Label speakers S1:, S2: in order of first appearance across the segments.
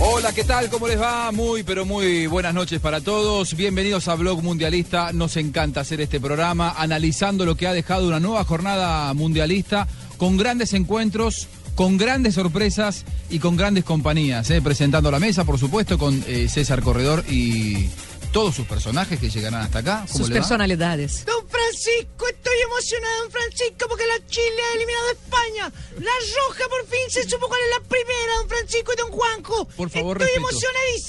S1: Hola, ¿qué tal? ¿Cómo les va? Muy, pero muy buenas noches para todos. Bienvenidos a Blog Mundialista. Nos encanta hacer este programa analizando lo que ha dejado una nueva jornada mundialista con grandes encuentros, con grandes sorpresas y con grandes compañías. ¿eh? Presentando la mesa, por supuesto, con eh, César Corredor y todos sus personajes que llegarán hasta acá. ¿Cómo
S2: Sus
S1: le va?
S2: personalidades.
S3: Don Francisco, estoy emocionado, don Francisco, porque la Chile ha eliminado a España. La Roja por fin se supo cuál es la primera, don Francisco y don Juanjo.
S1: Por favor,
S3: Estoy
S1: respeto.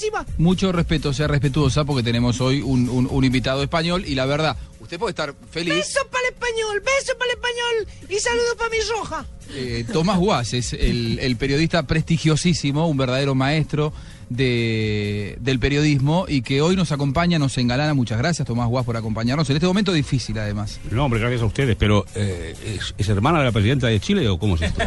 S3: emocionadísima.
S1: Mucho respeto, sea respetuosa, porque tenemos hoy un, un- un invitado español y la verdad, usted puede estar feliz.
S3: Besos para el español, besos para el español y saludos para mi Roja.
S1: Eh, Tomás Guas es el, el periodista prestigiosísimo, un verdadero maestro de- del periodismo y que hoy nos acompaña, nos engalana. Muchas gracias, Tomás Guas, por acompañarnos en este momento difícil, además.
S4: No, hombre, gracias a ustedes, pero eh, ¿es, es hermana de la presidenta de Chile o cómo es esto?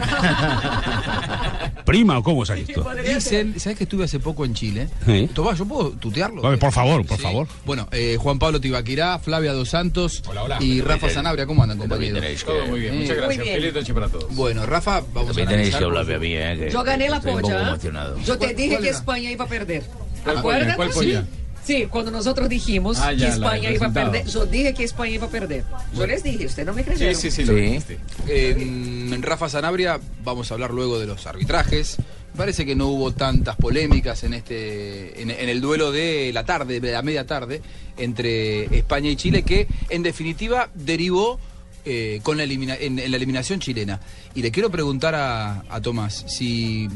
S4: ¿Prima o cómo es esto? ¿Eh?
S1: Dicen, ¿sabes que estuve hace poco en Chile?
S4: Sí.
S1: Tomás, ¿yo puedo tutearlo?
S4: Vale, por favor, por
S1: Sí.
S4: favor.
S1: Bueno, eh, Juan Pablo Tibaquirá, Flavia Dos Santos y Rafa Sanabria, ¿cómo andan, compañeros?
S5: Todo muy bien, muchas gracias. Feliz noche para todos.
S1: Bueno, Rafa, vamos
S5: Me
S1: a
S5: tenéis
S1: analizar
S5: que hablarme a mí, ¿eh? que
S2: Yo gané la
S5: estoy un poco
S2: polla. ¿eh?
S5: emocionado.
S2: Yo te dije
S1: cuál
S2: que
S1: era?
S2: España iba a perder.
S5: ¿Cuál polla?
S2: ¿Acuérdate?
S5: ¿Cuál polla?
S2: Sí, cuando nosotros dijimos
S5: Ah,
S2: que
S5: ya, la del
S2: España iba a
S5: resultado.
S2: perder, yo dije que España iba a perder. Yo les dije, ustedes no me
S5: Sí,
S2: creyeron.
S5: sí, sí, lo
S6: Sí.
S5: dijiste.
S1: Eh, Rafa Sanabria, vamos a hablar luego de los arbitrajes. Parece que no hubo tantas polémicas en este en, en el duelo de la tarde, de la media tarde, entre España y Chile, que en definitiva derivó eh, con la elimina- en, en la eliminación chilena. Y le quiero preguntar a, a Tomás si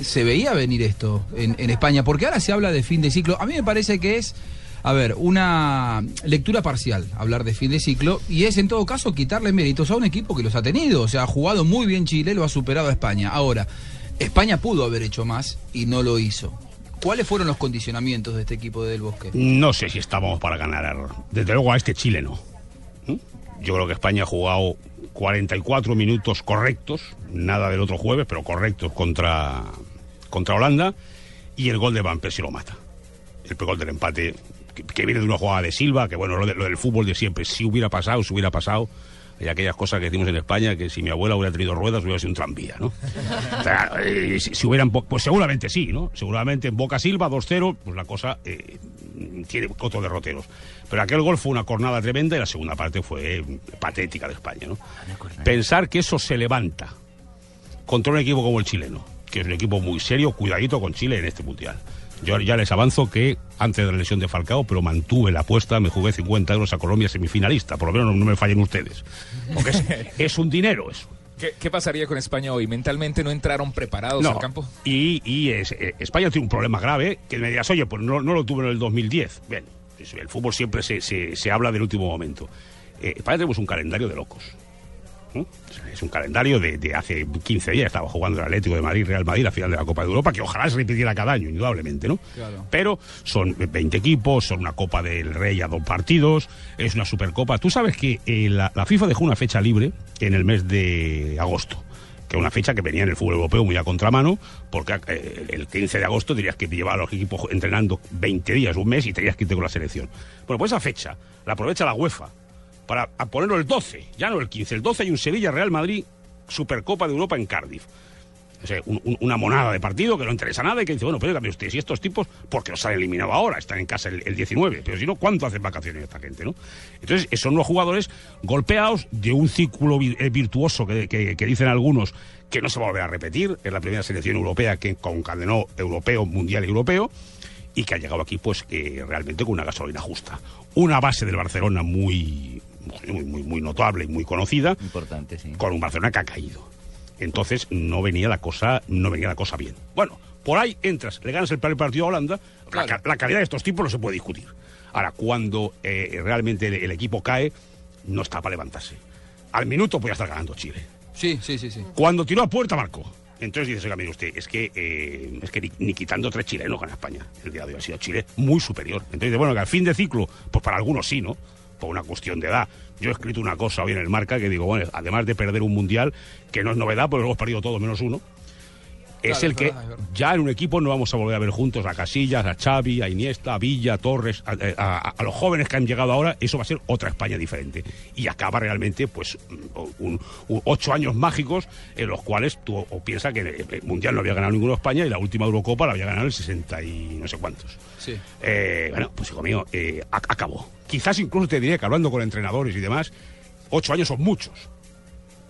S1: se veía venir esto en, en España, porque ahora se habla de fin de ciclo. A mí me parece que es a ver, una lectura parcial, hablar de fin de ciclo, y es en todo caso quitarle méritos a un equipo que los ha tenido. O sea, ha jugado muy bien Chile, lo ha superado a España. Ahora, España pudo haber hecho más y no lo hizo. ¿Cuáles fueron los condicionamientos de este equipo de Del Bosque?
S4: No sé si estábamos para ganar. a- Desde luego a este Chile no. ¿Mm? Yo creo que España ha jugado 44 minutos correctos, nada del otro jueves, pero correctos contra, contra Holanda. Y el gol de Van Persie lo mata. El gol del empate, que, que viene de una jugada de Silva, que bueno, lo, de- lo del fútbol de siempre, si hubiera pasado, si hubiera pasado. Y aquellas cosas que decimos en España, que si mi abuela hubiera tenido ruedas, hubiera sido un tranvía, ¿no? Claro, eh, si, si hubieran. po- Pues seguramente sí, ¿no? Seguramente en Boca Silva 2-0, pues la cosa eh, tiene otros derroteros. Pero aquel gol fue una cornada tremenda y la segunda parte fue eh, patética de España, ¿no? Pensar que eso se levanta contra un equipo como el chileno, que es un equipo muy serio, cuidadito con Chile en este mundial. Yo ya les avanzo que antes de la lesión de Falcao, pero mantuve la apuesta, me jugué 50 euros a Colombia semifinalista, por lo menos no, no me fallen ustedes. Porque es, es un dinero eso.
S7: ¿Qué, qué pasaría con España hoy? ¿Mentalmente no entraron preparados al campo?
S4: Y, y es- eh, España tiene un problema grave que me digas, oye, pues no, no lo tuvo en el 2010. Bien, pues el fútbol siempre se, se- se habla del último momento. Eh, España tenemos un calendario de locos. ¿no? O sea, Es un calendario de, de hace 15 días, estaba jugando el Atlético de Madrid, Real Madrid, la final de la Copa de Europa, que ojalá se repitiera cada año, indudablemente, ¿no?
S1: Claro.
S4: Pero son 20 equipos, son una Copa del Rey a dos partidos, es una Supercopa. Tú sabes que eh, la, la FIFA dejó una fecha libre en el mes de agosto, que es una fecha que venía en el fútbol europeo muy a contramano, porque eh, el 15 de agosto tenías que llevar a los equipos entrenando 20 días, un mes, y tenías que irte con la selección. Bueno, pues esa fecha la aprovecha la UEFA para a ponerlo el 12, ya no el 15, el 12 hay un Sevilla-Real Madrid Supercopa de Europa en Cardiff. O sea, un- un- una monada de partido que no interesa nada y que dice, bueno, pero dígame usted, si estos tipos, porque los han eliminado ahora, están en casa el, el 19, pero si no, ¿cuánto hacen vacaciones esta gente, no? Entonces, eh, son los jugadores golpeados de un círculo vi- eh, virtuoso que, que- que dicen algunos que no se va a volver a repetir, es la primera selección europea que concadenó europeo, mundial y europeo, y que ha llegado aquí, pues, eh, realmente con una gasolina justa. Una base del Barcelona muy, muy, muy, muy notable y muy conocida,
S6: Importante, sí.
S4: con un Barcelona que ha caído. Entonces no venía la cosa, no venía la cosa bien. Bueno, por ahí entras, le ganas el primer partido a Holanda, la
S1: Claro.
S4: ca- la, calidad de estos tipos no se puede discutir. Ahora, cuando eh, realmente el, el equipo cae, no está para levantarse. Al minuto podía estar ganando Chile.
S1: Sí, sí, sí, sí.
S4: Cuando tiró a puerta, marcó. Entonces dices, oiga, mire usted, es que, eh, es que ni, ni quitando tres chilenos gana España. El día de hoy ha sido Chile muy superior. Entonces, bueno, que al fin de ciclo, pues para algunos sí, ¿no? Por una cuestión de edad. Yo he escrito una cosa hoy en el marca que digo, bueno, además de perder un mundial, que no es novedad, porque lo hemos perdido todos menos uno, es
S1: Claro,
S4: el
S1: es
S4: que
S1: verdad, es verdad.
S4: ya en un equipo no vamos a volver a ver juntos a Casillas, a Xavi, a Iniesta, a Villa, a Torres, a, eh, a- a los jóvenes que han llegado ahora, eso va a ser otra España diferente. Y acaba realmente, pues, un- un- ocho años mágicos en los cuales tú o piensas que el Mundial no había ganado ninguna España y la última Eurocopa la había ganado el 60 y no sé cuántos.
S1: Sí.
S4: Eh, bueno, pues hijo mío, eh, ac- acabó. Quizás incluso te diría que hablando con entrenadores y demás, ocho años son muchos.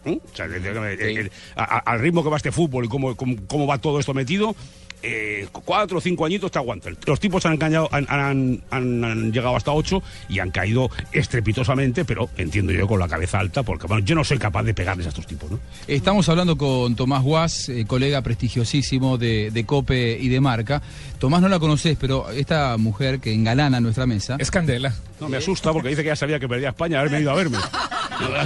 S4: ¿Mm? O sea, de- de- de-
S1: Sí.
S4: el- a- a- al ritmo que va este fútbol y cómo, cómo, cómo va todo esto metido, eh, cuatro o cinco añitos te aguantan. Los tipos han, engañado, han, han- han- han llegado hasta ocho y han caído estrepitosamente, pero entiendo yo con la cabeza alta, porque bueno, yo no soy capaz de pegarles a estos tipos, ¿no?
S1: Estamos hablando con Tomás Guas, eh, colega prestigiosísimo de, de COPE y de Marca. Tomás, no la conoces, pero esta mujer que engalana nuestra mesa...
S7: Es Candela.
S4: No, me asusta porque dice que ya sabía que perdía España haber venido a verme.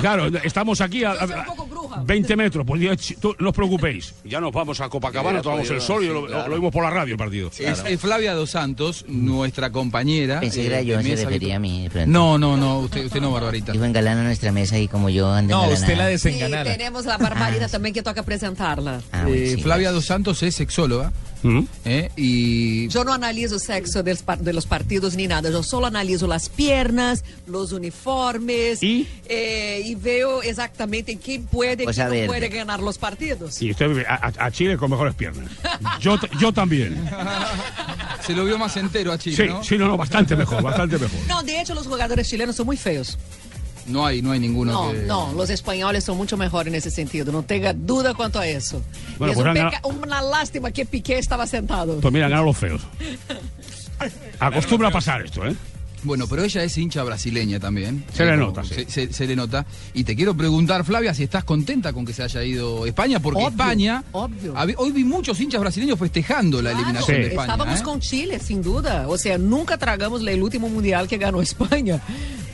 S4: Claro, estamos aquí a, a- a 20 metros. Pues digo, "Ch- tú, no os preocupéis. Ya nos vamos a Copacabana,
S5: Ya
S4: tomamos el
S5: podido,
S4: sol y
S5: sí,
S4: lo,
S5: claro.
S4: lo vimos por la radio el partido.
S1: Es, es Flavia Dos Santos, nuestra compañera.
S6: Pensé que
S1: eh,
S6: era yo,
S1: de
S6: se
S1: mesa
S6: refería a mí. de pronto.
S1: No, no, no, usted, usted no, Barbarita.
S6: Dijo engalana nuestra mesa y como yo ando
S7: No,
S6: engalanada.
S7: usted la
S8: Sim,
S7: desenganala.
S8: teremos a Barbarita também que toca apresentá-la.
S6: Ah, bueno,
S1: Eh,
S6: sí,
S1: Flavia
S6: gracias.
S1: Dos Santos es sexóloga
S4: ¿Mm?
S1: eh, y
S8: Yo no analizo o sexo dos partidos ni nada. Yo solo analiso las piernas, los uniformes.
S4: ¿Y?
S8: eh, y veo exactamente quién puede y
S6: Pues
S8: quién
S6: a
S8: no
S6: ver.
S8: puede ganar los partidos.
S4: Y usted vive a, a- a Chile con mejores piernas. Yo, t- yo también.
S1: se lo vio más entero a Chile,
S4: Sí,
S1: ¿no?
S4: sí, no, no, bastante mejor, bastante mejor.
S8: No, de hecho, los jugadores chilenos son muy feos.
S1: No hay, no hay ninguno.
S8: No,
S1: que-
S8: no, los españoles son mucho mejores en ese sentido. No tenga duda cuanto a eso.
S4: Bueno,
S8: es
S4: pues
S8: un
S4: han
S8: peca-
S4: ganado-
S8: una lástima que Piqué estaba sentado.
S4: Pues mira, han ganado los feos. Acostumbra a pasar esto, ¿eh?
S1: Bueno, pero ella es hincha brasileña también.
S4: Se le
S1: Eh,
S4: nota,
S1: como-
S4: sí.
S1: Se, se- se le nota. Y te quiero preguntar, Flavia, si estás contenta con que se haya ido España, porque
S8: Obvio,
S1: España.
S8: obvio.
S1: Hab- Hoy vi muchos hinchas brasileños festejando la
S8: Claro,
S1: eliminación
S4: Sí.
S1: de España.
S8: Estábamos
S1: ¿eh?
S8: con Chile, sin duda. O sea, nunca tragamos el último mundial que ganó España.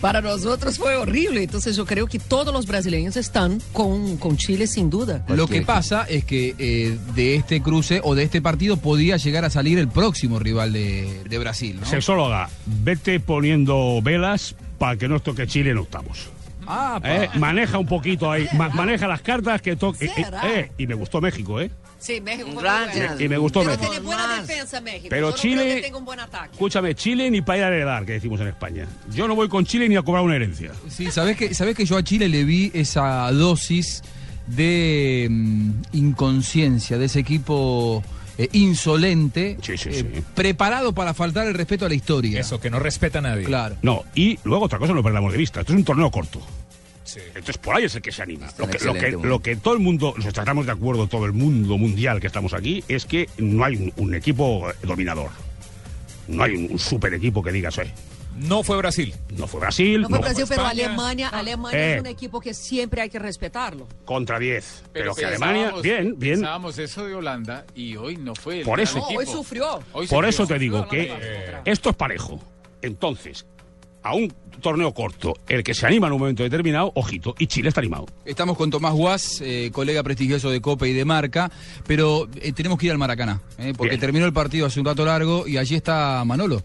S8: Para nosotros fue horrible. Entonces yo creo que todos los brasileños están con, con Chile, sin duda.
S1: Lo que pasa es que eh, de este cruce o de este partido podía llegar a salir el próximo rival de, de Brasil. ¿no?
S4: Sexóloga, vete poniendo velas para que no os toque Chile en octavos.
S1: Ah, pa.
S4: Eh, maneja un poquito ahí, ma- maneja las cartas que toque. eh, eh, eh, y me gustó México, ¿eh?
S8: Sí, México
S6: Un
S8: fue
S6: gran
S8: muy
S6: general.
S8: bueno.
S4: Y me gustó
S8: Pero
S4: México.
S8: tiene buena defensa, México.
S4: Pero
S8: Yo no
S4: Chile-
S8: creo que tenga un buen ataque.
S4: Escúchame, Chile ni para ir a heredar, que decimos en España. Yo no voy con Chile ni a cobrar una herencia.
S1: Sí, ¿sabés que, sabés que yo a Chile le vi esa dosis de mm, inconsciencia, de ese equipo eh, insolente,
S4: Sí, sí,
S1: eh,
S4: sí.
S1: preparado para faltar el respeto a la historia?
S7: Eso, que no respeta a nadie.
S1: Claro.
S4: No, y luego otra cosa no perdamos de vista. Esto es un torneo corto.
S7: Sí.
S4: Entonces por ahí es el que se anima. Lo
S6: en
S4: que, lo, que,
S6: excelente momento.
S4: lo que todo el mundo, nos tratamos de acuerdo todo el mundo mundial que estamos aquí, es que no hay un, un equipo eh, dominador. No hay un, un super equipo que digas, oye,
S7: No fue Brasil.
S4: no fue Brasil,
S8: No fue
S4: no
S8: Brasil,
S7: fue
S8: pero
S7: España.
S8: Alemania,
S5: Ah.
S8: Alemania
S4: Eh.
S8: es un equipo que siempre hay que respetarlo.
S4: contra 10. Pero, que
S5: pensábamos-
S4: Alemania, bien, bien.
S5: Pensábamos eso de Holanda y hoy no fue. el
S4: Por
S5: gran
S4: eso.
S8: No, Oh,
S5: equipo.
S8: hoy sufrió.
S5: Hoy
S4: Por
S5: sufrió.
S4: eso te digo que
S5: Eh,
S4: esto es parejo. Entonces, a un torneo corto, el que se anima en un momento determinado, ojito, y Chile está animado.
S1: Estamos con Tomás Guas, eh, colega prestigioso de Copa y de Marca, pero eh, tenemos que ir al Maracaná, eh, porque
S4: Bien.
S1: terminó el partido hace un rato largo y allí está Manolo.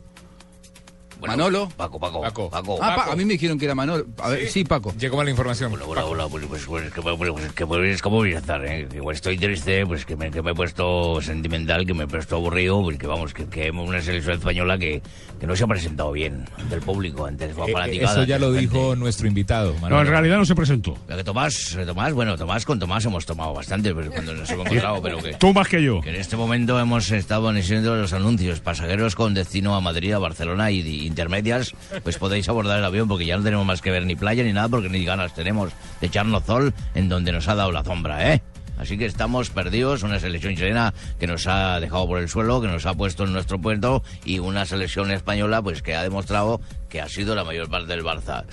S1: Manolo.
S9: Paco, Paco,
S7: Oh, Paco.
S9: Paco.
S1: Ah, Pa- a mí me dijeron que era Manolo. A ver, sí, Paco.
S7: Llegó mala información.
S9: Hola, hola, hola, pues, pues, pues, que, pues, pues, que, pues, ¿cómo voy a estar, eh? Que igual estoy triste, pues que me, que me he puesto sentimental, que me he puesto aburrido, pues que vamos, que, que hemos una selección española que, que no se ha presentado bien ante el público, ante la
S7: Eh, eh,
S9: fanaticada.
S7: eso ya
S9: ante
S7: lo
S9: la gente.
S7: dijo nuestro invitado.
S4: No,
S7: Manolo.
S4: en realidad no se presentó.
S9: Pero que Tomás, eh, Tomás, bueno, Tomás, con Tomás hemos tomado bastante, pero cuando nos hemos encontrado, pero que...
S4: Tú más que yo.
S9: Que en este momento hemos estado anunciando los anuncios. Pasajeros con destino a Madrid, a Barcelona y de intermedias, pues podéis abordar el avión porque ya no tenemos más que ver ni playa ni nada porque ni ganas tenemos de echarnos sol en donde nos ha dado la sombra, ¿eh? Así que estamos perdidos, una selección chilena que nos ha dejado por el suelo, que nos ha puesto en nuestro puerto y una selección española pues que ha demostrado que ha sido la mayor parte del Barça.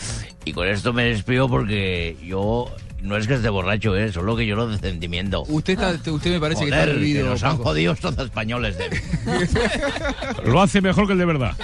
S9: Y con esto me despido porque yo no es que esté borracho, ¿eh? solo que yo lo de sentimiento.
S1: Usted, está- usted me parece que
S9: Joder,
S1: está
S9: que
S1: bebido,
S9: nos han
S1: Paco.
S9: jodido estos españoles de...
S4: Lo hace mejor que el de verdad.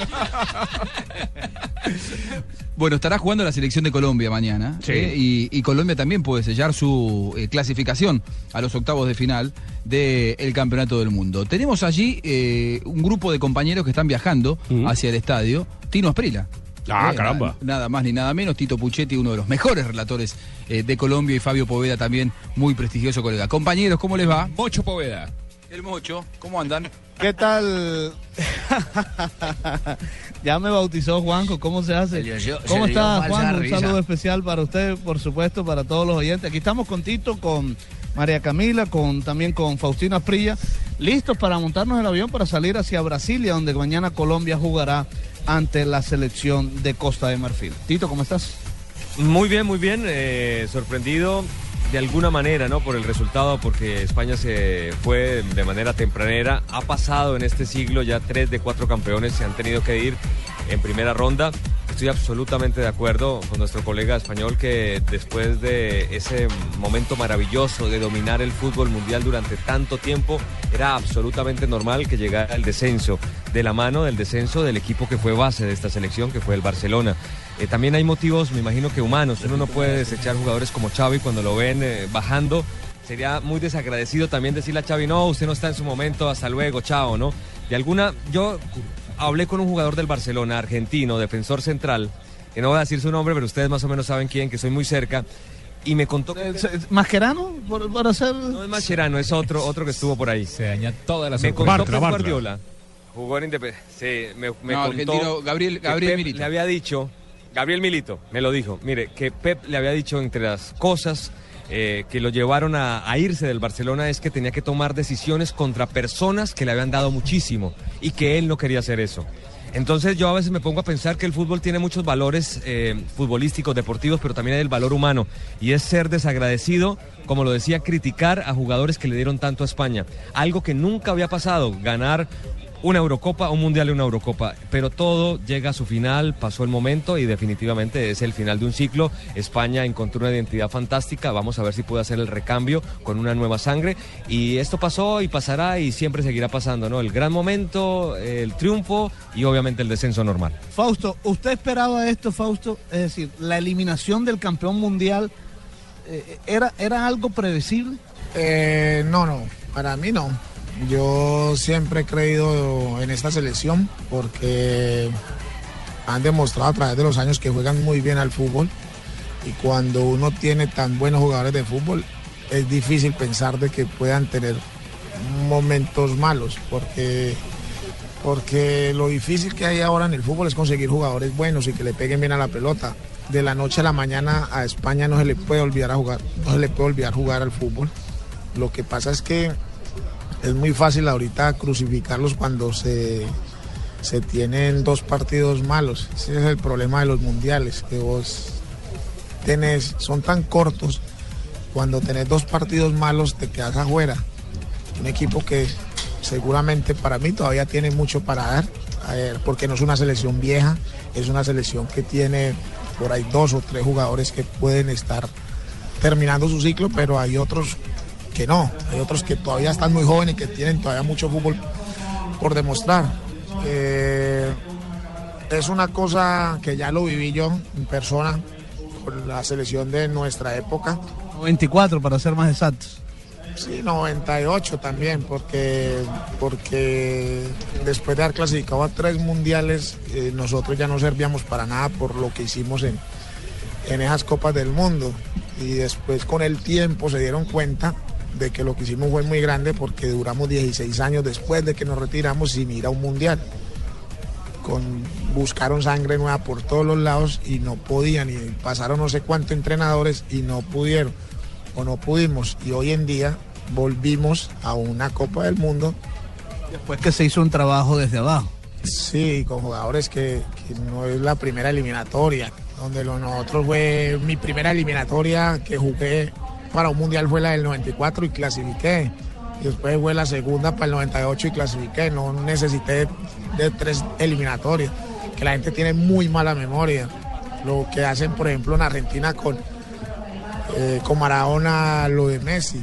S1: Bueno, estará jugando la selección de Colombia mañana.
S4: Sí.
S1: ¿eh? Y, y Colombia también puede sellar su eh, clasificación a los octavos de final del Campeonato del Mundo. Tenemos allí eh, un grupo de compañeros que están viajando hacia el estadio. Tino Asprila.
S4: Ah, caramba.
S1: na- nada más ni nada menos. Tito Puchetti, uno de los mejores relatores eh, de Colombia. Y Fabio Poveda también, muy prestigioso colega. Compañeros, ¿cómo les va?
S7: Mocho Poveda.
S1: El mocho, ¿cómo andan?
S10: ¿Qué tal? ya me bautizó Juanjo, ¿cómo se hace?
S11: Se le dio- se
S10: ¿Cómo
S11: le dio
S10: está
S11: falsa
S10: Juanjo? Un
S11: risa.
S10: saludo especial para usted, por supuesto, para todos los oyentes. Aquí estamos con Tito, con María Camila, con también con Faustina Prilla, listos para montarnos el avión para salir hacia Brasilia, donde mañana Colombia jugará ante la selección de Costa de Marfil. Tito, ¿cómo estás?
S12: Muy bien, muy bien. eh, sorprendido de alguna manera, ¿no? Por el resultado, porque España se fue de manera tempranera. Ha pasado en este siglo ya tres de cuatro campeones se han tenido que ir en primera ronda. Estoy absolutamente de acuerdo con nuestro colega español que después de ese momento maravilloso de dominar el fútbol mundial durante tanto tiempo, era absolutamente normal que llegara el descenso, de la mano del descenso del equipo que fue base de esta selección, que fue el Barcelona. Eh, también hay motivos, me imagino que humanos. Uno no puede desechar jugadores como Xavi cuando lo ven eh, bajando. Sería muy desagradecido también decirle a Xavi, no, usted no está en su momento, hasta luego, chao, ¿no? De alguna, yo hablé con un jugador del Barcelona, argentino, defensor central, que no voy a decir su nombre, pero ustedes más o menos saben quién, que soy muy cerca, y me contó que...
S10: ¿Mascherano? Por, por hacer...
S12: No es Mascherano, es otro, otro que estuvo por ahí. Se daña toda la Me contó
S7: sorpresa. Bartra,
S12: Pep
S7: Bartra.
S12: Guardiola. Jugó en Independiente. Sí, me, me
S1: No,
S12: contó
S1: argentino, Gabriel-
S12: que
S1: Gabriel
S12: Pep
S1: Milito.
S12: Le había dicho, Gabriel Milito, me lo dijo. Mire, que Pep le había dicho entre las cosas eh, que lo llevaron a, a irse del Barcelona es que tenía que tomar decisiones contra personas que le habían dado muchísimo y que él no quería hacer eso. Entonces yo a veces me pongo a pensar que el fútbol tiene muchos valores eh, futbolísticos, deportivos, pero también hay el valor humano. Y es ser desagradecido, como lo decía, criticar a jugadores que le dieron tanto a España. Algo que nunca había pasado, ganar una Eurocopa, un Mundial y una Eurocopa. Pero todo llega a su final, pasó el momento y definitivamente es el final de un ciclo. España encontró una identidad fantástica, vamos a ver si puede hacer el recambio con una nueva sangre. Y esto pasó y pasará y siempre seguirá pasando, ¿no? El gran momento, el triunfo y obviamente el descenso normal.
S10: Fausto, ¿usted esperaba esto, Fausto? Es decir, la eliminación del campeón mundial eh, era, era algo predecible.
S8: Eh, no, no, para mí no. Yo siempre he creído en esta selección porque han demostrado a través de los años que juegan muy bien al fútbol y cuando uno tiene tan buenos jugadores de fútbol es difícil pensar de que puedan tener momentos malos porque porque lo difícil que hay ahora en el fútbol es conseguir jugadores buenos y que le peguen bien a la pelota. De la noche a la mañana a España no se le puede olvidar a jugar, no se le puede olvidar jugar al fútbol. Lo que pasa es que es muy fácil ahorita crucificarlos cuando se, se tienen dos partidos malos. Ese es el problema de los mundiales, que vos tenés, son tan cortos, cuando tenés dos partidos malos te quedas afuera. Un equipo que seguramente para mí todavía tiene mucho para dar, a ver, porque no es una selección vieja, es una selección que tiene por ahí dos o tres jugadores que pueden estar terminando su ciclo, pero hay otros que no, hay otros que todavía están muy jóvenes y que tienen todavía mucho fútbol por demostrar. Eh, es una cosa que ya lo viví yo en persona con la selección de nuestra época.
S10: 94, para ser más exactos.
S8: Sí, 98 también, porque, porque después de haber clasificado a tres mundiales, eh, nosotros ya no servíamos para nada por lo que hicimos en, en esas copas del mundo. Y después con el tiempo se dieron cuenta de que lo que hicimos fue muy grande porque duramos 16 años después de que nos retiramos sin ir a un mundial. Con, buscaron sangre nueva por todos los lados y no podían, y pasaron no sé cuántos entrenadores y no pudieron o no pudimos. Y hoy en día volvimos a una Copa del Mundo.
S10: Después que se hizo un trabajo desde abajo.
S8: Sí, con jugadores que, que no es la primera eliminatoria. Donde lo- nosotros fue mi primera eliminatoria que jugué para un mundial fue la del 94 y clasifiqué. Y después fue la segunda para el 98 y clasifiqué. No necesité de tres eliminatorias. Que la gente tiene muy mala memoria. Lo que hacen, por ejemplo, en Argentina con, eh, con Maradona lo de Messi.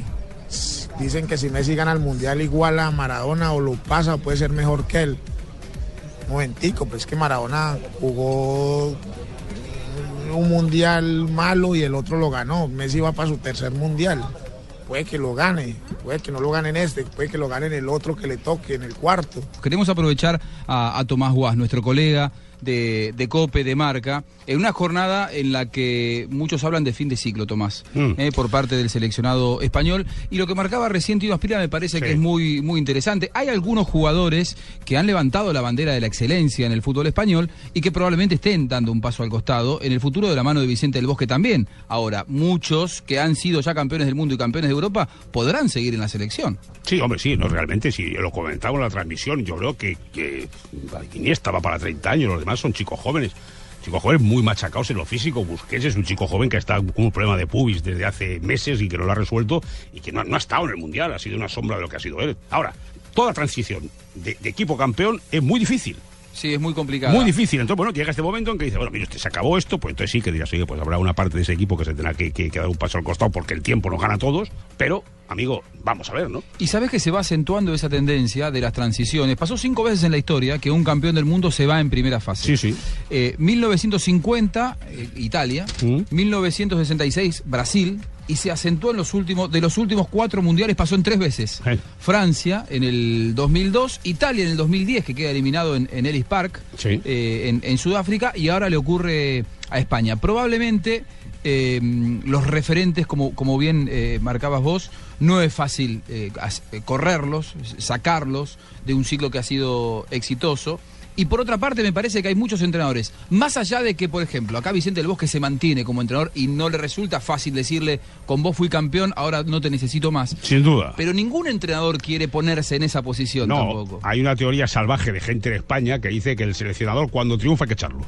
S8: S- Dicen que si Messi gana el mundial igual a Maradona o lo pasa, puede ser mejor que él. Momentico, pues es que Maradona jugó un mundial malo y el otro lo ganó. Messi va para su tercer mundial. Puede que lo gane, puede que no lo gane en este, puede que lo gane en el otro que le toque, en el cuarto.
S1: Queremos aprovechar a, a Tomás Guas, nuestro colega, de, de Cope, de Marca, en una jornada en la que muchos hablan de fin de ciclo, Tomás, eh, por parte del seleccionado español. Y lo que marcaba recién Tío Aspira me parece que es muy, muy interesante. Hay algunos jugadores que han levantado la bandera de la excelencia en el fútbol español y que probablemente estén dando un paso al costado en el futuro de la mano de Vicente del Bosque también. Ahora, muchos que han sido ya campeones del mundo y campeones de Europa podrán seguir en la selección.
S4: Sí, hombre, sí, no, realmente, sí, lo comentaba en la transmisión, yo creo que, que la Iniesta va para 30 años, los demás son chicos jóvenes, chicos jóvenes muy machacados en lo físico, Busquets es un chico joven que está con un problema de pubis desde hace meses y que no lo ha resuelto y que no, no ha estado en el Mundial, ha sido una sombra de lo que ha sido él. Ahora, toda transición de, de equipo campeón es muy difícil.
S1: Sí, es muy complicado.
S4: Muy difícil. Entonces, bueno, llega este momento en que dice, bueno, mira, usted se acabó esto, pues entonces sí que dirás, oye, pues habrá una parte de ese equipo que se tendrá que, que- que dar un paso al costado porque el tiempo nos gana a todos, pero, amigo, vamos a ver, ¿no?
S1: Y sabes que se va acentuando esa tendencia de las transiciones. Pasó cinco veces en la historia que un campeón del mundo se va en primera fase.
S4: Sí, sí.
S1: Eh, 1950, eh, Italia.
S4: Mm.
S1: 1966, Brasil. Y se acentuó en los últimos, de los últimos cuatro mundiales, pasó en tres veces. Francia en el 2002, Italia en el 2010, que queda eliminado en, en Ellis Park, eh, en, en Sudáfrica, y ahora le ocurre a España. Probablemente eh, los referentes, como, como bien eh, marcabas vos, no es fácil eh, as- eh, correrlos, sacarlos de un ciclo que ha sido exitoso. Y por otra parte, me parece que hay muchos entrenadores. Más allá de que, por ejemplo, acá Vicente del Bosque se mantiene como entrenador y no le resulta fácil decirle, con vos fui campeón, ahora no te necesito más.
S4: Sin duda.
S1: Pero ningún entrenador quiere ponerse en esa posición
S4: no,
S1: tampoco.
S4: hay una teoría salvaje de gente en España que dice que el seleccionador cuando triunfa hay que echarlo.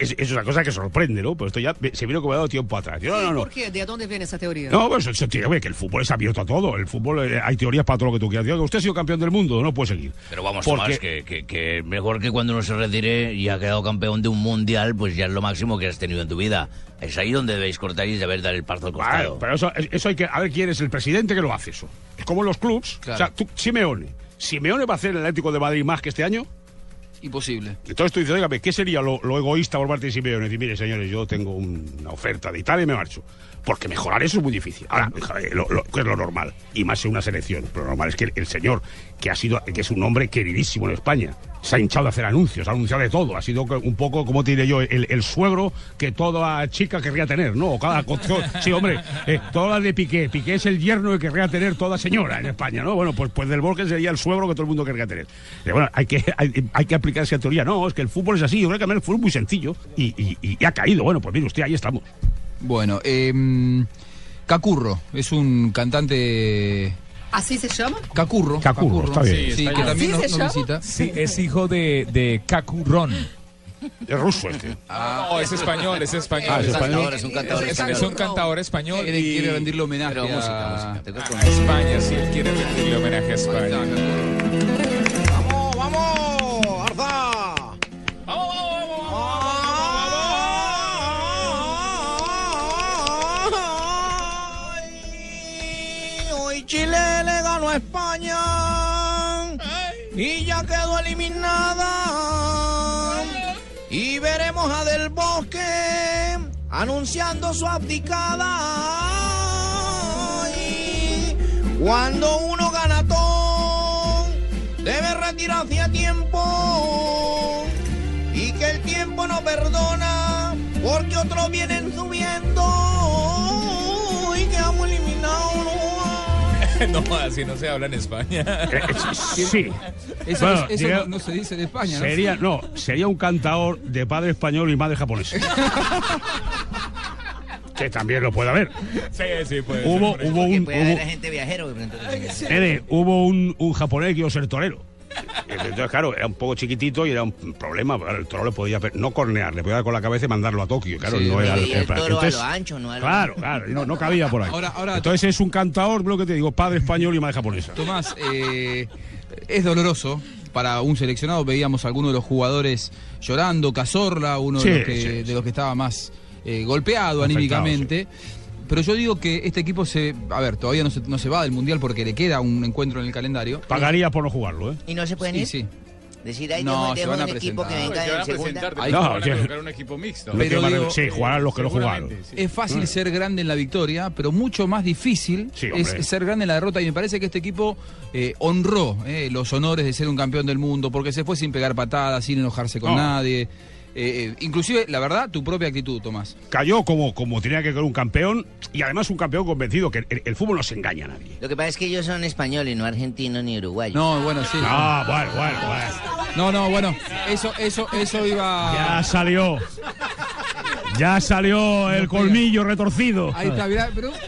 S4: es, es una cosa que sorprende, ¿no? Pero esto ya me- se vino como dado tiempo atrás. Yo, no, no, no.
S8: ¿Por qué? ¿De dónde viene esa teoría?
S4: No, pues eso, tío, güey, que el fútbol es abierto a todo. El fútbol, eh, hay teorías para todo lo que tú quieras. Digo, usted ha sido campeón del mundo, no puede seguir.
S9: Pero vamos,
S4: Porque-
S9: Tomás, que, que- que mejor que cuando uno se retire y ha quedado campeón de un mundial, pues ya es lo máximo que has tenido en tu vida. Es ahí donde debéis cortar y deber dar el parto al costado.
S4: Pero eso, eso hay que. A ver quién es el presidente que lo hace eso. Es como los clubs. O sea, tú, Simeone. ¿Simeone va a hacer el Atlético de Madrid más que este año?
S1: Imposible.
S4: Entonces tú dices, oígame, ¿qué sería lo, lo egoísta por parte de Simeone? Decir, mire, señores, yo tengo un- una oferta de Italia y me marcho. Porque mejorar eso es muy difícil. Ahora, joder, lo, lo- que es lo normal. Y más en una selección. Pero lo normal es que el, el señor, que ha sido, que es un hombre queridísimo en España, se ha hinchado a hacer anuncios, ha anunciado de todo. Ha sido co- un poco, como te diré yo, el, el suegro que toda chica querría tener, ¿no? O cada co- Sí, hombre, eh, toda la de Piqué. Piqué es el yerno que querría tener toda señora en España, ¿no? Bueno, pues, pues del Borges sería el suegro que todo el mundo querría tener. Eh, bueno, hay que, hay, hay que aplicar esa teoría. No, es que el fútbol es así. Yo creo que a mí el fútbol es muy sencillo. Y, y- y- y ha caído. Bueno, pues mire usted, ahí estamos.
S1: Bueno, eh, Cacurro es un cantante.
S8: ¿Así se llama?
S1: Cacurro.
S4: Cacurro, está bien.
S1: Sí, que
S4: Está bien.
S8: ¿Así
S1: también nos,
S8: se
S1: nos
S8: llama?
S1: visita.
S7: Sí, es hijo de, de Kakurón.
S4: Es ruso este.
S7: Ah, no, es español, es español.
S1: Ah, es español.
S7: Es, es- es un cantador español.
S1: Quiere,
S7: y-
S1: quiere rendirle homenaje
S7: Pero
S1: a-
S7: música, a España, sí, él quiere rendirle homenaje a España.
S3: ¡Vamos, vamos, Arza! ¡Vamos, vamos, Hoy Chile le ganó a España y ya quedó eliminada. Y veremos a Del Bosque anunciando su abdicada. Ay, Cuando uno gana todo, debe retirarse a tiempo. Y que el tiempo no perdona, porque otros vienen subiendo. Y quedamos eliminados.
S7: no, así no se habla en España.
S4: Eh, sí.
S1: Eso,
S4: Bueno,
S1: eso
S4: diga-
S1: no, no se dice en España. ¿no?
S4: Sería, no, sería un cantador de padre español y madre japonesa. que también lo puede haber.
S7: Sí, sí, pues. puede ser,
S4: Hubo,
S7: hombre.
S4: hubo un.
S6: Pues, Puede haber
S4: hubo- Eh,
S6: gente viajero. pero entonces-
S4: Nene, hubo un, un japonés que iba a ser torero. Entonces, claro, era un poco chiquitito y era un problema. claro, el toro le podía pe- no cornear, le podía dar con la cabeza y mandarlo a Tokio. Claro,
S6: Sí,
S4: no era
S6: y el
S4: plan.
S6: toro a lo ancho, no a lo-
S4: Claro, claro, no, no cabía por ahí.
S1: Ahora- ahora-
S4: Entonces es un cantador, lo que te digo, padre español y madre japonesa.
S1: Tomás, eh, es doloroso para un seleccionado. Veíamos a algunos de los jugadores llorando, Cazorla, uno
S4: Sí,
S1: de, los que,
S4: sí,
S1: de los que estaba más eh, golpeado
S4: Afectado,
S1: anímicamente. Pero yo digo que este equipo se. A ver, todavía no se, no se va del mundial porque le queda un encuentro en el calendario.
S4: Pagaría por no jugarlo, ¿eh?
S6: ¿Y no se pueden
S1: Sí,
S6: ir?
S1: sí.
S6: Decir, ay,
S1: No,
S6: no,
S1: se
S6: dejo
S1: van a
S6: un equipo que
S1: presentar.
S6: venga
S1: Se van
S6: en
S1: a
S6: segunda.
S1: presentar, Ahí no, van a
S4: sí.
S1: colocar un equipo mixto.
S4: Los que
S1: Pero
S4: van a-
S1: digo-
S4: sí, jugarán los que no jugaron.
S1: Es fácil ser grande en la victoria, pero mucho más difícil es
S4: hombre.
S1: ser grande en la derrota. Y me parece que este equipo eh, honró eh, los honores de ser un campeón del mundo, porque se fue sin pegar patadas, sin enojarse con
S4: No.
S1: nadie. Eh, eh, inclusive, la verdad, tu propia actitud, Tomás.
S4: Cayó como, como tenía que caer un campeón y además un campeón convencido que el, el fútbol no se engaña a nadie.
S6: Lo que pasa es que ellos son españoles, no argentinos ni uruguayos.
S1: No, bueno, sí.
S4: Ah, bueno, bueno, bueno.
S1: No, no, bueno, eso, eso, eso iba.
S4: Ya salió. Ya salió el colmillo retorcido.
S1: Ahí está, mirá, pero vos,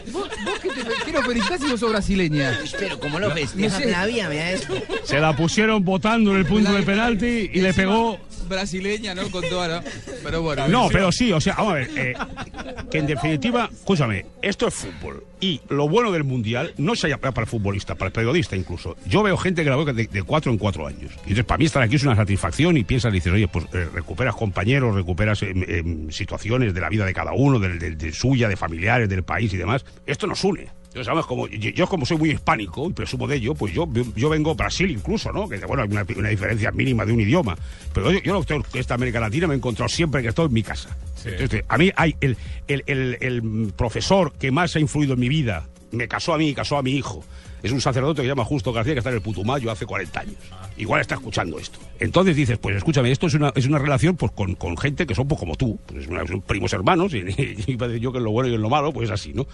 S1: vos que te quiero felicitar si vos sos brasileña.
S6: Pero ¿cómo lo festeja
S1: sé.
S6: Flavia? Vea esto.
S4: Se la pusieron votando en el punto de penalti y le pegó.
S1: Brasileña, ¿no? Con toda, ¿no? Pero bueno.
S4: No,
S1: bien.
S4: pero sí, o sea, vamos a ver. eh, que en definitiva, escúchame, esto es fútbol. Y lo bueno del mundial no se llama para el futbolista, para el periodista incluso. Yo veo gente que la veo de, de cuatro en cuatro años. Y entonces, para mí, estar aquí es una satisfacción y piensas, dices, oye, pues eh, recuperas compañeros, recuperas em, em, situaciones de la vida de cada uno, del, del- de suya, de familiares, del país y demás. Esto nos une. Entonces, además, como, yo, yo como soy muy hispánico y presumo de ello, pues yo, yo vengo a Brasil incluso, ¿no? Que bueno, hay una, una diferencia mínima de un idioma. Pero yo, yo lo que tengo- esta América Latina me he encontrado siempre que estoy en mi casa. Entonces, a mí hay el, el- el- el profesor que más ha influido en mi vida, me casó a mí y casó a mi hijo. Es un sacerdote que se llama Justo García, que está en el Putumayo hace 40 años. Igual está escuchando esto. Entonces dices, pues escúchame, esto es una, es una relación pues, con, con gente que son pues, como tú. Pues, es una- son primos hermanos, y, y iba a decir yo que en lo bueno y en lo malo, pues es así, ¿no?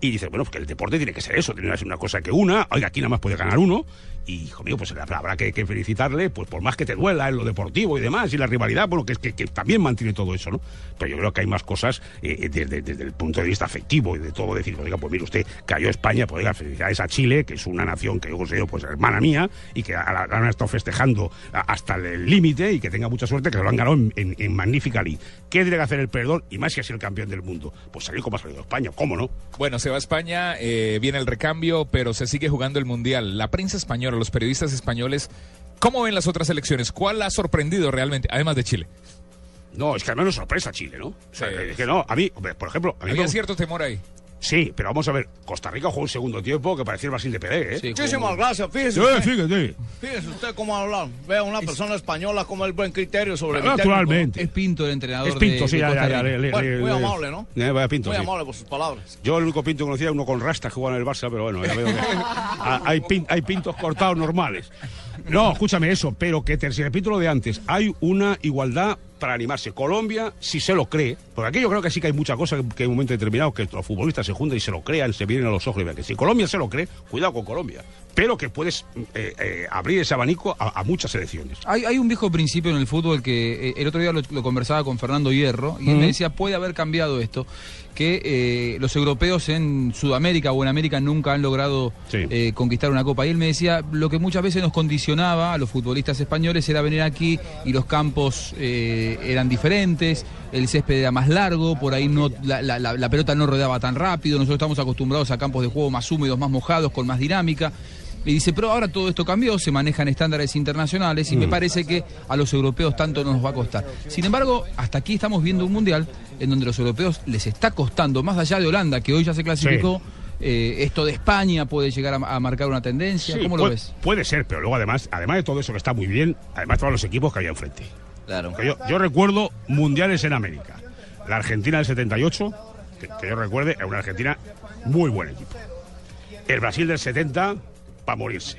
S4: Y dices, bueno, pues que el deporte tiene que ser eso, tiene que ser una cosa que una, oiga, aquí nada más puede ganar uno, y hijo mío, pues habrá habrá que, que felicitarle, pues por más que te duela en lo deportivo y demás, y la rivalidad, bueno, que, es que, que también mantiene todo eso, ¿no? Pero yo creo que hay más cosas eh, eh, desde, desde el punto de vista afectivo y de todo, decir, pues, oiga, pues mire usted, cayó España, pues oiga, felicidades a Chile, que es una nación que yo considero pues hermana mía, y que a- la la han estado festejando a- hasta el límite, y que tenga mucha suerte, que lo han ganado en, en, en Magnífica League. ¿Qué tiene que hacer el perdón? Y más si ha sido el campeón del mundo. Pues salir como ha salido España, ¿cómo no?
S7: Bueno, se va a España, eh, viene el recambio, pero se sigue jugando el Mundial. La prensa española, los periodistas españoles, ¿cómo ven las otras elecciones? ¿Cuál ha sorprendido realmente, además de Chile?
S4: No, es que al menos sorpresa Chile, ¿no? O sea, es que no, a mí, hombre, por ejemplo, a mí
S7: Había
S4: me-
S7: cierto temor ahí.
S4: Sí, pero vamos a ver, Costa Rica jugó un segundo tiempo que parecía el Brasil de Pelé, ¿eh?
S13: Sí, jugó Muchísimas muy bien. gracias, fíjese
S4: Sí,
S13: usted.
S4: fíjate.
S13: Fíjese usted cómo hablar. Vea una persona española como el buen criterio sobre el
S4: Naturalmente.
S1: Es Pinto el entrenador.
S4: Es Pinto,
S1: de-
S4: sí,
S1: de
S4: ya,
S1: Costa
S4: ya, ya,
S1: Rica.
S4: le- le- le-
S13: Muy
S4: le-
S13: amable, ¿no?
S4: Eh, vaya Pinto,
S13: Muy
S4: sí.
S13: amable por sus palabras.
S4: Yo el único pinto que conocía era uno con rastas que jugaba en el Barça, pero bueno, ya veo que a- hay, pin- hay pintos cortados normales. No, escúchame eso, pero que te si repito lo de antes, hay una igualdad para animarse. Colombia, si se lo cree, porque aquí yo creo que sí que hay mucha cosa que, que en un momento determinado que los futbolistas se juntan y se lo crean, se vienen a los ojos y vean que si Colombia se lo cree, cuidado con Colombia, pero que puedes eh, eh, abrir ese abanico a- a muchas selecciones.
S1: Hay, hay un viejo principio en el fútbol que eh, el otro día lo, lo conversaba con Fernando Hierro y él
S4: Ujú.
S1: me decía, puede haber cambiado esto, que eh, los europeos en Sudamérica o en América nunca han logrado eh, conquistar una copa. Y él me decía, lo que muchas veces nos condicionaba a los futbolistas españoles era venir aquí y los campos eh, eran diferentes, el césped era más largo, por ahí no la, la- la- la pelota no rodeaba tan rápido, nosotros estamos acostumbrados a campos de juego más húmedos, más mojados, con más dinámica. Y dice, pero ahora todo esto cambió, se manejan estándares internacionales
S4: Mm.
S1: y me parece que a los europeos tanto no nos va a costar. Sin embargo, hasta aquí estamos viendo un mundial en donde a los europeos les está costando, más allá de Holanda, que hoy ya se clasificó, eh, esto de España puede llegar a, a marcar una tendencia.
S4: Sí, pues,
S1: ¿Cómo lo
S4: puede,
S1: ves?
S4: puede ser, pero luego además, además de todo eso que está muy bien, además todos los equipos que había enfrente.
S9: Claro.
S4: Yo, yo recuerdo mundiales en América. La Argentina del 78, que, que yo recuerde, era una Argentina muy buen equipo. El Brasil del 70, para morirse.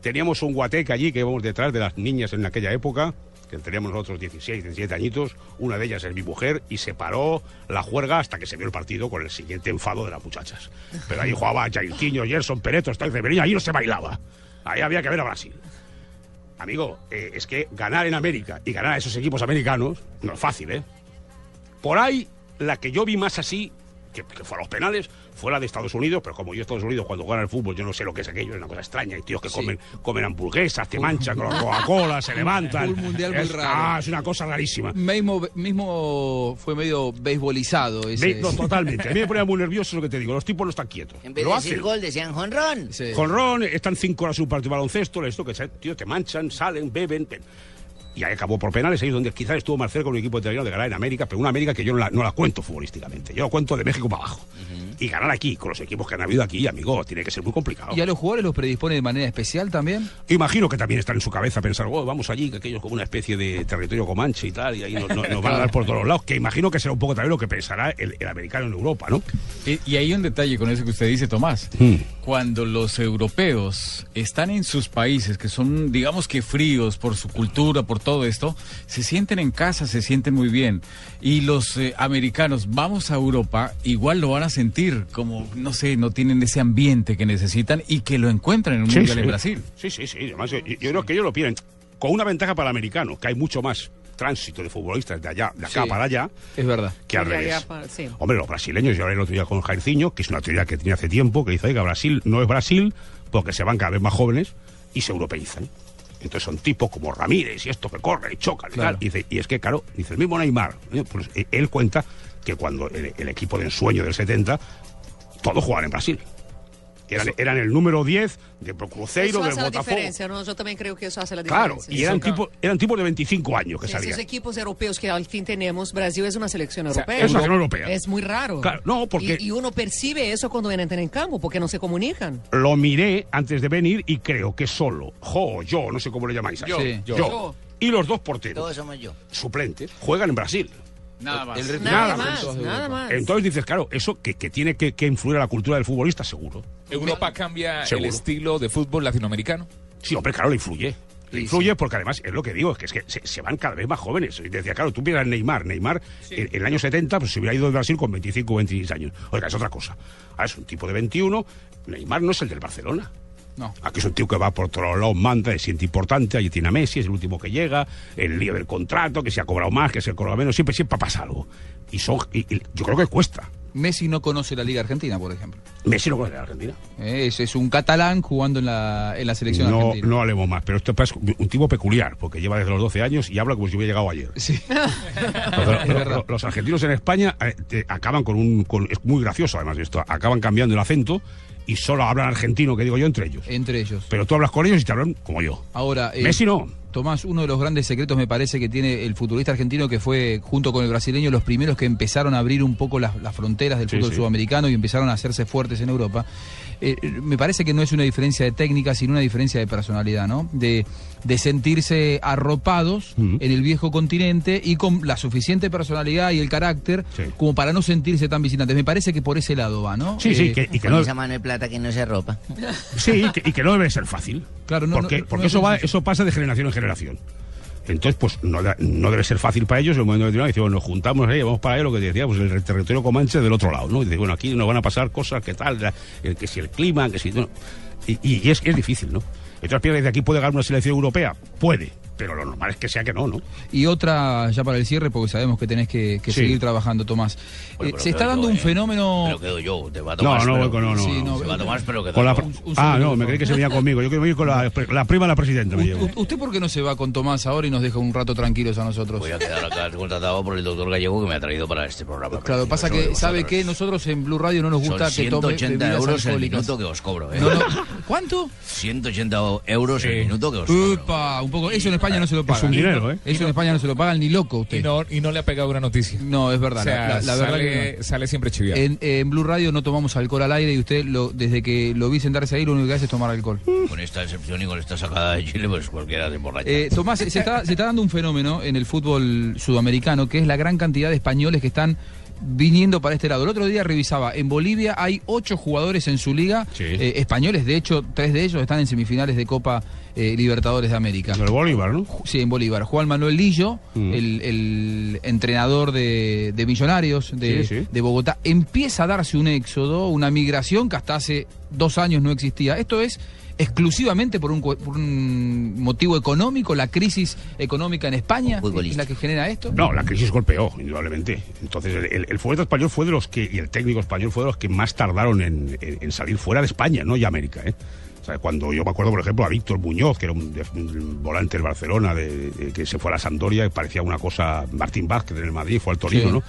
S4: Teníamos un guateque allí que íbamos detrás de las niñas en aquella época, que teníamos nosotros 16, 17 añitos, una de ellas es mi mujer, y se paró la juerga hasta que se vio el partido con el siguiente enfado de las muchachas. Pero ahí jugaba Jairquinho, Gerson, Pereto, Stark de Berlín, ahí no se bailaba. Ahí había que ver a Brasil. Amigo, eh, es que ganar en América y ganar a esos equipos americanos no es fácil, ¿eh? Por ahí, la que yo vi más así, que, que fue a los penales, fue la de Estados Unidos, pero como yo Estados Unidos cuando juegan al fútbol, yo no sé lo que es aquello, es una cosa extraña. Hay tíos que comen, comen hamburguesas, te manchan con la Coca-Cola, se levantan.
S1: Un mundial muy
S4: es,
S1: raro.
S4: Ah, es una cosa rarísima.
S1: Mismo, mismo fue medio beisbolizado. Ese,
S4: Ve- no, totalmente. A mí me ponía muy nervioso lo que te digo. Los tipos no están quietos.
S6: En vez
S4: Lo
S6: de
S4: hacen.
S6: decir gol, decían jonrón.
S4: Con Ron, están cinco horas en un partido de baloncesto, esto que se- tío, te manchan, salen, beben. pe- Y ahí acabó por penales, ahí es donde quizás estuvo más cerca un equipo italiano de ganar en América, pero una América que yo no la, no la cuento futbolísticamente, yo la cuento de México para abajo. y ganar aquí, con los equipos que han habido aquí, amigo, tiene que ser muy complicado.
S1: ¿Y a los jugadores los predispone de manera especial también?
S4: Imagino que también están en su cabeza pensar, oh, vamos allí, que aquello es como una especie de territorio comanche y tal, y ahí nos, nos- nos van a dar por todos los lados, que imagino que será un poco también lo que pensará el, el americano en Europa, ¿no?
S5: Y, y hay un detalle con eso que usted dice, Tomás.
S1: Hmm.
S5: Cuando los europeos están en sus países, que son, digamos que fríos por su cultura, por todo esto, se sienten en casa, se sienten muy bien. Y los eh, americanos, vamos a Europa, igual lo van a sentir como, no sé, no tienen ese ambiente que necesitan y que lo encuentran en un mundial en Brasil.
S4: Sí, sí, sí. Además, eh, yo, yo creo que ellos lo piden con una ventaja para el americano, que hay mucho más tránsito de futbolistas de allá, de acá
S1: Sí.
S4: para allá,
S1: Es verdad.
S4: que al revés. Hombre, los brasileños, yo hablé el otro día con Jairzinho, que es una teoría que tenía hace tiempo, que dice, oiga, Brasil no es Brasil porque se van cada vez más jóvenes y se europeizan. Entonces son tipos como Ramírez y esto que corre y chocan y
S14: Claro.
S4: tal. Y, dice, y es que, claro, dice el mismo Neymar, ¿eh? pues, eh, él cuenta que cuando el, el equipo de ensueño del 70, todos jugaban en Brasil. Eran, eran el número 10 de Cruzeiro,
S8: eso
S4: del
S8: hace la
S4: Botafogo.
S8: diferencia, ¿no? Yo también creo que eso hace la
S4: Claro,
S8: diferencia.
S4: y eran, tipos eran tipos de 25 años que
S8: Esos
S4: salían.
S8: equipos europeos que al fin tenemos, Brasil es una selección
S4: sea,
S8: europea.
S4: es una selección europea.
S8: Es muy raro.
S4: Claro, no, porque-
S8: Y, y uno percibe eso cuando entran en campo, porque no se comunican.
S4: Lo miré antes de venir y creo que solo, jo, yo, no sé cómo le llamáis.
S8: Yo,
S4: ahí.
S8: Sí.
S4: yo,
S8: yo.
S4: y los dos porteros.
S6: Todos somos yo.
S4: suplentes juegan en Brasil.
S5: Nada más.
S8: Nada más, nada más.
S4: Entonces dices, claro, eso que, que tiene que, que influir a la cultura del futbolista, seguro.
S7: Europa cambia
S4: Seguro.
S7: Ah, el estilo de fútbol latinoamericano.
S4: Sí, hombre, claro, le influye. Le influye porque además es lo que digo, es que, es que se, se van cada vez más jóvenes. Y decía, claro, tú miras Neymar. Neymar en, en el año 70 pues, se hubiera ido de Brasil con 25 o 26 años. Oiga, es otra cosa. Ahora es un tipo de 21. Neymar no es el del Barcelona.
S1: No.
S4: Aquí es un tío que va por todos lados, manda, se siente importante, allí tiene a Messi, es el último que llega, el lío del contrato, que se ha cobrado más, que se ha cobrado menos, siempre, siempre pasa algo. Y, son, y- y yo creo que cuesta.
S1: Messi no conoce la Liga Argentina, por ejemplo. Eh,
S4: Messi no conoce la Argentina.
S1: Es, es un catalán jugando en la, en la selección
S4: no,
S1: argentina.
S4: no hablemos más, pero esto es un tipo peculiar, porque lleva desde los 12 años y habla como si hubiera llegado ayer. Pero- pero- pero los argentinos en España eh, te- acaban con un... con- es muy gracioso además esto, acaban cambiando el acento y solo hablan argentino, que digo yo, entre ellos.
S1: Entre ellos.
S4: Pero tú hablas con ellos y te hablan como yo.
S1: Ahora, eh,
S4: Messi no.
S1: Tomás, uno de los grandes secretos me parece que tiene el futbolista argentino que fue, junto con el brasileño, los primeros que empezaron a abrir un poco las, las fronteras del
S4: Sí,
S1: fútbol
S4: sí.
S1: sudamericano y empezaron a hacerse fuertes en Europa. Eh, eh, me parece que no es una diferencia de técnica, sino una diferencia de personalidad, ¿no? De, de sentirse arropados en el viejo continente y con la suficiente personalidad y el carácter como para no sentirse tan visitantes. Me parece que por ese lado va, ¿no? Eh,
S6: Con esa mano de plata que no se ropa.
S4: Sí, y que, y que no debe ser fácil.
S1: Claro, no,
S4: Porque,
S1: no, no,
S4: porque
S1: no
S4: eso,
S1: es
S4: va,
S1: sencillo.
S4: eso pasa de generación en generación. Entonces, pues no, da- no debe ser fácil para ellos. En el momento determinado dicen, bueno, nos juntamos ahí, vamos para allá, lo que decía, pues el territorio comanche del otro lado, ¿no? Y dice, bueno, aquí nos van a pasar cosas, que tal, la- el- que si el clima, que si. no. Y, y es, es difícil, ¿no? Entonces, pierde de aquí puede ganar una selección europea. Puede, pero lo normal es que sea que no, ¿no?
S1: Y otra, ya para el cierre, porque sabemos que tenés que, que
S4: Sí.
S1: seguir trabajando, Tomás. Eh,
S9: pero
S1: se está
S9: creo
S1: dando
S9: yo,
S1: un
S9: eh.
S1: fenómeno.
S9: Pero quedo yo, te va a
S4: No,
S9: tomar.
S4: no, Goico, no, no,
S9: Sí,
S4: no.
S9: Se va a tomar, pero que
S4: Con la,
S9: Un- un
S4: ah, no,
S9: segundo,
S4: me creí que se venía conmigo. Yo quiero ir con la, la prima de la presidenta. Me llevo.
S1: U- ¿Usted por qué no se va con Tomás ahora y nos deja un rato tranquilos a nosotros?
S9: Voy a quedar acá contratado por el doctor Gallego que me ha traído para este programa.
S1: Claro, pasa
S9: Eso
S1: que,
S9: de
S1: ¿sabe
S9: vosotros.
S1: que Nosotros en Blue Radio no nos gusta
S9: Son
S1: que tome
S9: 180
S1: bebidas
S9: euros el
S1: alcohólicas.
S9: minuto que os cobro, ¿eh?
S1: No, no. ¿Cuánto?
S9: 180 euros el minuto que os
S1: Uh.
S9: cobro.
S1: Upa, un poco. Eso en España no se lo pagan.
S9: un dinero, ¿eh?
S1: Eso en España no se lo pagan ni loco usted.
S7: Y no, y no le ha pegado una noticia.
S1: No, es verdad.
S7: O sea,
S1: la, la- la verdad
S7: sale,
S1: que no.
S7: sale siempre chiviado.
S1: En, en Blue Radio no tomamos alcohol al aire y usted, lo, desde que lo vi sentarse ahí, lo único que hace es tomar alcohol.
S9: Con esta excepción y con esta sacada de Chile, pues cualquiera se emborracha.
S1: Eh, Tomás, se está, se está dando un fenómeno en el fútbol sudamericano, que es la gran cantidad de españoles que están viniendo para este lado. El otro día revisaba, en Bolivia hay ocho jugadores en su liga, eh, españoles, de hecho, tres de ellos están en semifinales de Copa eh, Libertadores de América.
S4: En Bolívar, ¿no?
S1: Sí, en Bolívar. Juan Manuel Lillo,
S4: Mm.
S1: el, el entrenador de, de Millonarios de,
S4: Sí, sí.
S1: de Bogotá, empieza a darse un éxodo, una migración que hasta hace dos años no existía. Esto es exclusivamente por un, cu- por un motivo económico, la crisis económica en España es la que genera esto.
S4: No, la crisis golpeó, indudablemente. Entonces, el, el, el futbolista español fue de los que, y el técnico español fue de los que más tardaron en, en- en salir fuera de España, no ya América, ¿eh? O sea, cuando yo me acuerdo, por ejemplo, a Víctor Muñoz, que era un, def- un volante del Barcelona, de, de- que se fue a la Sampdoria, y parecía una cosa Martín Vázquez en el Madrid, fue al Torino,
S1: Sí.
S4: ¿no?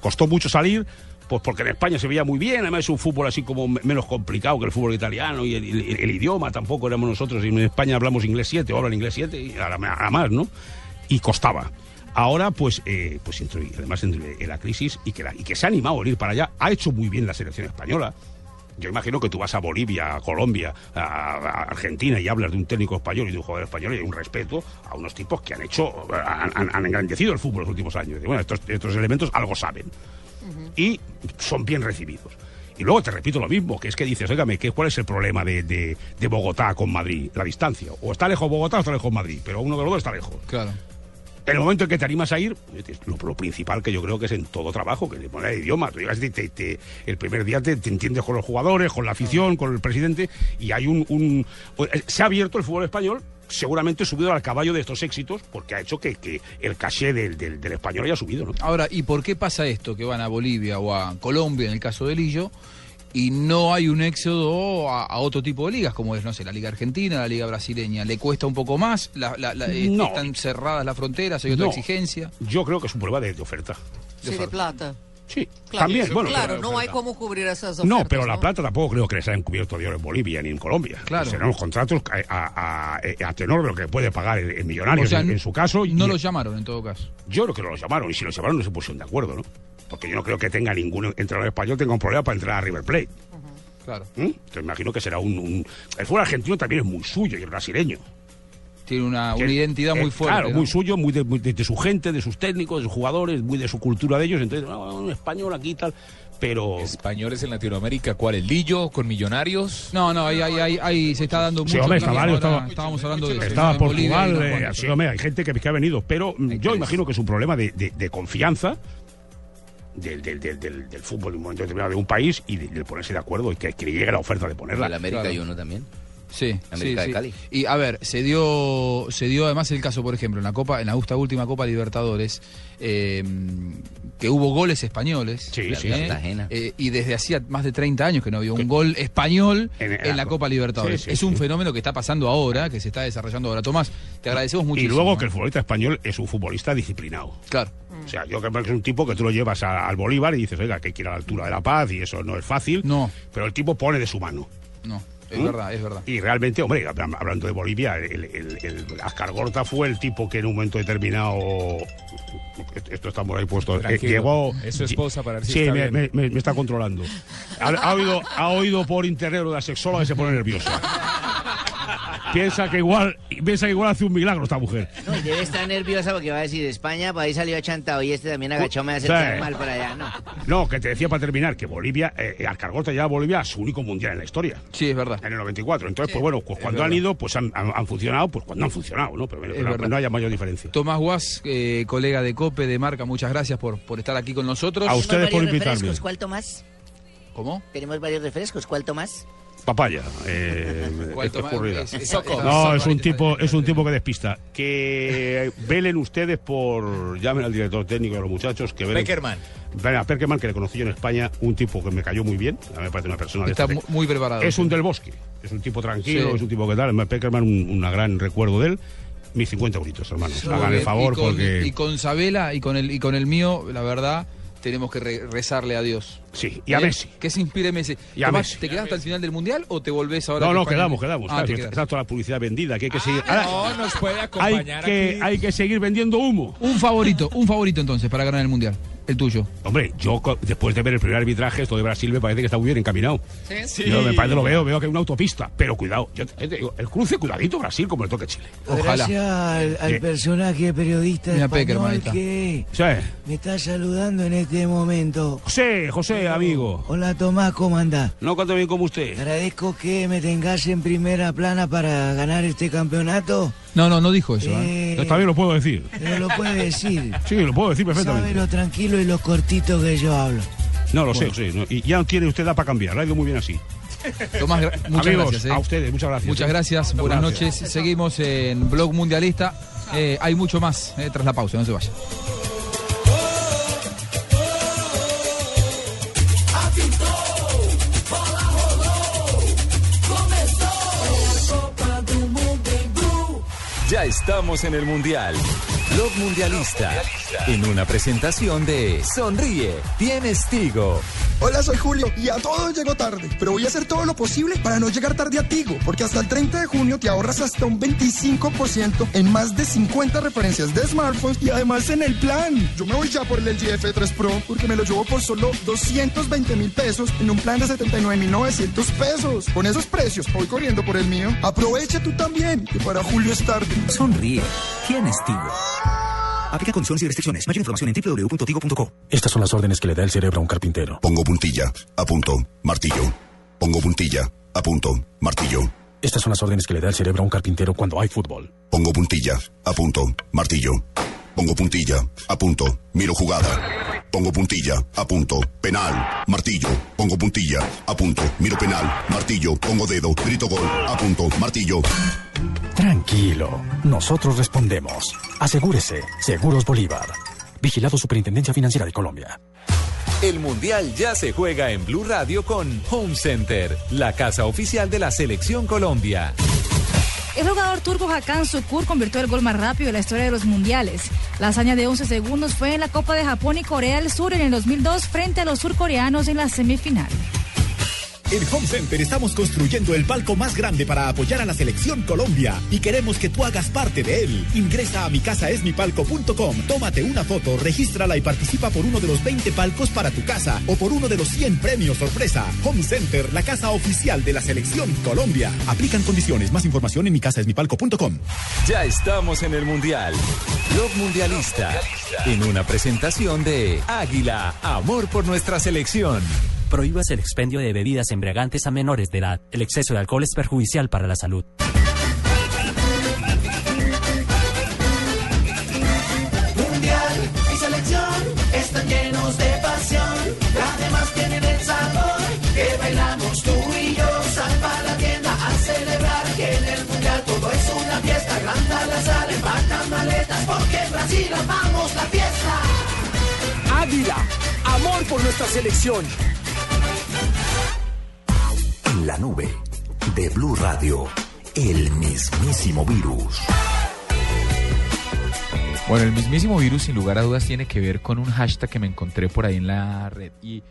S4: Costó mucho salir, pues porque en España se veía muy bien, además es un fútbol así como me- menos complicado que el fútbol italiano y el, el- el idioma tampoco éramos nosotros, y en España hablamos inglés 7 o hablan inglés 7, y ahora más, ¿no? Y costaba. Ahora, pues, eh, pues entre- además entre la crisis y que, la- y que se ha animado a ir para allá, ha hecho muy bien la selección española. Yo imagino que tú vas a Bolivia, a Colombia, a, a Argentina y hablas de un técnico español y de un jugador español y hay un respeto a unos tipos que han hecho, han, han- han engrandecido el fútbol los últimos años. Y bueno, estos, estos elementos algo saben y son bien recibidos. Y luego te repito lo mismo, que es que dices, óigame, ¿qué- ¿cuál es el problema de, de- de Bogotá con Madrid? La distancia. O está lejos Bogotá o está lejos Madrid, pero uno de los dos está lejos.
S1: Claro.
S4: En el momento en que te animas a ir, es lo, lo principal que yo creo que es en todo trabajo, que le poner el idioma. Tú llegas y te- te- el primer día te, te entiendes con los jugadores, con la afición, con el presidente, y hay un, un- eh, Se ha abierto el fútbol español, seguramente subido al caballo de estos éxitos, porque ha hecho que, que el caché del, del- del español haya subido, ¿no?
S1: Ahora, ¿y por qué pasa esto? Que van a Bolivia o a Colombia, en el caso de Lillo, y no hay un éxodo a, a otro tipo de ligas, como es, no sé, la Liga Argentina, la Liga Brasileña. ¿Le cuesta un poco más? La- la- la- eh,
S4: No.
S1: ¿Están cerradas las fronteras? ¿Hay otra
S4: No.
S1: exigencia?
S4: Yo creo que es un problema de, de oferta.
S8: Sí, de plata.
S4: Sí,
S8: claro,
S4: también, bueno,
S8: claro,
S4: pero-
S8: no hay cómo cubrir esas ofertas.
S4: No, pero la plata tampoco creo que les hayan cubierto de oro en Bolivia ni en Colombia.
S1: Claro.
S4: Serán los contratos a, a- a- a tenor de lo que puede pagar el, el millonario
S1: O sea,
S4: en, en su caso.
S1: No
S4: y-
S1: los llamaron, en todo caso.
S4: Yo creo que no los llamaron, y si los llamaron no se pusieron de acuerdo, ¿no? Porque yo no creo que tenga ningún entrenador español tenga un problema para entrar a River Plate.
S1: Claro.
S4: ¿Mm? Te imagino que será un, un- El fútbol argentino también es muy suyo y el brasileño.
S1: Tiene una, una
S4: Que-
S1: identidad
S4: eh,
S1: muy fuerte.
S4: Claro,
S1: ¿no?
S4: muy suyo, muy, de, muy de- de su gente, de sus técnicos, de sus jugadores, muy de su cultura de ellos. Entonces, "Ah, un español aquí y tal. Pero.
S7: Españoles en Latinoamérica, ¿cuál? ¿El Lillo con Millonarios?
S1: No, no, ahí, ahí, ahí, ahí se está dando
S4: Sí,
S1: mucho.
S4: hombre,
S1: también
S4: estaba-
S1: ahora.
S4: estaba-
S1: estábamos hablando de eso,
S4: Estaba
S1: en Bolivia y
S4: Portugal,
S1: no
S4: eh,
S1: cuánto.
S4: sí, hombre, hay gente que, que ha venido, pero mm, yo imagino que es un problema de, de- de confianza del, del- del- del- del fútbol en un momento determinado de un país y de, de ponerse de acuerdo y que, que le llegue la oferta de ponerla.
S9: El América
S1: Claro.
S9: hay uno también.
S1: Sí,
S9: América
S1: sí,
S9: de
S1: sí.
S9: Cali.
S1: Y a ver, se dio, se dio además el caso, por ejemplo, en la Copa, en la justa última Copa Libertadores, eh, que hubo goles españoles.
S9: Sí, sí,
S1: ¿eh?
S9: Cartagena.
S1: Eh, y desde hacía más de 30 años que no había un gol español
S4: En-
S1: en,
S4: en la
S1: la
S4: Copa.
S1: Copa Libertadores.
S4: Sí, sí,
S1: es un fenómeno que está pasando ahora, que se está desarrollando ahora. Tomás, te agradecemos
S4: Y
S1: muchísimo.
S4: luego que el futbolista español es un futbolista disciplinado.
S1: Claro.
S4: O sea, yo creo que es un tipo que tú lo llevas a- al Bolívar y dices, oiga, que hay que ir a la altura de la paz y eso no es fácil. No. Pero el tipo pone de su mano.
S1: No, es
S4: ¿Mm?
S1: verdad, es verdad.
S4: Y realmente, hombre, habla- hablando de Bolivia, el, el, el Ascar Gorta fue el tipo que en un momento determinado. Esto estamos ahí puestos. eh,
S7: Tranquilo,
S4: llegó.
S7: es su esposa para ver si
S4: Sí,
S7: está
S4: me,
S7: bien.
S4: me- me- me está controlando. Ha, ha oído, ha oído por internet lo de la sexóloga y se pone nerviosa. piensa que igual piensa que igual hace un milagro esta mujer.
S6: No, y debe estar nerviosa porque va a decir España, por ahí salió achantado y este también agachó, me hace
S4: Sí.
S6: tan mal por allá, ¿no?
S4: No, que te decía para terminar que Bolivia, eh, Alcargota lleva a Bolivia a su único mundial en la historia.
S1: Sí, es verdad.
S4: En el 94. Entonces,
S1: Sí.
S4: pues bueno, pues
S1: Es
S4: cuando
S1: verdad.
S4: han ido, pues han, han- han funcionado, pues cuando han funcionado, ¿no? Pero, bueno,
S1: Es
S4: pero
S1: verdad.
S4: no haya mayor diferencia.
S1: Tomás Guas, eh, colega de COPE, de Marca, muchas gracias por, por estar aquí con nosotros.
S4: A ustedes
S6: Varios refrescos, ¿cuál tomás?
S1: ¿Cómo?
S6: Tenemos varios refrescos, ¿cuál tomás?
S4: Papaya. eh,
S6: ¿Cuál
S4: es
S6: toma-
S4: escurrida.
S6: es- es- Soco.
S4: No,
S6: Soco.
S4: es un tipo, es un tipo que despista. Que velen ustedes por. Llamen al director técnico de los muchachos. Que velen,
S7: Peckerman.
S4: Ven a Peckerman, que le conocí yo en España, un tipo que me cayó muy bien. A mí me parece una persona de
S1: Está
S4: estas
S1: mu-
S4: que-
S1: muy preparado.
S4: Es un del bosque. Es un tipo tranquilo,
S1: Sí.
S4: es un tipo que tal. Peckerman, un, una gran recuerdo de él. Mis 50 euritos, hermano.
S1: Muy
S4: Hagan el
S1: bien.
S4: favor
S1: y con,
S4: porque.
S1: y con Sabela y con el y con el mío, la verdad, tenemos que re- rezarle a Dios. ¿Eh?
S4: Sí, y a Messi.
S1: Que se inspire Messi.
S4: Y a
S1: Tomás,
S4: Messi.
S1: ¿Te quedas hasta el final del mundial o te volvés ahora?
S4: No,
S1: que
S4: no,
S1: España-
S4: quedamos, quedamos.
S1: Ah,
S4: claro,
S1: te
S4: está,
S1: quedas. Ah,
S4: toda la publicidad vendida, que hay que seguir. Ahora,
S7: No, nos puede
S4: hay,
S7: acompañar
S4: que,
S7: aquí.
S4: hay que seguir vendiendo humo.
S1: Un favorito, un favorito entonces para ganar el mundial. El tuyo.
S4: Hombre, yo co- después de ver el primer arbitraje, esto de Brasil me parece que está muy bien encaminado.
S1: ¿Sí? Sí.
S4: Yo me parece lo veo, veo que hay una autopista. Pero cuidado, yo te- te digo, el cruce, cuidadito Brasil como el toque Chile.
S14: Gracias al, al
S4: Eh,
S14: personaje periodista
S4: mira, Peckerman, ahí
S14: español
S4: está.
S14: que
S4: Sí.
S14: me está saludando en este momento.
S4: José, José, amigo.
S14: Hola Tomás, ¿cómo andás?
S4: No cuento bien como usted.
S14: Te agradezco que me tengas en primera plana para ganar este campeonato.
S1: No, no, no dijo eso.
S14: ¿eh?
S4: Yo también lo puedo decir.
S14: Pero lo puedes decir.
S4: Sí, lo puedo decir
S14: Sabe
S4: perfectamente.
S14: lo tranquilo y lo cortito que yo hablo.
S4: No, lo sé, José. no, y ya no tiene usted edad para cambiar. Ha ido muy bien así.
S1: Tomás, gra- muchas
S4: Amigos,
S1: gracias. ¿eh?
S4: a ustedes, muchas gracias.
S1: Muchas
S4: ¿eh?
S1: gracias, buenas
S4: Gracias.
S1: noches. Seguimos en Blog Mundialista. Eh, hay mucho más eh, tras la pausa, no se vaya.
S15: Ya estamos en el Mundial. Blog Mundialista. En una presentación de Sonríe, tienes Tigo.
S16: Hola, soy Julio y a todos llego tarde, pero voy a hacer todo lo posible para no llegar tarde a Tigo, porque hasta el 30 de junio te ahorras hasta un 25% en más de 50 referencias de smartphones y además en el plan. Yo me voy ya por el LG F3 Pro porque me lo llevo por solo 220 mil pesos en un plan de 79,900 pesos. Con esos precios, voy corriendo por el mío. Aprovecha tú también, que para Julio es tarde.
S15: Sonríe, tienes Tigo. Aplica condiciones y restricciones. Mayor información en www.tigo.co.
S17: Estas son las órdenes que le da el cerebro a un carpintero.
S18: Pongo puntilla, apunto, martillo. Pongo puntilla, apunto, martillo.
S17: Estas son las órdenes que le da el cerebro a un carpintero cuando hay fútbol.
S18: Pongo puntilla, apunto, martillo. Pongo puntilla, apunto, miro jugada. Pongo puntilla, apunto, penal, martillo. Pongo puntilla, apunto, miro penal, martillo. Pongo dedo, grito gol, apunto, martillo.
S17: Tranquilo, nosotros respondemos. Asegúrese, Seguros Bolívar. Vigilado Superintendencia Financiera de Colombia.
S15: El Mundial ya se juega en Blue Radio con Home Center, la casa oficial de la Selección Colombia.
S19: El jugador turco Hakan Sukur convirtió el gol más rápido de la historia de los mundiales. La hazaña de 11 segundos fue en la Copa de Japón y Corea del Sur en el 2002 frente a los surcoreanos en la semifinal.
S20: En Home Center estamos construyendo el palco más grande para apoyar a la selección Colombia y queremos que tú hagas parte de él. Ingresa a micasaesmipalco.com, tómate una foto, regístrala y participa por uno de los 20 palcos para tu casa o por uno de los 100 premios sorpresa. Home Center, la casa oficial de la selección Colombia. Aplican condiciones. Más información en micasaesmipalco.com.
S15: Ya estamos en el Mundial. Blog Mundialista. En una presentación de Águila, amor por nuestra selección.
S21: Prohíbas el expendio de bebidas embriagantes a menores de edad. El exceso de alcohol es perjudicial para la salud.
S22: Mundial y selección están llenos de pasión. Además tienen el sabor que bailamos tú y yo. Sal para la tienda a celebrar que en el mundial todo es una fiesta. Granda la sal, empacan maletas porque en Brasil amamos la fiesta.
S23: Águila, amor por nuestra selección.
S15: En la nube de Blue Radio, el mismísimo virus.
S7: Bueno, el mismísimo virus, sin lugar a dudas, tiene que ver con un hashtag que me encontré por ahí en la red. Y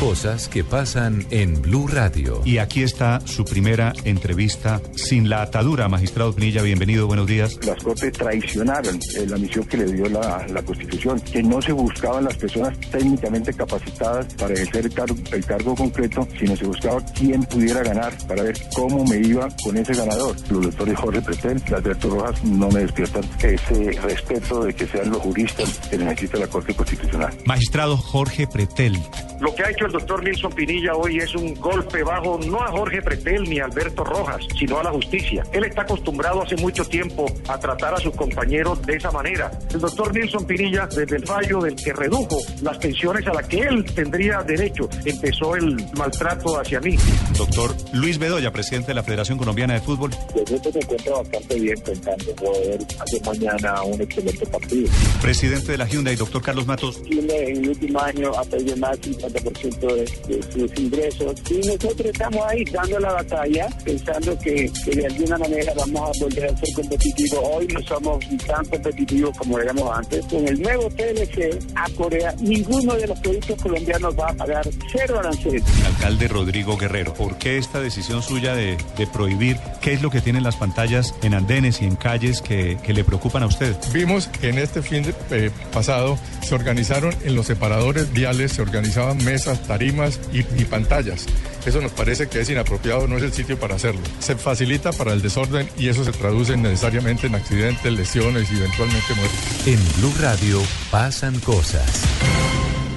S15: Cosas que pasan en Blue Radio.
S24: Y aquí está su primera entrevista sin la atadura. Magistrado Pinilla, bienvenido, buenos días.
S25: Las Cortes traicionaron eh, la misión que le dio la, la Constitución, que no se buscaban las personas técnicamente capacitadas para ejercer el, car- el cargo concreto, sino se buscaba quién pudiera ganar para ver cómo me iba con ese ganador. Los doctores Jorge Pretel, Alberto Rojas, no me despiertan ese respeto de que sean los juristas que necesita la Corte Constitucional.
S24: Magistrado Jorge Pretel.
S4: Lo que ha hecho el doctor Nilson Pinilla hoy es un golpe bajo no a Jorge Pretel ni a Alberto Rojas, sino a la justicia. Él está acostumbrado hace mucho tiempo a tratar a sus compañeros de esa manera. El doctor Nilson Pinilla, desde el fallo del que redujo las pensiones a las que él tendría derecho, empezó el maltrato hacia mí.
S24: Doctor Luis Bedoya, presidente de la Federación Colombiana de Fútbol.
S26: Yo creo que me encuentro bastante bien pensando poder hacer mañana un excelente partido.
S24: Presidente de la Hyundai, doctor Carlos Matos.
S26: Chile en el último año ha perdido más del 50% de, de sus ingresos y nosotros estamos ahí dando la batalla pensando que, que de alguna manera vamos a volver a ser competitivos. Hoy no somos tan competitivos como éramos antes. Con el nuevo TLC a Corea, ninguno de los productos colombianos va a pagar cero arancel.
S24: Alcalde Rodrigo Guerrero, ¿por qué esta decisión suya de, de prohibir qué es lo que tienen las pantallas en andenes y en calles que, que le preocupan a usted?
S27: Vimos que en este fin de, eh, pasado se organizaron en los separadores viales, se organizaban mesas, tarimas y, y pantallas. Eso nos parece que es inapropiado, no es el sitio para hacerlo. Se facilita para el desorden y eso se traduce necesariamente en accidentes, lesiones y eventualmente muertes.
S15: En Blue Radio pasan cosas.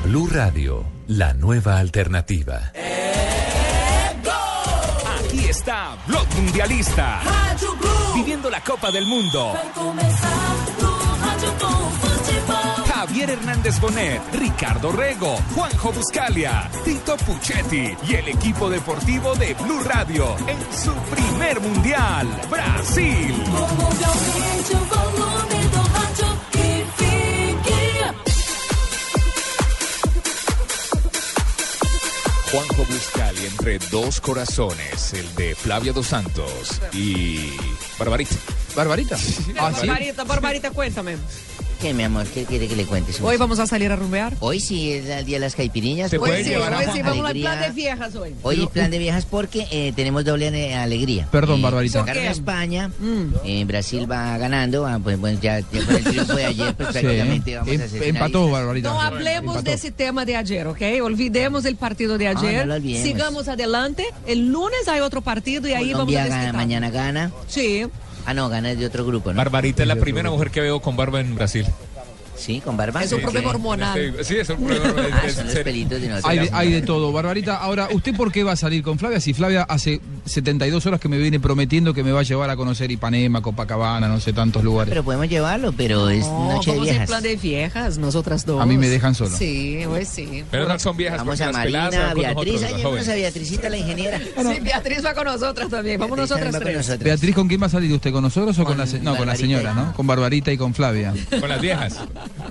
S15: Blue Radio, la nueva alternativa.
S20: Aquí está Blog Mundialista. Viviendo la Copa del Mundo. Javier Hernández Bonet, Ricardo Rego, Juanjo Buscalia, Tito Puchetti y el equipo deportivo de Blue Radio en su primer mundial, Brasil.
S7: Juanjo Buscali entre dos corazones, el de Flavia Dos Santos y Barbarita.
S1: ¿Barbarita?
S2: Ah, Barbarita, Barbarita, cuéntame.
S6: ¿Qué, mi amor? ¿Qué quiere que le cuentes?
S2: Hoy vamos a salir a rumbear.
S6: Hoy sí es el día de las caipiriñas.
S2: Hoy
S6: pues
S2: sí, hoy sí, vamos al plan de viejas hoy.
S6: Hoy es plan de viejas porque eh, tenemos doble ane- alegría.
S1: Perdón,
S6: Eh,
S1: Barbarita.
S6: sacaron a España, eh, Brasil va ganando, ah, pues bueno, ya, ya con el triunfo de ayer, pues
S1: Sí.
S6: prácticamente vamos a
S1: Em-
S6: ser
S1: Empató,
S6: finalistas.
S1: Barbarita.
S2: No hablemos de ese tema de ayer, ¿ok? Olvidemos el partido de
S6: Ah, no
S2: ayer.
S6: lo olvidemos.
S2: Sigamos adelante. El lunes hay otro partido y ahí
S6: Colombia
S2: vamos a
S6: gana,
S2: desquitar.
S6: mañana gana.
S2: Sí.
S6: Ah, no, gana es de otro grupo, ¿no?
S7: Barbarita es la primera mujer que veo con barba en Brasil.
S6: Sí, con barba.
S2: Es un problema hormonal.
S7: Sí, es un problema.
S6: Ah, son los pelitos de nosotros.
S1: Hay de, hay de todo, Barbarita. Ahora, ¿usted por qué va a salir con Flavia? Si Flavia hace 72 horas que me viene prometiendo que me va a llevar a conocer Ipanema, Copacabana, no sé, tantos lugares.
S6: Pero podemos llevarlo, pero es
S2: No,
S6: noche de
S2: vamos en
S6: viejas.
S2: plan de viejas, nosotras dos.
S1: A mí me dejan solo.
S2: Sí, hoy sí.
S7: Pero no son viejas,
S6: Vamos
S7: porque
S6: a
S7: las
S6: Marina,
S7: peladas van
S6: a
S7: con
S6: Beatriz,
S7: nosotros,
S6: ay,
S7: las
S6: llévanos a
S7: jóvenes.
S6: Beatricita la ingeniera.
S2: Sí, Beatriz va con nosotras también. Vamos
S6: Beatriz
S2: nosotras
S6: también va con
S2: tres.
S6: nosotros.
S1: Beatriz, ¿con quién va a salir usted? ¿Con nosotros o con, la, se- no, con la
S6: Barbarita.
S1: señora, no? Con Barbarita y con Flavia.
S7: Con las viejas.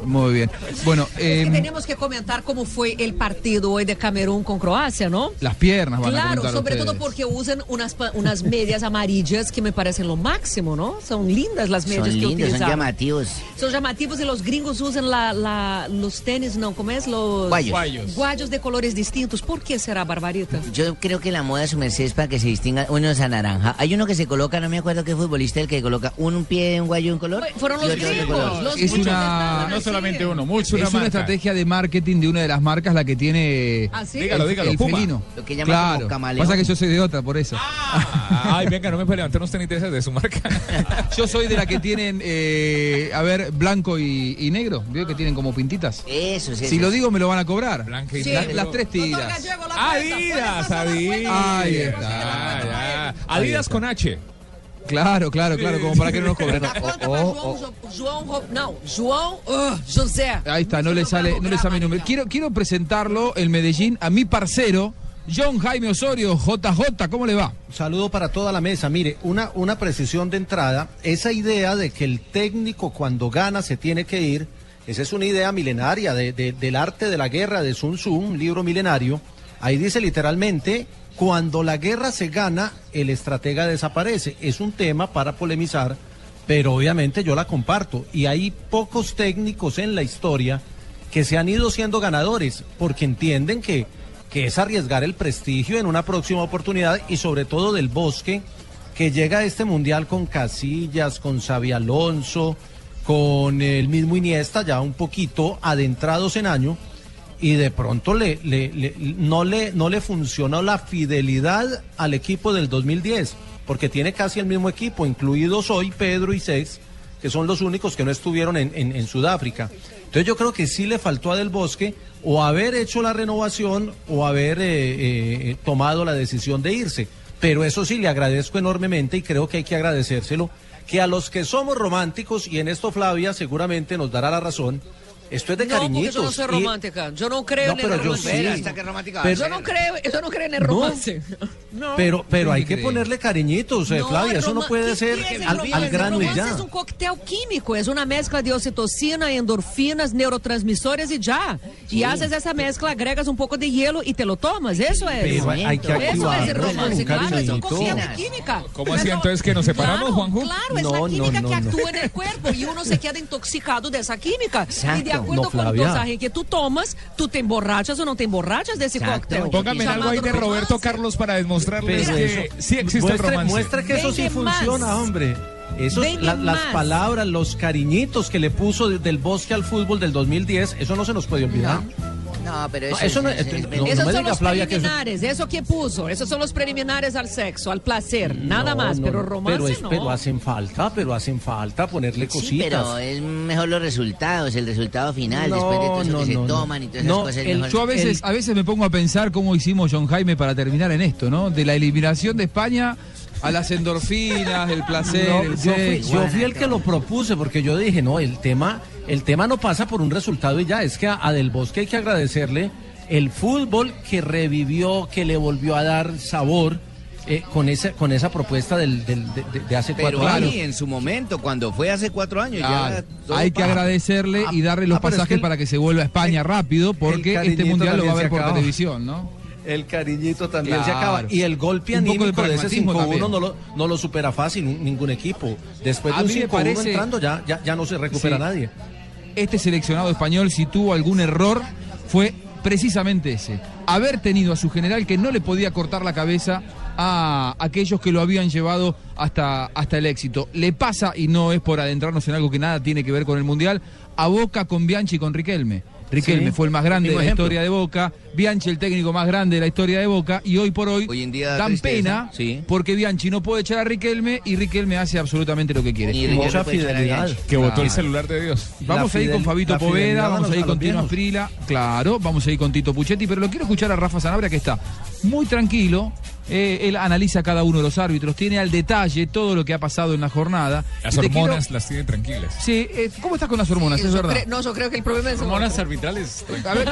S1: Muy bien. Bueno,
S2: Es que
S1: em,
S2: tenemos que comentar cómo fue el partido hoy de Camerún con Croacia, ¿no?
S1: las piernas van a
S2: Claro,
S1: comentar
S2: sobre todo
S1: ustedes.
S2: porque usan unas, pa- unas medias amarillas que me parecen lo máximo, ¿no? Son lindas las medias
S6: Son
S2: que
S6: lindos, son
S2: utilizaban.
S6: llamativos.
S2: Son llamativos y los gringos usan la- la- los tenis, ¿no? ¿Cómo es? Los
S6: Guayos. Guayos.
S2: Guayos de colores distintos. ¿Por qué será, Barbarita?
S6: Yo creo que la moda su merced es para que se distingan unos a naranja. Hay uno que se coloca, no me acuerdo qué futbolista, el que coloca un pie, un guayo, un color.
S2: Fueron
S6: y
S2: los
S6: otro de
S2: gringos,
S6: color.
S2: los
S1: Es
S2: muchos
S1: una-
S2: estaban
S1: no
S2: así.
S7: solamente uno,
S1: Es
S7: mucho
S1: una
S7: marca.
S1: estrategia de marketing de una de las marcas la que tiene
S2: ¿Ah, sí?
S7: Dígalo,
S1: el,
S7: dígalo,
S1: el
S7: Puma.
S1: felino.
S6: Lo que llaman como
S1: Claro.
S6: camaleón.
S1: Pasa que yo soy de otra, por eso. Ah.
S7: Ay, venga, no me puede levantar unos tenis de esas de su marca.
S1: Yo soy de la que tienen, eh, a ver, blanco y, y negro. Veo que tienen como pintitas.
S6: Eso, sí.
S1: Si
S6: eso.
S1: lo digo, me lo van a cobrar.
S7: Blanca y
S2: Sí.
S1: La-
S7: negro.
S1: las tres
S2: Doctor
S1: tiras.
S2: Gallego, la
S7: Adidas,
S2: cuenta, ¿puede
S7: Adidas.
S2: pasar la cuenta?
S1: Ahí
S2: Adidas,
S1: está.
S7: Ah, ya. Adidas con H.
S1: Claro, claro, claro, como para que no nos cobren. Oh,
S2: La cuenta para João, João Ro- no, João uh, José.
S1: Ahí está, no le sale, no le sale mi número. Quiero, quiero presentarlo en Medellín a mi parcero, John Jaime Osorio, JJ, ¿cómo le va?
S3: Saludo para toda la mesa. Mire, una, una precisión de entrada, esa idea de que el técnico cuando gana se tiene que ir, esa es una idea milenaria de- de- del arte de la guerra de Sun Tzu, un libro milenario. Ahí dice literalmente, cuando la guerra se gana, el estratega desaparece. Es un tema para polemizar, pero obviamente yo la comparto. Y hay pocos técnicos en la historia que se han ido siendo ganadores, porque entienden que, que es arriesgar el prestigio en una próxima oportunidad y sobre todo del bosque que llega a este mundial con Casillas, con Xavi Alonso, con el mismo Iniesta, ya un poquito adentrados en año, y de pronto le, le- le- no, le, no le funcionó la fidelidad al equipo del 2010, porque tiene casi el mismo equipo, incluidos hoy Pedro y Sex, que son los únicos que no estuvieron en, en- en Sudáfrica. Entonces yo creo que sí le faltó a Del Bosque o haber hecho la renovación o haber eh, eh, tomado la decisión de irse. Pero eso sí, le agradezco enormemente y creo que hay que agradecérselo, que a los que somos románticos, y en esto Flavia seguramente nos dará la razón, esto es de
S2: No, porque
S3: cariñitos.
S2: yo no soy
S3: y-
S2: romántica. Yo no creo
S3: No,
S2: en
S3: pero
S2: el
S3: yo
S2: romance.
S3: sí.
S2: Hasta que romántica va a
S3: Pero-
S2: ser. yo no creo, yo no creo en el
S3: No.
S2: romance. No.
S3: Pero, pero hay que
S1: cree?
S3: ponerle cariñitos, eh,
S2: No,
S3: Flavia. Eso no
S2: roma-
S3: puede
S2: ¿qué-
S3: ser
S2: qué es el
S3: al,
S2: romance?
S3: al
S2: El
S3: grano y
S2: romance
S3: ya.
S2: es un cóctel um químico, es una mezcla de ocitocina, endorfinas, neurotransmisores y ya. Y haces esa mezcla, agregas un poco de hielo y te lo tomas. Eso es.
S3: Pero hay- hay que
S2: Eso es el
S3: activarlo
S2: romance,
S3: con
S2: claro, es un
S3: cariñito.
S2: cóctel de química.
S7: ¿Cómo así entonces que nos separamos,
S2: Claro,
S7: Juanjo?
S2: Claro, es
S3: No,
S2: la
S3: no,
S2: química
S3: no,
S2: que
S3: no.
S2: actúa en el cuerpo y uno um se queda intoxicado de esa química. Y de
S3: Exacto.
S2: acuerdo
S3: No,
S2: con el
S3: Flavia.
S2: dosaje que tú tomas, tú te emborrachas o no te emborrachas de ese
S6: Exacto.
S2: cóctel.
S7: Póngame
S2: Llamado
S7: algo ahí de
S2: romance.
S7: Roberto Carlos para demostrarles
S3: Pero
S7: que
S3: eso-
S7: sí existe el
S3: muestre,
S7: romance.
S3: muestre que eso sí
S2: Venga más.
S3: funciona, hombre. Eso,
S2: Venga
S3: la- las
S2: más.
S3: palabras, los cariñitos que le puso de- del bosque al fútbol del 2010, eso no se nos puede olvidar.
S6: No, pero
S3: No,
S6: eso,
S3: eso no-
S6: es- es-
S3: no-
S6: es-
S3: no-
S2: Esos
S3: me
S2: son
S3: diga,
S2: los
S3: Flavia, que eso-
S2: preliminares, eso... que puso. Esos son los preliminares al sexo, al placer, nada
S3: No,
S2: más.
S3: no,
S2: pero
S3: no,
S2: romance
S3: pero es-
S2: no.
S3: Pero hacen falta, pero hacen falta ponerle cositas.
S6: Sí, pero es mejor los resultados, el resultado final,
S3: No,
S6: después de todo eso
S3: no,
S6: que
S3: no,
S6: se
S3: no.
S6: toman y todas esas
S3: No,
S6: cosas. es
S3: pues, el-
S6: mejor-
S1: Yo a veces, a veces me pongo a pensar cómo hicimos John Jaime para terminar en esto, ¿no? De la eliminación de España a las endorfinas, el placer,
S3: No,
S1: el
S3: yo, fui,
S1: sexo.
S3: yo fui el que lo propuse porque yo dije, no, el tema, el tema no pasa por un resultado y ya, es que a, a Del Bosque hay que agradecerle el fútbol que revivió, que le volvió a dar sabor eh, con, esa, con esa propuesta del, del- de, de- de hace
S9: Pero
S3: cuatro años.
S9: ahí, en su momento, cuando fue hace cuatro años,
S1: Claro.
S9: ya todo
S1: hay que
S9: baja.
S1: agradecerle y darle los
S3: ah, pero es
S1: pasajes
S3: que el-
S1: para que se vuelva a España rápido, porque este
S3: cariñito
S1: mundial lo va a ver
S3: también se
S1: por
S3: acaba.
S1: televisión, ¿no?
S3: El cariñito también se
S4: Claro.
S3: acaba. Y el golpe
S4: Un poco de
S3: anímico de, ese
S4: pragmatismo
S3: 5-1
S4: también.
S3: no lo, no lo supera fácil n- ningún equipo. Después
S1: A
S3: de un
S1: mí me
S3: 5-1
S1: parece-
S3: entrando ya, ya, ya no se recupera
S1: Sí.
S3: nadie.
S1: Este seleccionado español, si tuvo algún error, fue precisamente ese. Haber tenido a su general que no le podía cortar la cabeza a aquellos que lo habían llevado hasta, hasta el éxito. Le pasa, y no es por adentrarnos en algo que nada tiene que ver con el Mundial, a Boca con Bianchi y con Riquelme. Riquelme
S4: Sí.
S1: fue el más grande de
S4: Mismo
S1: la
S4: ejemplo.
S1: historia de Boca, Bianchi el técnico más grande de la historia de Boca, y hoy por hoy,
S4: da
S1: dan
S4: tristeza,
S1: pena
S4: sí.
S1: porque Bianchi no puede echar a Riquelme y Riquelme hace absolutamente lo que quiere.
S4: Ni Riquelme Mucha puede echar a fidelidad. Bianchi.
S7: Que votó el
S1: Claro.
S7: celular de Dios.
S1: Vamos a ir con Fabito Poveda, vamos a ir con Tino Asprila, claro, vamos a ir con Tito Puchetti, pero lo quiero escuchar a Rafa Sanabria que está muy tranquilo, eh, él analiza a cada uno de los árbitros, tiene al detalle todo lo que ha pasado en la jornada.
S7: Las
S1: Y te quiero-
S7: hormonas las tiene tranquilas.
S1: Sí, eh, ¿cómo estás con las hormonas? Es
S2: Yo
S1: verdad.
S2: cre- no, yo creo que el problema es
S7: Hormonas arbitrales.
S1: A ver.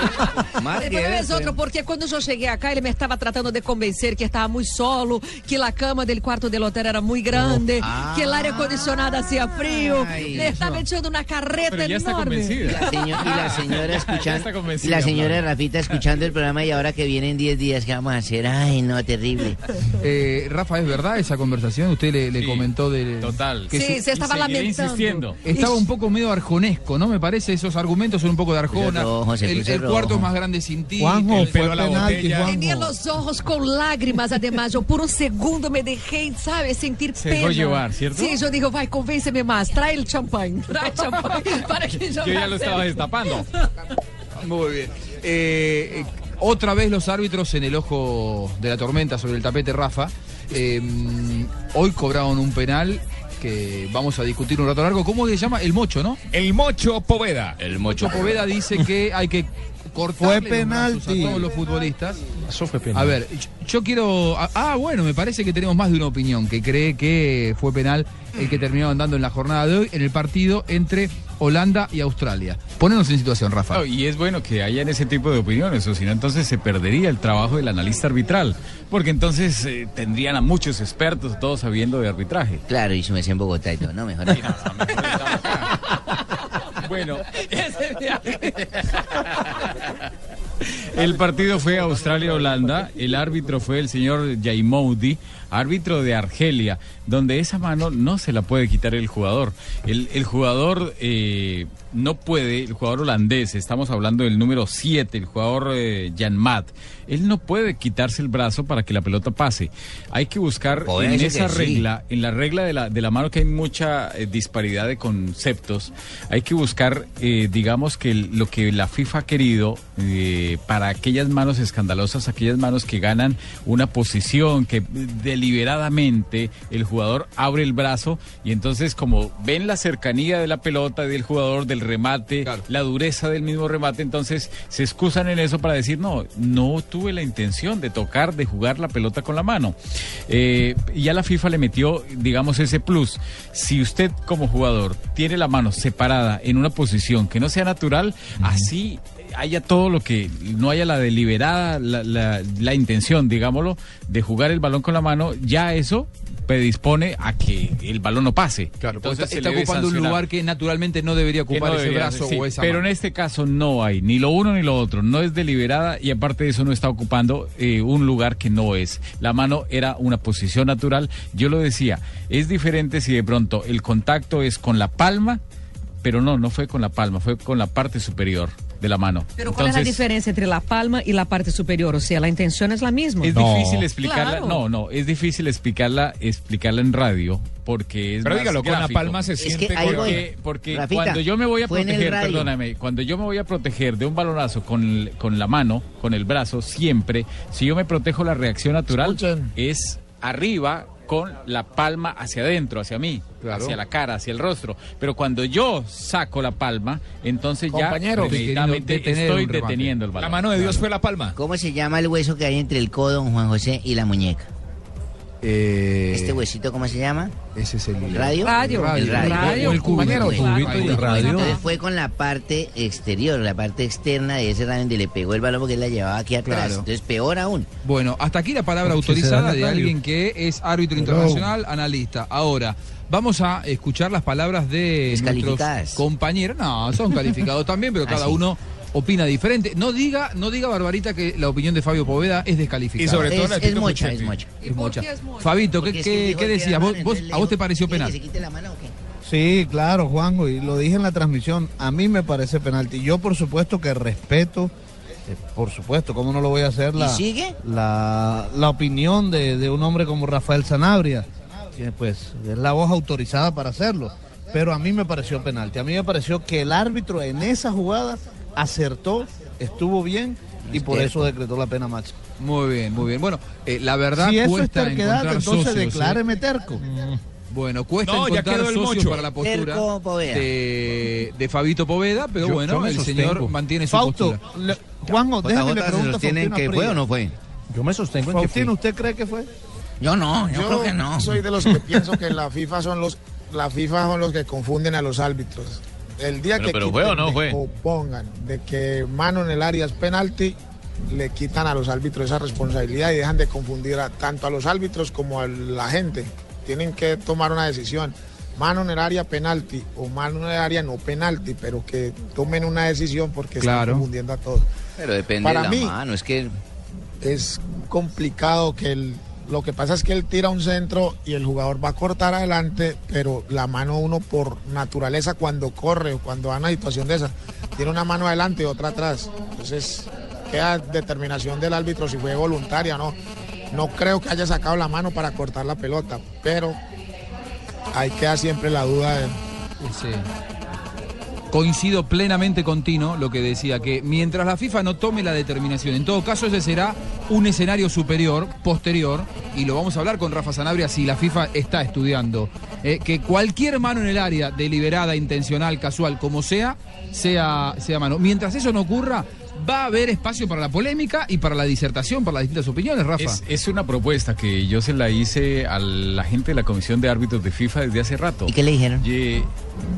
S2: El problema é outro, porque quando eu cheguei acá, ele me estava tratando de convencer que estava muito solo, que a cama do quarto do hotel era muito grande,
S6: Ah.
S2: que o ar condicionado hacía frio.
S6: Ay,
S2: Ele estava echando uma carreta enorme.
S6: Y la, seño- y la señora escuchando, y
S2: convencida,
S6: la señora
S2: claro.
S6: Rafita escuchando el programa y ahora que vienen 10 días, ¿qué vamos a hacer? Ay, no, terrible.
S1: Eh, Rafa, ¿es verdad esa conversación? Usted le, le comentó de... Total.
S2: Sí, se estaba lamentando.
S1: Estaba un poco medio arjonesco, ¿no? Me parece, esos argumentos son un poco de arjona.
S6: rojo, José,
S7: pues,
S1: el
S6: puse
S1: el
S6: rojo.
S1: cuarto es más grande sin ti.
S4: Juanjo,
S1: el-
S4: pero la botella-
S2: Tenía los ojos con lágrimas, además. Yo por un segundo me dejé, ¿sabes? Sentir
S4: Se
S2: pena.
S4: dejó llevar, ¿cierto?
S2: Sí, yo digo, vai, convénceme más. Trae el champán. Trae champán. Para que yo
S7: Yo ya
S2: me
S7: lo estaba
S2: acerque.
S7: destapando.
S1: Muy bien. Eh, eh, otra vez los árbitros en el ojo de la tormenta sobre el tapete, Rafa. Eh, hoy cobraron un penal que vamos a discutir un rato largo. ¿Cómo se llama? El Mocho, ¿no?
S7: El Mocho Poveda. El
S1: Mocho Poveda dice que hay que cortar a todos los futbolistas.
S3: Eso fue
S1: A ver, yo, yo quiero. ah, Ah, bueno, me parece que tenemos más de una opinión que cree que fue penal el que terminó andando en la jornada de hoy en el partido entre Holanda y Australia. Ponernos en situación, Rafa.
S5: No, y es bueno que hayan ese tipo de opiniones, o si no, entonces se perdería el trabajo del analista arbitral, porque entonces eh, tendrían a muchos expertos, todos sabiendo de arbitraje.
S6: Claro, y su mesía en Bogotá y todo, no, mejor.
S5: bueno, El partido fue Australia-Holanda, el árbitro fue el señor Jaimoudi, árbitro de Argelia, donde esa mano no se la puede quitar el jugador. El, el jugador eh, no puede, el jugador holandés, estamos hablando del número 7, el jugador eh, Jan Maat, él no puede quitarse el brazo para que la pelota pase. Hay que buscar
S9: Joder,
S5: en
S9: ese
S5: esa
S9: que sí.
S5: regla en la regla de la, de la mano que hay mucha eh, disparidad de conceptos, hay que buscar, eh, digamos, que el- lo que la FIFA ha querido eh, para aquellas manos escandalosas, aquellas manos que ganan una posición, que eh, deliberadamente el jugador abre el brazo y entonces como ven la cercanía de la pelota, del jugador, del remate, la dureza del mismo remate, entonces se excusan en eso para decir, no, no tuve la intención de tocar, de jugar la pelota con la mano. Eh, ya la FIFA le metió, digamos, ese plus. Si usted como jugador tiene la mano separada en una posición que no sea natural, así haya todo lo que, no haya la deliberada, la, la- la intención, digámoslo, de jugar el balón con la mano, ya eso predispone a que el balón no pase.
S1: Está,
S5: Entonces se
S1: está
S5: le debe
S1: ocupando un
S5: sancionar
S1: lugar que naturalmente no debería
S5: que
S1: ocupar
S5: no
S1: ese
S5: debería,
S1: brazo
S5: sí,
S1: o esa
S5: pero
S1: mano.
S5: en este caso no hay ni lo uno ni lo otro no es deliberada y aparte de eso no está ocupando eh, un lugar que no es la mano era una posición natural yo lo decía es diferente si de pronto el contacto es con la palma pero no no fue con la palma fue con la parte superior de la mano
S2: Pero ¿cuál es la diferencia entre la palma y la parte superior? O sea, la intención es la misma.
S5: es difícil explicarla
S2: Claro.
S5: no no es difícil explicarla explicarla en radio porque es
S7: Pero
S5: más
S7: dígalo, con la
S5: gráfico.
S7: palma se Es que
S6: siente ahí porque-
S5: porque,
S6: voy.
S5: porque
S6: Rafita,
S5: cuando yo me voy a
S6: fue en el
S5: proteger
S6: radio.
S5: perdóname cuando yo me voy a proteger de un balonazo con, el- con la mano con el brazo siempre si yo me protejo la reacción natural es arriba con la palma hacia adentro, hacia mí, hacia la cara, hacia el rostro. Pero cuando yo saco la palma, entonces
S7: Compañero,
S5: ya inmediatamente
S7: estoy queriendo
S5: estoy
S7: detener un remate.
S5: deteniendo el balón.
S7: La mano de Dios fue la palma.
S6: ¿Cómo se llama el hueso que hay entre el codo, Juan José, y la muñeca?
S2: Eh,
S6: ¿Este huesito cómo se llama?
S1: Ese es el
S6: radio.
S2: Radio.
S6: El radio.
S2: Radio. O el cubito.
S6: Bueno,
S2: Cubito
S6: bueno,
S2: de radio.
S6: Entonces fue con la parte exterior, la parte externa de ese radio donde le pegó el balón porque él la llevaba aquí atrás.
S1: Claro.
S6: Entonces peor aún.
S5: e-
S1: Bueno, hasta aquí la palabra
S6: Porque será
S1: autorizada de
S6: Natalio.
S1: alguien que es árbitro
S6: Hello.
S1: internacional, analista. Ahora, vamos a escuchar las palabras de nuestros
S6: Descalificadas.
S1: compañeros. No, son calificados también, pero
S6: Ah,
S1: cada
S6: sí.
S1: uno opina diferente. No diga, no diga Barbarita que la opinión de Fabio Poveda es descalificada.
S7: Y sobre todo Es- la de es Tito mocha,
S6: Puchetti. es mocha.
S1: Es mocha. Fabito, ¿qué,
S6: Porque es
S1: qué-
S6: que dijo
S1: qué
S6: que era
S1: decías?
S6: mano,
S1: ¿Vos, vos-
S6: entonces
S1: ¿A vos
S6: le
S1: te pareció
S6: ¿Quiere
S1: penal?
S6: que se quite la mano o qué?
S27: Sí, claro, Juanjo, y lo dije en la transmisión, a mí me parece penalti. Yo por supuesto que respeto, eh, por supuesto, ¿cómo no lo voy a hacer?
S6: ¿Y
S27: La,
S6: sigue?
S27: La, la opinión de, de un hombre como Rafael Sanabria, que pues es la voz autorizada para hacerlo. Pero a mí me pareció penalti, a mí me pareció que el árbitro en esa jugada acertó, estuvo bien y por eso decretó la pena máxima.
S1: Muy bien, muy bien. Bueno, eh, la verdad
S27: si eso es
S1: cuesta
S27: terquedad,
S1: encontrar
S27: entonces
S1: socios, ¿eh?
S27: decláreme terco.
S1: Bueno, cuesta
S27: No, ya
S1: encontrar
S27: quedó el
S1: socios
S27: mocho.
S1: para la postura
S27: Terco Poveda.
S1: de, de Fabito Poveda, pero
S27: Yo-
S1: bueno,
S27: yo me
S1: el
S27: sostengo.
S1: señor mantiene su
S27: Fausto,
S1: postura.
S27: le- Juanjo, déjame le pregunto a Faustino Aprilia.
S3: fue? Yo me sostengo en que fue.
S27: Faustino, ¿usted cree que fue?
S3: Yo no,
S8: Soy de los que pienso que la FIFA son los la FIFA son los que confunden a los árbitros. El día
S10: Bueno,
S8: que
S10: pero fue o no
S8: de-
S10: fue.
S8: o pongan de que mano en el área es penalti, le quitan a los árbitros esa responsabilidad y dejan de confundir a, tanto a los árbitros como a la gente. Tienen que tomar una decisión. Mano en el área penalti o mano en el área no penalti, pero que tomen una decisión porque
S1: Claro.
S8: están confundiendo a todos.
S9: Pero depende
S8: Para
S9: de la
S8: mí,
S9: mano, es que...
S8: es complicado que él, lo que pasa es que él tira un centro y el jugador va a cortar adelante, pero la mano uno por naturaleza cuando corre o cuando va a una situación de esa, tiene una mano adelante y otra atrás. Entonces queda determinación del árbitro si fue voluntaria o no. No creo que haya sacado la mano para cortar la pelota, pero ahí queda siempre la duda de...
S1: Coincido plenamente con Tino lo que decía, que mientras la FIFA no tome la determinación, en todo caso ese será un escenario superior, posterior, y lo vamos a hablar con Rafa Sanabria si la FIFA está estudiando, eh, que cualquier mano en el área, deliberada, intencional, casual, como sea, sea, sea mano. Mientras eso no ocurra, va a haber espacio para la polémica y para la disertación, para las distintas opiniones, Rafa.
S5: Es, es una propuesta que yo se la hice a la gente de la Comisión de Árbitros de FIFA desde hace rato. ¿Y
S6: qué le dijeron?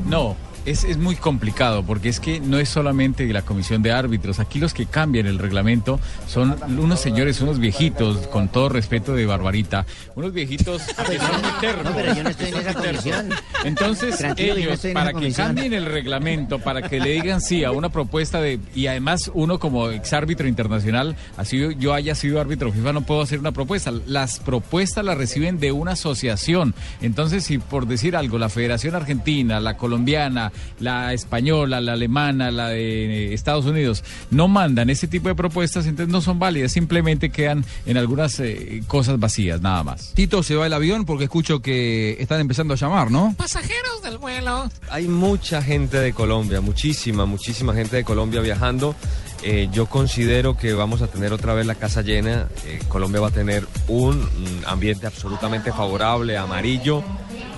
S5: no, es, es muy complicado porque es que no es solamente de la Comisión de Árbitros. Aquí los que cambian el reglamento son unos señores, unos viejitos, con todo respeto de Barbarita, unos viejitos que son muy tercos.
S6: No, pero yo no estoy en esa comisión.
S5: Entonces,
S6: Tranquilo, yo no
S5: ellos,
S6: estoy en
S5: para
S6: esa
S5: que
S6: comisión.
S5: cambien el reglamento, para que le digan sí a una propuesta de. Y además, uno como exárbitro internacional, así yo- yo haya sido árbitro FIFA, no puedo hacer una propuesta. Las propuestas las reciben de una asociación. Entonces, si por decir algo, la Federación Argentina, la colombiana, la española, la alemana, la de eh, Estados Unidos, no mandan ese tipo de propuestas, entonces no son válidas, simplemente quedan en algunas eh, cosas vacías, nada más.
S1: Tito se va el avión porque escucho que están empezando a llamar, ¿no?
S21: Pasajeros del vuelo.
S12: Hay mucha gente de Colombia, muchísima, muchísima gente de Colombia viajando. Eh, yo considero que vamos a tener otra vez la casa llena. Eh, Colombia va a tener un mm, ambiente absolutamente favorable, amarillo.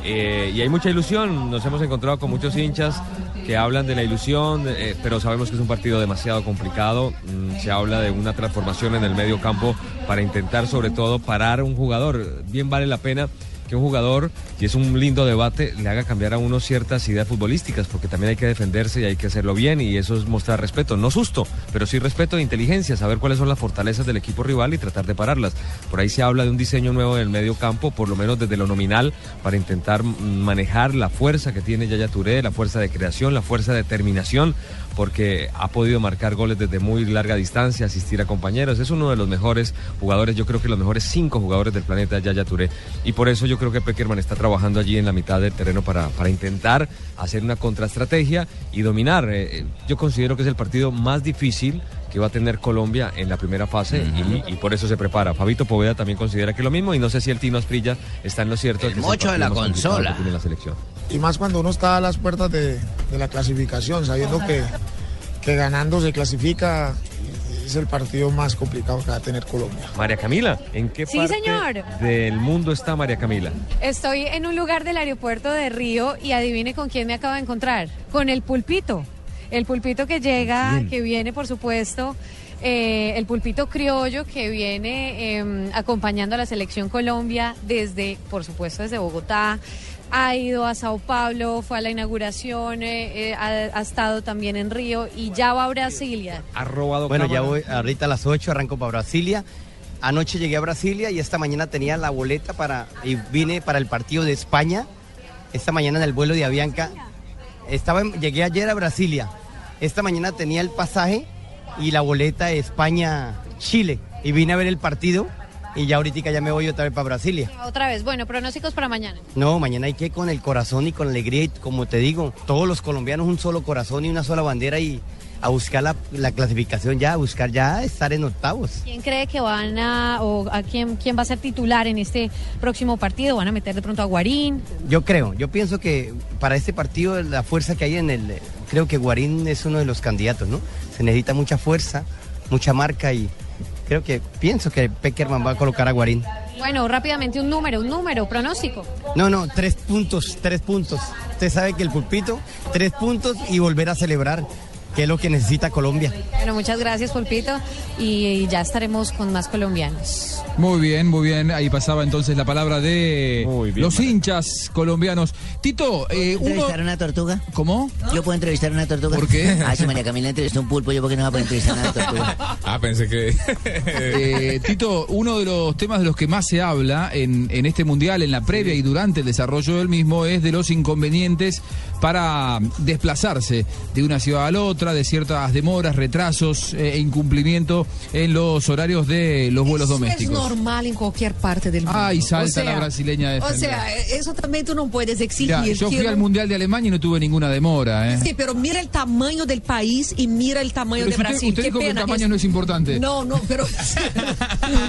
S12: Eh, y hay mucha ilusión. Nos hemos encontrado con muchos hinchas que hablan de la ilusión, eh, pero sabemos que es un partido demasiado complicado. Mm, se habla de una transformación en el medio campo para intentar sobre todo parar a un jugador. Bien vale la pena que un jugador, y es un lindo debate, le haga cambiar a uno ciertas ideas futbolísticas, porque también hay que defenderse y hay que hacerlo bien, y eso es mostrar respeto, no susto, pero sí respeto e inteligencia, saber cuáles son las fortalezas del equipo rival y tratar de pararlas. Por ahí se habla de un diseño nuevo en el medio campo, por lo menos desde lo nominal, para intentar mm, manejar la fuerza que tiene Yaya Touré, la fuerza de creación, la fuerza de determinación, porque ha podido marcar goles desde muy larga distancia, asistir a compañeros. Es uno de los mejores jugadores, yo creo que los mejores cinco jugadores del planeta, Yaya Touré. Y por eso yo creo que Peckerman está trabajando allí en la mitad del terreno para, para intentar hacer una contraestrategia y dominar. Eh, eh, yo considero que es el partido más difícil que va a tener Colombia en la primera fase y, y por eso se prepara. Fabito Poveda también considera que es lo mismo y no sé si el Tino Asprilla está en lo cierto. que es El
S8: mocho de
S12: partido
S8: la
S12: más complicado que
S8: consola.
S12: tiene la selección.
S8: Y más cuando uno está a las puertas de, de la clasificación, sabiendo que, que ganando se clasifica, es el partido más complicado que va a tener Colombia.
S12: María Camila, ¿en qué
S13: Sí,
S12: parte
S13: señor.
S12: del mundo está María Camila?
S13: Estoy en un lugar del aeropuerto de Río y adivine con quién me acabo de encontrar. Con el pulpito. El pulpito que llega,
S14: Bien.
S13: que viene, por supuesto. eh, el pulpito criollo que viene eh, acompañando a la selección Colombia desde, por supuesto, desde Bogotá. Ha ido a Sao Paulo, fue a la inauguración, eh, eh, ha, ha estado también en Río y ya va a Brasilia.
S28: Ha robado Bueno, ya voy, ahorita a las 8 arranco para Brasilia. Anoche llegué a Brasilia y esta mañana tenía la boleta para y vine para el partido de España. Esta mañana en el vuelo de Avianca. Estaba en- llegué ayer a Brasilia Esta mañana tenía el pasaje y la boleta de España-Chile. Y vine a ver el partido y ya ahorita ya me voy otra vez para Brasilia.
S13: Otra vez, bueno, pronósticos para mañana.
S28: No, mañana hay que ir con el corazón y con alegría y como te digo, todos los colombianos un solo corazón y una sola bandera y a buscar la, la clasificación ya, a buscar ya estar en octavos.
S13: ¿Quién cree que van a, o a quién, quién va a ser titular en este próximo partido? ¿Van a meter de pronto a Guarín?
S28: Yo creo, yo pienso que para este partido la fuerza que hay en el, creo que Guarín es uno de los candidatos, ¿no? Se necesita mucha fuerza, mucha marca y creo que pienso que Peckerman va a colocar a Guarín.
S13: Bueno, rápidamente un número, un número, pronóstico.
S28: No, no, tres puntos, tres puntos. Usted sabe que el pulpito, tres puntos y volver a celebrar, que es lo que necesita Colombia.
S13: Bueno, muchas gracias, Pulpito, y ya estaremos con más colombianos.
S1: Muy bien, muy bien. Ahí pasaba entonces la palabra de los hinchas colombianos. Tito, eh, uno...
S6: ¿Puedo entrevistar a una tortuga?
S1: ¿Cómo?
S6: ¿Yo puedo entrevistar a una tortuga? ¿Por qué? Ah, si María Camila entrevistó un pulpo, ¿yo por qué no voy a poder entrevistar a una tortuga?
S7: Ah, pensé que.
S1: Eh, Tito, uno de los temas de los que más se habla en, en este mundial, en la previa y durante el desarrollo del mismo, es de los inconvenientes para desplazarse de una ciudad a la otra, de ciertas demoras, retrasos eh, e incumplimiento en los horarios de los vuelos
S2: Es
S1: domésticos.
S2: normal en cualquier parte del mundo.
S1: Ay, salta
S2: O sea,
S1: la brasileña de
S2: O sea, eh, eso también tú no puedes exigir.
S1: Mira, yo
S2: que
S1: fui al
S2: uno-
S1: Mundial de Alemania y no tuve ninguna demora. ¿eh?
S2: Sí, pero mira el tamaño del país y mira el tamaño
S1: Pero
S2: de
S1: si usted-
S2: Brasil.
S1: usted
S2: Qué
S1: dijo que el
S2: pena.
S1: tamaño
S2: es-
S1: no es importante.
S2: No, no, pero.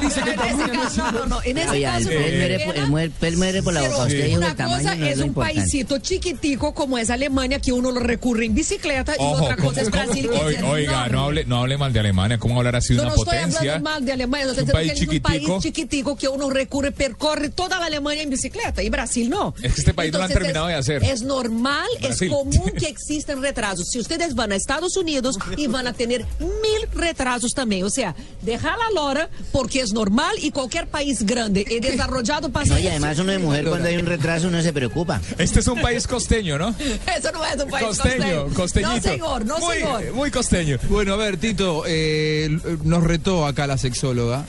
S1: Dice
S2: que el tamaño no es importante. No, no, en ese
S6: Oye,
S2: caso.
S6: el
S2: qué
S6: muere
S2: pena.
S6: por- el muere- el muere por la
S2: Pero
S6: boca. Usted dijo que
S2: una
S6: el tamaño
S2: cosa
S6: no es
S2: es
S6: lo
S2: un
S6: importante.
S2: paisito chiquitico como es Alemania que uno lo recurre en bicicleta y otra cosa es Brasil que es
S7: oiga,
S2: enorme.
S7: no hable, no hable mal de Alemania. ¿Cómo hablar así de
S2: Yo
S7: una
S2: no estoy
S7: potencia?
S2: hablando mal de Alemania, no estoy
S7: Es un
S2: diciendo que
S7: país
S2: es un
S7: chiquitico.
S2: país chiquitico que uno recurre, percorre toda la Alemania en bicicleta y Brasil no.
S7: Es que este país no lo han
S2: Entonces,
S7: terminado
S2: es-
S7: de hacer.
S2: Es normal,
S7: Brasil.
S2: es común que existan retrasos. Si ustedes van a Estados Unidos y van a tener mil retrasos también. O sea, deja la lora porque es normal y cualquier país grande y desarrollado pasa
S6: No, y además uno de mujer cuando hay un retraso uno se preocupa.
S7: Este es un país costeño, ¿no?
S2: Eso no es un país
S7: Costeño,
S2: costeño.
S7: costeñito.
S2: No, señor, no,
S7: Muy-
S2: señor.
S7: Muy costeño.
S1: Bueno, a ver, Tito, eh, l- nos retó acá la sexóloga.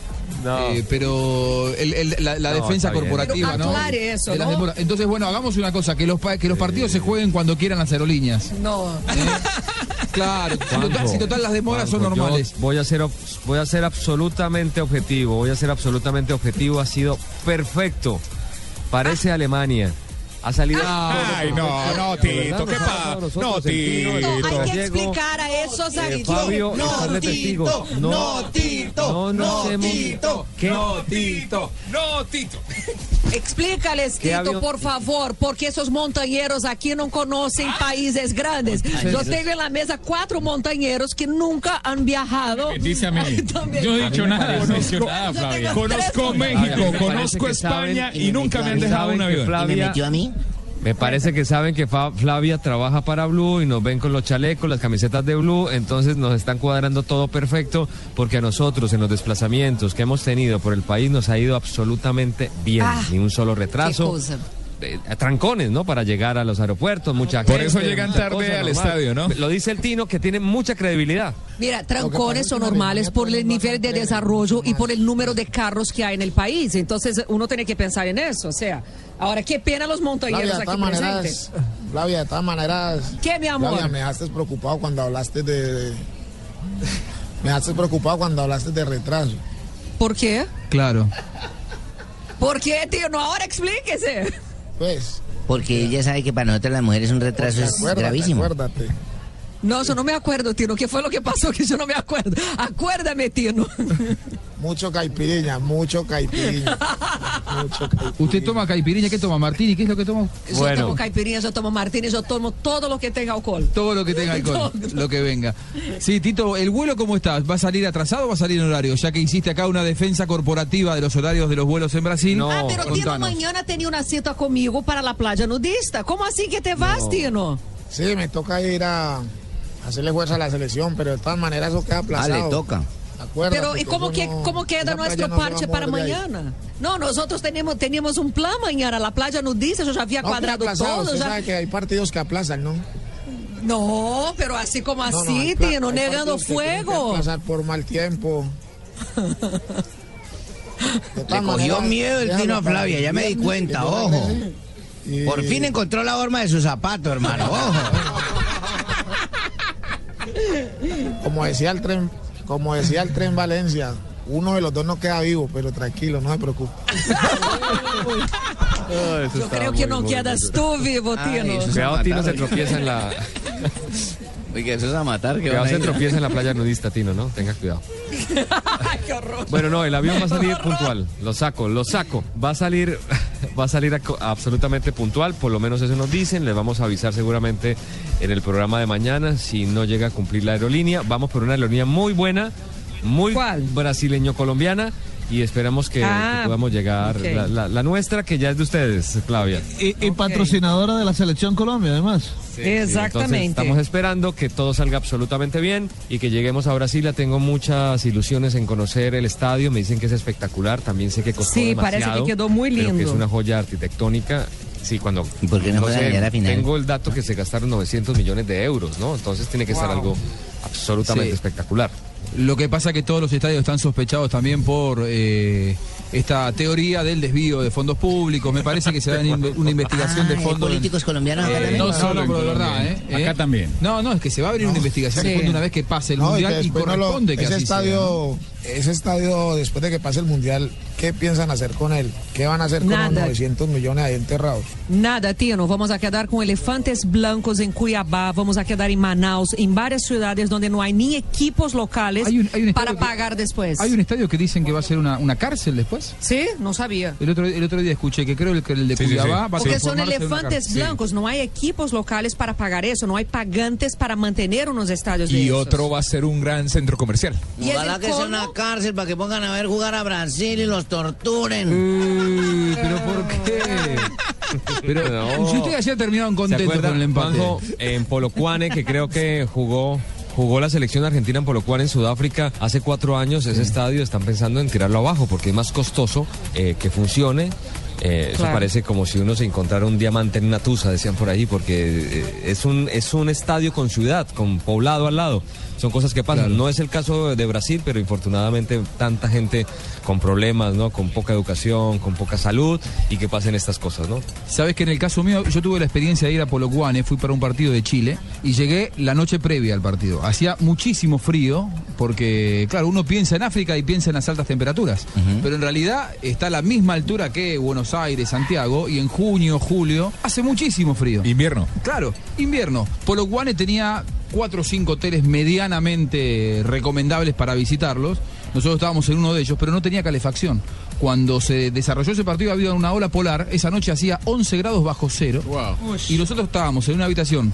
S1: eh, pero el- el- la, la
S5: No,
S1: defensa
S5: está bien.
S1: corporativa,
S2: Pero
S1: ¿no?
S2: aclare eso,
S1: De las
S2: ¿no?
S1: demoras. Entonces, bueno, hagamos una cosa, que los, pa- que los partidos se jueguen cuando quieran las aerolíneas.
S2: No.
S1: Claro, si total, si total las demoras son
S12: Juanjo, yo
S1: normales.
S12: Voy a ser obs- voy a ser absolutamente objetivo, voy a ser absolutamente objetivo, ha sido perfecto. Parece Alemania. Ha salido Ah,
S7: Ay, no, no, Tito, ¿qué pasa? No, Tito.
S2: Hay que explicar a esos
S12: Eh,
S2: amigos.
S12: Fabio, estás de testigo. No,
S2: Tito,
S12: no, no hacemos- ¿Qué? No,
S7: Tito, no, Tito.
S2: Explícales,
S12: ¿Qué
S2: Tito,
S12: avión?
S2: por favor, porque esos montañeros aquí no conocen
S7: Ah.
S2: países grandes. Yo tengo en la mesa cuatro montañeros que nunca han viajado.
S4: Dice a mí.
S2: También.
S4: Yo no he
S2: A mí
S4: dicho
S2: me
S4: nada,
S2: parece-
S4: no he dicho nada, Flavia.
S7: Conozco
S12: Flavia, me
S7: México,
S12: parece
S7: conozco
S12: que saben
S7: España
S12: y
S7: y nunca me han dejado
S12: saben
S7: un
S12: que
S7: avión.
S12: Flavia- ¿Y me metió a
S6: mí?
S12: Me parece que saben que Fa- Flavia trabaja para Blue y nos ven con los chalecos, las camisetas de Blue, entonces nos están cuadrando todo perfecto porque a nosotros en los desplazamientos que hemos tenido por el país nos ha ido absolutamente bien,
S10: Ah,
S12: ni un solo retraso. eh, Trancones, ¿no? Para llegar a los aeropuertos, mucha
S7: Por
S12: gente,
S7: eso llegan
S12: mucha
S7: tarde al estadio,
S12: ¿no? Lo dice el Tino que tiene mucha credibilidad.
S2: Mira, trancones son normales por el nivel de desarrollo y por el número de carros que hay en el país. Entonces, uno tiene que pensar en eso. O sea, ahora, qué pena los montañeros
S8: Flavia, de todas
S2: aquí presentes.
S8: maneras, Flavia, de todas maneras.
S2: ¿Qué, mi amor?
S8: Flavia, me dejaste preocupado cuando hablaste de. Me dejaste preocupado cuando hablaste de retraso.
S2: ¿Por qué?
S1: Claro.
S2: ¿Por qué, tío? No, ahora explíquese.
S8: Pues.
S6: Porque ella sabe que para nosotros las mujeres un retraso es
S8: Acuérdate,
S6: gravísimo.
S8: acuérdate.
S2: No, yo no me acuerdo, Tino. ¿Qué fue lo que pasó? Que yo no me acuerdo. Acuérdame, Tino.
S8: Mucho caipirinha, mucho caipirinha.
S1: Usted toma caipirinha, ¿qué toma Martini? ¿Qué es lo que toma?
S2: Yo tomo caipirinha, yo tomo martini, yo tomo todo lo que tenga alcohol.
S1: Todo lo que tenga alcohol, lo que venga. Sí, Tito, ¿el vuelo cómo está? ¿Va a salir atrasado o va a salir en horario? Ya que hiciste acá una defensa corporativa de los horarios de los vuelos en Brasil.
S2: ah, pero Tino
S1: Contanos.
S2: mañana tenía una cita conmigo para la playa nudista. ¿Cómo así que te vas, Tino?
S8: Sí, me toca ir a hacerle fuerza a la selección, pero de todas maneras eso queda aplazado. Acuérdate
S2: Pero ¿y
S8: que
S2: cómo,
S8: eso
S2: que,
S8: no-
S2: cómo queda
S8: esa playa
S2: nuestro
S8: no se va a
S2: parche
S8: mover
S2: para
S8: de ahí.
S2: mañana? No, nosotros tenemos, teníamos un plan mañana, la playa nudista, yo ya había
S8: No,
S2: cuadrado
S8: queda aplazado,
S2: todo.
S8: usted
S2: ya-
S8: sabe que hay partidos que aplazan, ¿no?
S2: No, pero así como
S8: No, no,
S2: así,
S8: hay pla-
S2: Tino,
S8: hay
S2: negando
S8: partidos que tienen que
S2: fuego.
S8: aplazar por mal tiempo. De todas
S6: Le cogió
S8: maneras,
S6: miedo el
S8: déjalo
S6: Tino a
S8: para
S6: Flavia,
S8: el
S6: ya me di
S8: viernes,
S6: cuenta,
S8: que yo
S6: ojo.
S8: regrese.
S6: Por fin encontró la horma de su zapato, hermano. Ojo.
S8: Como decía el tren, como decía el tren Valencia, uno de los dos no queda vivo, pero tranquilo, no se preocupe.
S2: Yo creo que no quedas tú vivo, Tino.
S12: Cuidado, Tino se tropieza en la.
S9: Oiga, eso es a matar.
S12: Cuidado,
S9: van a
S12: se
S9: ir.
S12: tropieza en la playa nudista, Tino, ¿no? Tenga cuidado. Bueno, no, el avión va a salir puntual. Lo saco, lo saco. Va a salir, va a salir a co- absolutamente puntual, por lo menos eso nos dicen. Les vamos a avisar seguramente en el programa de mañana si no llega a cumplir la aerolínea. Vamos por una aerolínea muy buena, muy brasileño-colombiana y esperamos que, que
S10: Ah,
S12: podamos llegar.
S10: ok.
S12: La, la- la nuestra, que ya es de ustedes, Claudia.
S10: Y, y patrocinadora de la Selección Colombia, además.
S12: Sí, entonces estamos esperando que todo salga absolutamente bien y que lleguemos a Brasil. Tengo muchas ilusiones en conocer el estadio. Me dicen que es espectacular. También sé que costó
S2: Sí,
S12: demasiado,
S2: parece que quedó muy
S12: pero que es
S2: lindo.
S12: una joya arquitectónica. Sí, cuando. ¿Y por
S9: qué no juegan allá la final?
S12: Tengo el dato que se gastaron 900 millones de euros, ¿no? Entonces tiene que ser
S1: Wow.
S12: algo absolutamente
S1: Sí.
S12: espectacular.
S1: Lo que pasa que todos los estadios están sospechados también por eh, esta teoría del desvío de fondos públicos. Me parece que se da inve- una investigación de
S6: Ah, ¿hay
S1: fondos.
S6: políticos colombianos acá
S1: Eh,
S6: también?
S1: no,
S6: No,
S1: solo,
S6: solo en
S1: pero de verdad,
S6: Colombia,
S1: ¿eh?
S5: acá
S1: ¿Eh?
S5: también.
S1: No, no, es que se va a abrir una investigación
S8: Sí.
S1: de fondo una vez que pase el
S8: No, y que
S1: mundial y,
S8: después no lo-
S1: corresponde que
S8: ese
S1: así sea, ¿no?
S8: estadio, ese estadio después de que pase el mundial, ¿qué piensan hacer con él? ¿Qué van a hacer con los
S2: Nada.
S8: 900 millones ahí enterrados?
S2: Nada, Tino. Vamos a quedar com elefantes blancos em Cuiabá, vamos a quedar em Manaus, em várias cidades onde não há nem equipos locales para pagar depois.
S1: Hay un estadio que dicen que va a ser una, una cárcel después.
S2: Sí, no sabía.
S1: El otro, el otro día escuché que creo que el de
S2: Sí,
S7: sí, sí.
S1: Cuiabá va a
S2: Porque são
S1: transformarse en una
S2: elefantes
S1: cárcel. Sí.
S2: blancos, não há equipos locales para pagar isso, não há pagantes para manter nos estádios de
S7: Y
S2: esos.
S7: otro va a ser un gran centro comercial.
S2: ¿Y es
S6: Ojalá
S2: el
S6: que sea una cárcel para que pongan a ver jugar a Brasil y los torturen.
S1: Mm, pero ¿por qué? Pero
S12: No.
S1: si ustedes ayer terminaron
S12: ¿Se
S1: contentos
S12: acuerdan,
S1: con el empate.
S12: Juanjo, en Polocuane, que creo que jugó. Jugó la selección argentina en Polocuane, en Sudáfrica, hace cuatro años. Ese estadio están pensando en tirarlo abajo porque es más costoso eh, que funcione. Eh, Eso
S5: Claro.
S12: parece como si uno se encontrara un diamante en una tusa, decían por ahí, porque eh, es, un, es un estadio con ciudad, con poblado al lado. Son cosas que pasan. No es el caso de Brasil, pero infortunadamente tanta gente con problemas, ¿no? con poca educación, con poca salud y que pasen estas cosas. ¿no?
S1: Sabes que en el caso mío, yo tuve la experiencia de ir a Polocuane, fui para un partido de Chile y llegué la noche previa al partido. Hacía muchísimo frío, porque, claro, uno piensa en África y piensa en las altas temperaturas, pero en realidad está a la misma altura que Buenos Aires, Santiago, y en junio, julio, hace muchísimo frío.
S7: Invierno.
S1: Claro, invierno. Polocuane tenía cuatro o cinco hoteles medianamente recomendables para visitarlos. Nosotros estábamos en uno de ellos, pero no tenía calefacción. Cuando se desarrolló ese partido había una ola polar. Esa noche hacía 11 grados bajo cero. Y nosotros estábamos en una habitación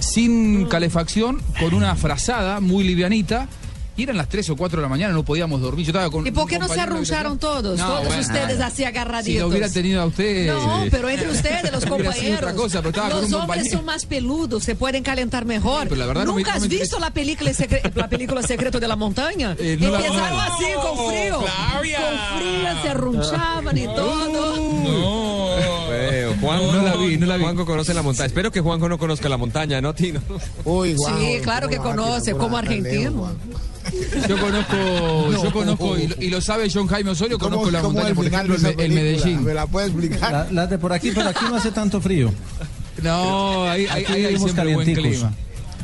S1: sin calefacción, con una frazada muy livianita. Y eran las 3 o 4 de la mañana, no podíamos dormir. Yo estaba con
S2: ¿Y por qué no se
S1: compañero en la
S2: arrullaron todos?
S1: No,
S2: todos
S1: bueno.
S2: ustedes así agarraditos.
S1: Si lo hubiera tenido a usted. eh,
S2: No, pero entre ustedes, los
S1: Hubiera sido
S2: compañeros.
S1: otra cosa, pero estaba con
S2: los
S1: un
S2: hombres
S1: compañero.
S2: son más peludos, se pueden calentar mejor.
S1: pero la verdad no me-
S2: ¿Nunca
S1: no
S2: has
S1: me interesa.
S2: visto la película, secre- la película Secreto de la Montaña?
S1: Eh, no la-
S2: Empezaron
S1: no.
S2: así, con frío.
S1: Claudia.
S2: Con frío, se arrunchaban y todo.
S12: Feo. Juan, no la vi, no la vi. Juanjo conoce la montaña. Espero que Juanjo no conozca la montaña, ¿no, Tino?
S8: Uy,
S2: sí, claro que conoce, como argentino.
S1: Yo conozco, yo conozco, y lo, y lo sabe John Jaime Osorio, conozco la
S8: cómo
S1: montaña,
S8: el
S1: por
S8: final
S1: ejemplo,
S8: de esa
S1: en, en
S8: película?
S1: Medellín.
S8: ¿Me la puede explicar?
S3: La- las de por aquí, por aquí no hace tanto frío.
S1: No, ahí, ahí-
S3: Aquí
S1: ahí hay
S3: vivimos
S1: siempre buen
S3: calienticos.
S1: clima.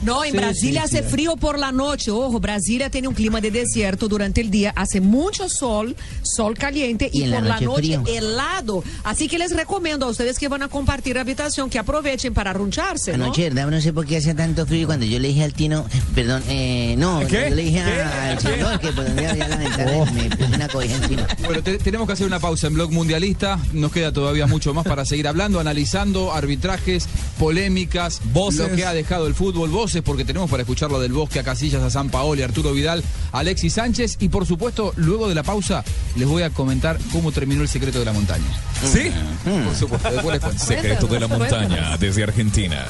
S2: No, en
S3: Sí,
S2: Brasília
S3: sí,
S2: hace frio por la noche. Ojo, Brasília tem um clima de deserto durante o dia. Hace muito sol, sol caliente
S6: Y
S2: e
S6: en la
S2: por la
S6: noche
S2: noche
S6: frío.
S2: helado. Assim que les recomendo a ustedes que van a compartir habitación, que aprovechen para arruncharse, ¿no?
S6: Anoche, ¿verdad? No sé por qué hacía tanto frío y cuando yo le dije al Tino, perdón, eh, no,
S1: ¿Qué?
S6: yo le dije
S1: ¿Qué?
S6: a- al señor que por donde abría la ventana y me puse una cobija encima.
S1: Bueno, te- tenemos que hacer una pausa en Blog Mundialista. Nos queda todavía mucho más para seguir hablando, analizando arbitrajes, polémicas,
S5: Voces.
S1: lo que ha dejado el fútbol, voces, porque tenemos para escucharlo del Bosque a Casillas, a San Paoli, a Arturo Vidal, a Alexis Sánchez. Y por supuesto, luego de la pausa, les voy a comentar cómo terminó el secreto de la montaña.
S7: ¿Sí?
S1: Por supuesto, después les cuento.
S7: Mm-hmm. Secreto de la montaña desde Argentina.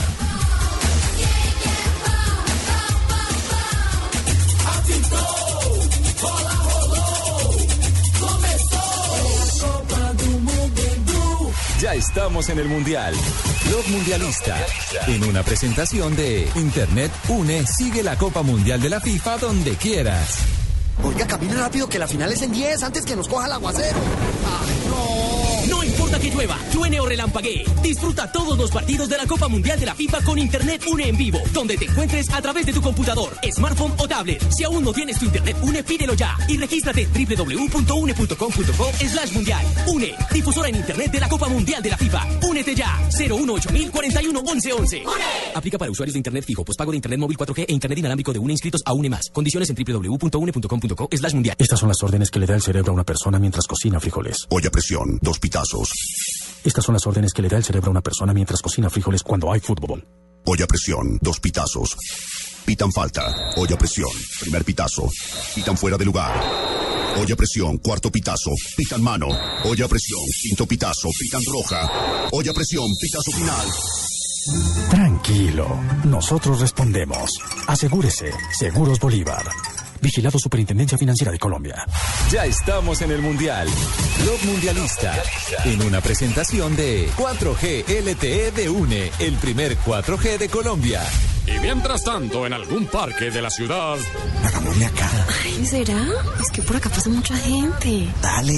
S15: Ya estamos en el Mundial. Blog Mundialista. En una presentación de Internet Une, sigue la Copa Mundial de la FIFA donde quieras.
S21: Oiga, camine rápido que la final es en 10 antes que nos coja el aguacero. ¡Ay, no! No importa que llueva, truene o relampaguee. Disfruta todos los partidos de la Copa Mundial de la FIFA con Internet Une en vivo, donde te encuentres a través de tu computador, smartphone o tablet. Si aún no tienes tu Internet Une, pídelo ya y regístrate en www.une.com.co slash mundial. Une, difusora en Internet de la Copa Mundial de la FIFA. Únete ya, 018 041 1111. Aplica para usuarios de Internet fijo, pago de Internet móvil 4G e Internet inalámbrico de UNE inscritos a UNE más. Condiciones en e www.une.com.co slash mundial.
S14: Estas son las órdenes que le da el cerebro a una persona mientras cocina frijoles. Olla a presión, dos pitazos. Estas son las órdenes que le da el cerebro a una persona mientras cocina frijoles cuando hay fútbol.
S20: Olla a presión, dos pitazos. Pitan falta, olla a presión, primer pitazo. Pitan fuera de lugar. Olla a presión, cuarto pitazo. Pitan mano, olla a presión, quinto pitazo. Pitan roja, olla a presión, pitazo final.
S14: Tranquilo, nosotros respondemos. Asegúrese, Seguros Bolívar. Vigilado Superintendencia Financiera de Colombia.
S15: Ya estamos en el Mundial. Blog Mundialista. En una presentación de 4G LTE E de UNE, el primer 4G de Colombia.
S18: Y mientras tanto, en algún parque de la ciudad.
S15: Hagámosle acá.
S19: Ay, ¿será? Es que por acá pasa mucha gente.
S18: Dale.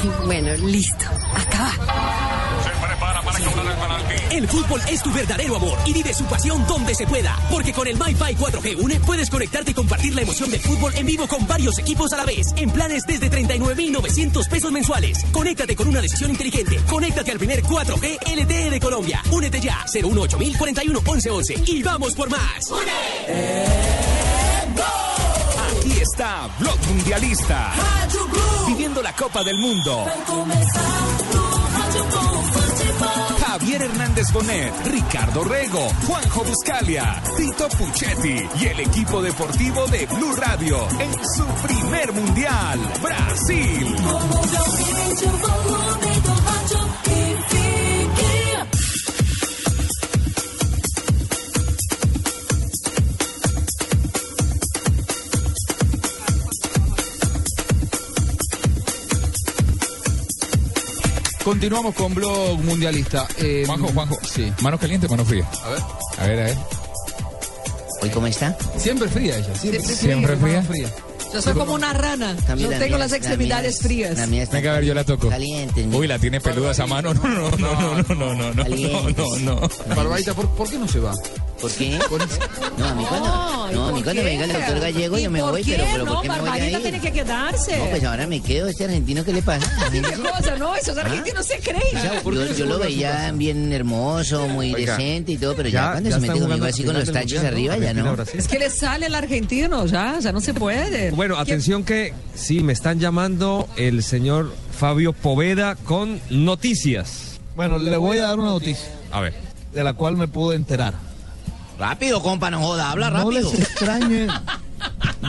S19: Ay, bueno, listo. Acá va.
S21: El fútbol es tu verdadero amor y vive su pasión donde se pueda. Porque con el MyFi 4G UNE puedes conectarte y compartir la emoción del fútbol en vivo con varios equipos a la vez. En planes desde 39,900 pesos mensuales. Conéctate con una decisión inteligente. Conéctate al primer 4G LTE E de Colombia. Únete ya 018041 1111 y vamos por más.
S15: Aquí está Blog Mundialista. Viviendo la Copa del Mundo. Javier Hernández Bonet, Ricardo Rego, Juanjo Buscalia, Tito Puchetti y el equipo deportivo de Blue Radio en su primer mundial, Brasil.
S1: Continuamos con Blog Mundialista. Eh,
S7: Juanjo, Juanjo. ¿Mano caliente o mano fría?
S1: A ver.
S7: A ver, a ver.
S6: ¿Hoy cómo está?
S1: Siempre fría ella. Siempre,
S2: Siempre
S7: ¿Siempre fría?
S2: Yo soy como una rana.
S6: También
S2: Yo
S6: la
S2: tengo
S6: mía-
S2: las
S6: la mía
S2: extremidades
S6: es-
S2: frías.
S6: la mía está
S7: Venga, a ver, yo la toco.
S6: Caliente.
S7: Uy, la tiene peluda esa mano. No, no, no, no, no, no, no, no, no, no.
S1: Barbarita, ¿por, por qué no se va?
S6: ¿Por qué? No, a mí cuando,
S2: Ay,
S6: no, a mí
S2: ¿por
S6: cuando me
S2: qué?
S6: diga el doctor Gallego
S2: ¿Y
S6: yo me
S2: por
S6: voy,
S2: qué?
S6: pero, pero
S2: no,
S6: ¿por qué me voy a
S2: Barbarita tiene
S6: ir?
S2: que quedarse.
S6: No, pues ahora me quedo este argentino, ¿qué le pasa?
S2: Qué cosa, no, esos argentinos se creen.
S6: ¿Ah? Yo, yo lo veía bien hermoso, muy
S28: Oiga,
S6: decente y todo, pero
S28: ya-
S6: ya, cuando
S28: ya
S6: se mete
S28: están
S6: conmigo
S28: jugando
S6: así con
S28: final
S6: los
S28: del
S6: tachos
S28: Mundial, ¿no?
S6: arriba, ya no.
S12: Argentina-Brasil.
S2: Es que le sale el argentino, ya, ya no se puede.
S12: Bueno,
S2: ¿Quién-
S12: atención que sí, me están llamando el señor Fabio Poveda con noticias.
S10: Bueno, le voy a dar una noticia
S12: A ver.
S10: de la cual me pude enterar.
S6: Rápido, compa, no joda, habla
S10: no
S6: rápido.
S10: les extrañe,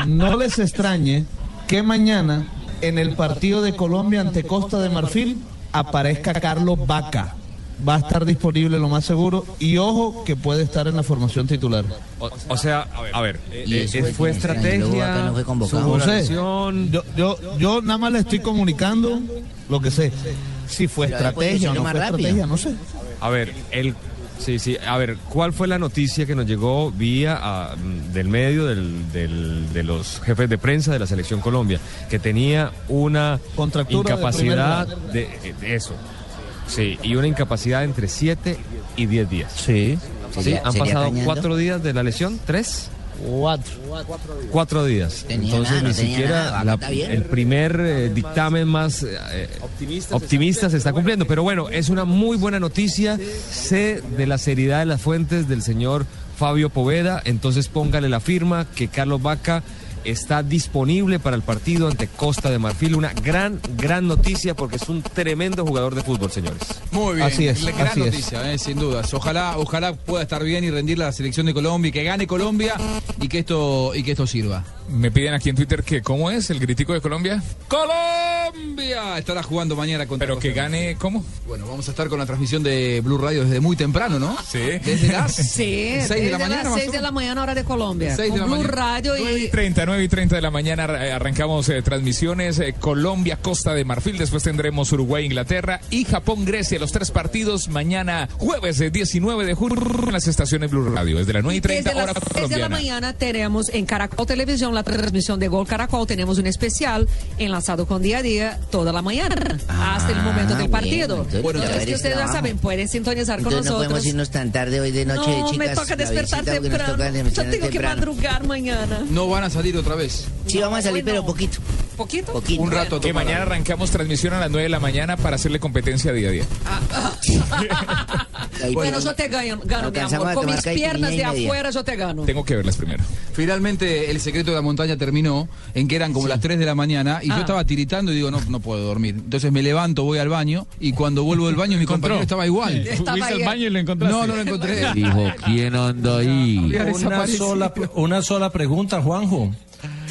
S10: no les extrañe que mañana en el partido de Colombia ante Costa de Marfil aparezca Carlos Vaca. Va a estar disponible lo más seguro y ojo que puede estar en la formación titular.
S12: O, o sea, a ver, eh,
S10: Y eso
S12: eh,
S10: fue
S12: fue
S10: que extrañó, Vaca
S12: estrategia,
S10: no fue
S12: su
S10: No sé.
S12: valoración.
S10: Yo, yo, yo nada más le estoy comunicando lo que sé. Si fue
S12: Pero ahí puede
S10: estrategia o
S12: decirlo
S10: no
S12: más
S10: fue
S12: rápido.
S10: estrategia, no sé.
S12: A ver, el sí, sí, a ver, ¿cuál fue la noticia que nos llegó vía ah, mm, del medio del- del- de los jefes de prensa de la selección Colombia que tenía una
S10: Contractura de
S12: incapacidad
S10: primer
S12: de, eh, de eso. Sí, y una incapacidad entre 7 y 10 días.
S10: Sí.
S12: Sí,
S10: Sería-
S12: han
S10: sería
S12: pasado
S10: cañando.
S12: cuatro días de la lesión, tres.
S10: Cuatro.
S12: Cuatro días.
S10: Tenía
S12: Entonces
S10: nada,
S12: ni
S10: no tenía
S12: siquiera
S10: nada,
S12: la-
S10: está bien.
S12: el primer eh, dictamen más eh, optimista, se está cumpliendo. Pero bueno, es una muy buena noticia. Sé de la seriedad de las fuentes del señor Fabio Poveda. Entonces póngale la firma que Carlos Vaca está disponible para el partido ante Costa de Marfil. Una gran, gran noticia porque es un tremendo jugador de fútbol, señores.
S1: Muy bien,
S12: Así es,
S1: la gran
S12: así es.
S1: noticia, eh, sin dudas. Ojalá, ojalá pueda estar bien y rendir la selección de Colombia, y que gane Colombia y que esto y que esto sirva.
S7: Me piden aquí en Twitter que cómo es el gritico de Colombia.
S1: Colombia estará jugando mañana contra. Pero que
S7: gane, ¿cómo?
S1: Bueno, vamos a estar con la transmisión de Blue Radio desde muy temprano, ¿no? Sí. Desde las
S2: Sí,
S1: 6 de la
S2: desde
S1: mañana.
S2: las
S1: más o
S2: 6 de la mañana, hora de Colombia.
S7: Seis
S2: Con
S7: de la
S2: Blue
S7: mañana.
S2: Radio y
S7: 30, 9 y 30 de la mañana eh, arrancamos eh, transmisiones eh, Colombia, Costa de Marfil, después tendremos Uruguay, Inglaterra y Japón, Grecia, los tres partidos mañana jueves eh, 19 de junio en las estaciones Blue Radio, desde las 9 y 30
S2: desde
S7: hora
S2: las 6 de la
S7: colombiana.
S2: mañana tenemos en Caracol Televisión la la transmisión de Gol Caracol tenemos un especial enlazado con día a día toda la mañana hasta el momento del
S6: Ah, bueno,
S2: partido.
S6: entonces
S2: Bueno,
S6: ya
S2: es que
S6: eres
S2: ustedes ya
S6: trabajo.
S2: saben, pueden sintonizar con
S6: Entonces no podemos
S2: nosotros.
S6: irnos tan tarde hoy de noche,
S2: No,
S6: chicas.
S2: me toca despertar
S6: Davidcita, porque nos
S2: temprano.
S6: toca
S2: Yo
S6: despertar
S2: tengo que
S6: temprano.
S2: madrugar mañana.
S1: No van a salir otra vez.
S6: Sí, vamos a salir, pero poquito.
S2: ¿Poquito?
S7: Un rato. Que mañana arrancamos transmisión a las 9 de la mañana para hacerle competencia día a día.
S2: Bueno, yo te gano, gano mi
S1: Alcanzamos
S2: amor.
S1: a
S2: Con
S1: tomar
S2: mis
S1: caipirinha
S2: piernas
S1: y
S2: de
S1: media.
S2: afuera yo te gano.
S7: Tengo que verlas primero.
S1: Finalmente el secreto de la montaña terminó en que eran como las 3 de la mañana y
S2: Ah.
S1: yo estaba tiritando y digo, no, no puedo dormir. Entonces me levanto, voy al baño y cuando vuelvo del baño mi compañero estaba igual.
S5: Fuiste al baño y lo encontraste.
S1: No, no lo encontré.
S5: Dijo,
S9: ¿quién anda ahí?
S3: Una
S1: desaparecido.
S3: sola, una sola pregunta, Juanjo.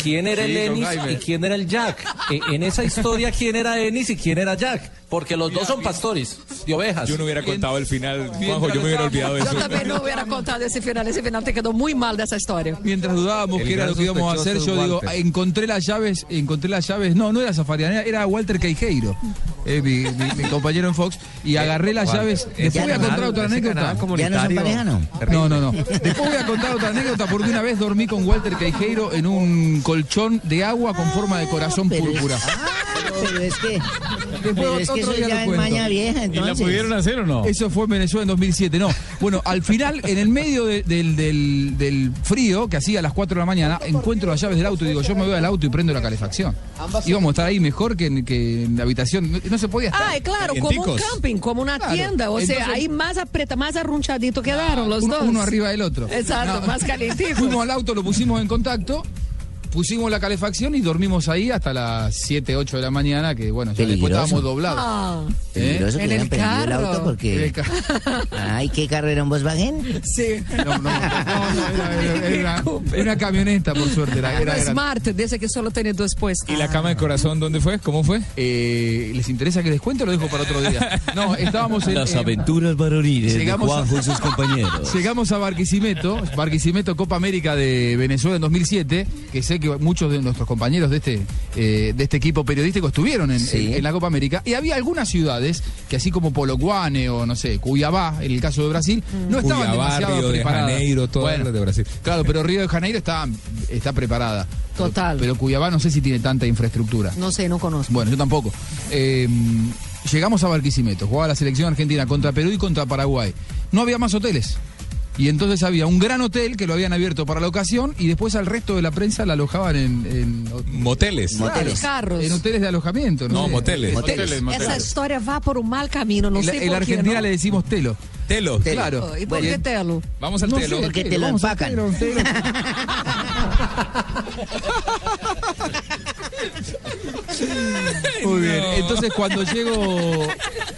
S3: ¿Quién era
S11: Sí,
S3: el
S11: don
S3: Ennis
S11: Jaime.
S3: y quién era el Jack? Eh, en esa historia, ¿quién era Ennis y quién era Jack? Porque los dos son pastores de ovejas.
S7: Yo no hubiera contado el final, Juanjo, yo me hubiera olvidado de
S2: Yo
S7: eso.
S2: también no hubiera contado ese final. Ese final te quedó muy mal de esa historia.
S1: Mientras dudábamos
S7: El
S1: que era
S7: gran
S1: lo que íbamos a hacer,
S7: sospechoso
S1: yo
S7: es
S1: digo,
S7: Walter.
S1: "Ah, encontré las llaves, encontré las llaves. No, no era Zafarian, era, era Walter Queijeiro, eh, mi, mi- mi compañero en Fox,
S7: Eh,
S1: y agarré las
S9: Walter.
S1: llaves.
S9: Ese
S1: Después voy a
S9: canal-
S1: contar otra
S9: ese canal
S1: anécdota.
S9: comunitario
S1: pareja,
S9: terrible.
S1: No, no, no. Después voy a contar otra anécdota porque una vez dormí con Walter Queijeiro en un colchón de agua con forma de corazón púrpura.
S6: Pero es que.
S1: Después
S6: Pero es que
S1: otro
S6: eso
S1: día lo
S6: ya es
S1: cuento.
S6: maña vieja, entonces.
S1: hacer o no? Eso fue en Venezuela en 2007, no. Bueno, al final, en el medio de- del, del- del frío que hacía a las 4 de la mañana, encuentro las llaves del auto y digo, yo me voy al auto y prendo la calefacción. Íbamos a estar ahí mejor que en, que en la habitación. No, no se podía estar.
S2: Ah, é claro, como um camping, como uma
S1: Claro,
S2: tienda. Ou seja,
S1: entonces-
S2: aí mais apreta, mais arrunchadito quedaram os
S1: uno,
S2: dois.
S1: uno arriba del otro.
S2: Exacto, más calientito.
S1: Fuimos al auto, lo pusimos en contacto. Pusimos la calefacción y dormimos ahí hasta las 7, 8 de la mañana, que bueno, ya después
S6: Peligroso.
S1: estábamos doblados. ¿Eh?
S6: Peligroso que
S1: En
S6: hubieran
S1: el
S6: prendido el
S1: carro.
S6: auto porque.
S1: En el
S6: Ay, ¿qué carro era un Volkswagen?
S2: Sí.
S1: No, no, Era, era una camioneta, por suerte. Era, era
S2: No
S1: grande.
S2: smart, desde que solo tiene dos puestos.
S7: ¿Y la cama de corazón dónde fue? ¿Cómo fue?
S1: Eh, ¿Les interesa que les cuente o lo dejo para otro día? No, estábamos en...
S11: Las
S1: en-
S11: aventuras varoniles de
S1: Llegamos a-
S11: Juanjo y sus compañeros.
S1: Llegamos a Barquisimeto, Barquisimeto Copa América de Venezuela en 2007, que sé que muchos de nuestros compañeros de este, eh, de este equipo periodístico estuvieron en, en- en la Copa América, y había algunas ciudades que así como Polocuane o no sé, Cuiabá, en el caso de Brasil, no estaban
S7: Cuiabá,
S1: demasiado
S7: Río de
S1: preparadas.
S7: Janeiro, todas
S1: Bueno,
S7: las de Brasil.
S1: Claro, pero Río de Janeiro está, está preparada. Total. Pero Cuiabá no sé si tiene tanta infraestructura.
S2: No sé, no conozco.
S1: Bueno, yo tampoco. Eh, llegamos a Barquisimeto, jugaba la selección argentina contra Perú y contra Paraguay. No había más hoteles. Y entonces había un gran hotel que lo habían abierto para la ocasión y después al resto de la prensa la alojaban en... en-
S7: Moteles.
S1: Claro, En hoteles de alojamiento.
S7: No,
S1: sé.
S7: moteles. Moteles,
S2: Essa história vá por um mal caminho, não
S1: En, la-
S2: sei
S1: en la
S2: por quê.
S1: Argentina le decimos telo.
S7: Telo.
S1: Claro.
S2: E por que
S1: Bien.
S2: telo?
S7: Vamos al
S1: No
S7: telo.
S1: sé,
S6: Porque te lo
S1: vamos al
S6: empacan.
S1: telo, un telo. Muy bien. Entonces cuando llego,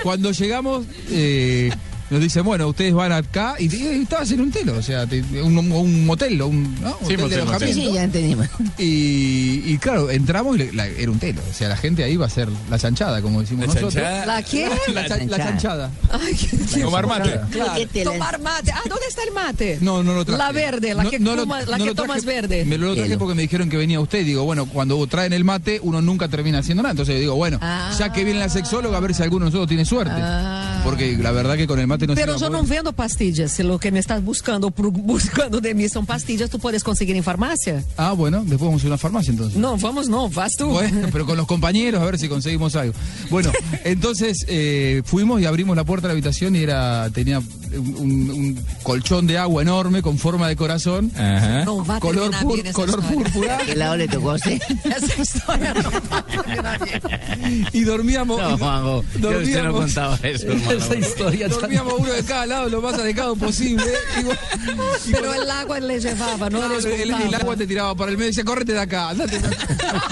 S1: cuando llegamos, eh, nos dicen, bueno, ustedes van acá y, y estabas en un telo, o sea, te- un, un motel, o un, ¿no?
S6: Sí,
S1: Hotel de
S6: motel, motel.
S1: alojamiento.
S6: Sí, sí, ya entendimos.
S1: Y, y claro, entramos y le- la- era un telo, o sea, la gente ahí va a ser la chanchada, como decimos
S7: La
S1: nosotros.
S7: chanchada. ¿La qué?
S1: La,
S7: La
S1: cha- la
S7: chanchada.
S1: chanchada.
S2: Ai, que
S7: Tomar mate.
S1: Claro.
S2: Tomar mate. Ah, ¿dónde está el mate?
S1: No, no lo traje.
S2: La verde, la
S1: No-
S2: que,
S1: no lo-
S2: toma- la
S1: no
S2: que
S1: lo traje.
S2: tomas verde.
S1: Me lo traje porque me dijeron que venía usted. Y digo, bueno, cuando traen el mate, uno nunca termina haciendo nada. Entonces digo, bueno,
S6: Ah.
S1: ya que viene la sexóloga, a ver si alguno de nosotros tiene suerte.
S2: Ah.
S1: Porque la verdad que con el mate no
S2: Pero
S1: se
S2: eu
S1: iba a
S2: não vendo pastilhas. Se o que me estás buscando, pro- buscando de mim são pastilhas, tu podes conseguir em farmácia?
S1: poder. Ah, bueno, después vamos a una farmacia entonces.
S2: Não, vamos não, vas tu.
S1: Bueno, pero con los compañeros a ver si conseguimos algo. Bueno, entonces eh, fuimos y abrimos la puerta de la habitación y era tenía un, un- un colchón de agua enorme con forma de corazón,
S7: Ajá.
S2: No va a
S1: color,
S2: terminar
S1: púr-
S2: bien esa
S1: color
S2: historia.
S1: púrpura.
S6: ¿Qué lado le tocó a usted?
S2: Essa história não vai terminar bem.
S1: y dormíamos.
S9: No, Juanjo, yo a usted no
S1: dormíamos-
S9: contaba eso, hermano.
S1: Esa historia. Dormíamos uno de cada lado lo más alejado posible. Y vos- y
S2: Pero
S1: vos-
S2: el agua le llevaba, no
S1: Claro,
S2: les
S1: el, el
S2: gustaba.
S1: agua te tiraba para el medio y decía, córrete de acá, andate,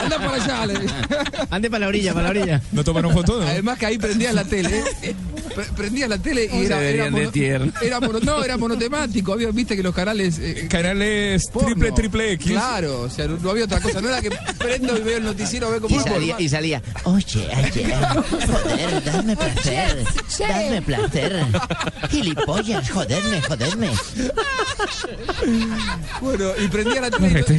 S1: andá para allá. le decía.
S9: Ande para la orilla, para la orilla.
S7: ¿No tomaron foto? no?
S1: Además que ahí prendías la tele. eh, pre- Prendías la tele y
S9: Se
S1: era, era,
S9: verían de tierno.
S1: era mono- no, era monotemático. Había, viste que los canales. eh,
S7: Canales triple, triple X.
S1: Claro, o sea, no, no había otra cosa. No era que prendo y veo el noticiero, veo
S6: Y
S1: cómo
S6: salía, y salía, oye, oye, joder, dame placer, dame placer, gilipollas, joderme, joderme.
S1: Bueno, y prendía la tele. y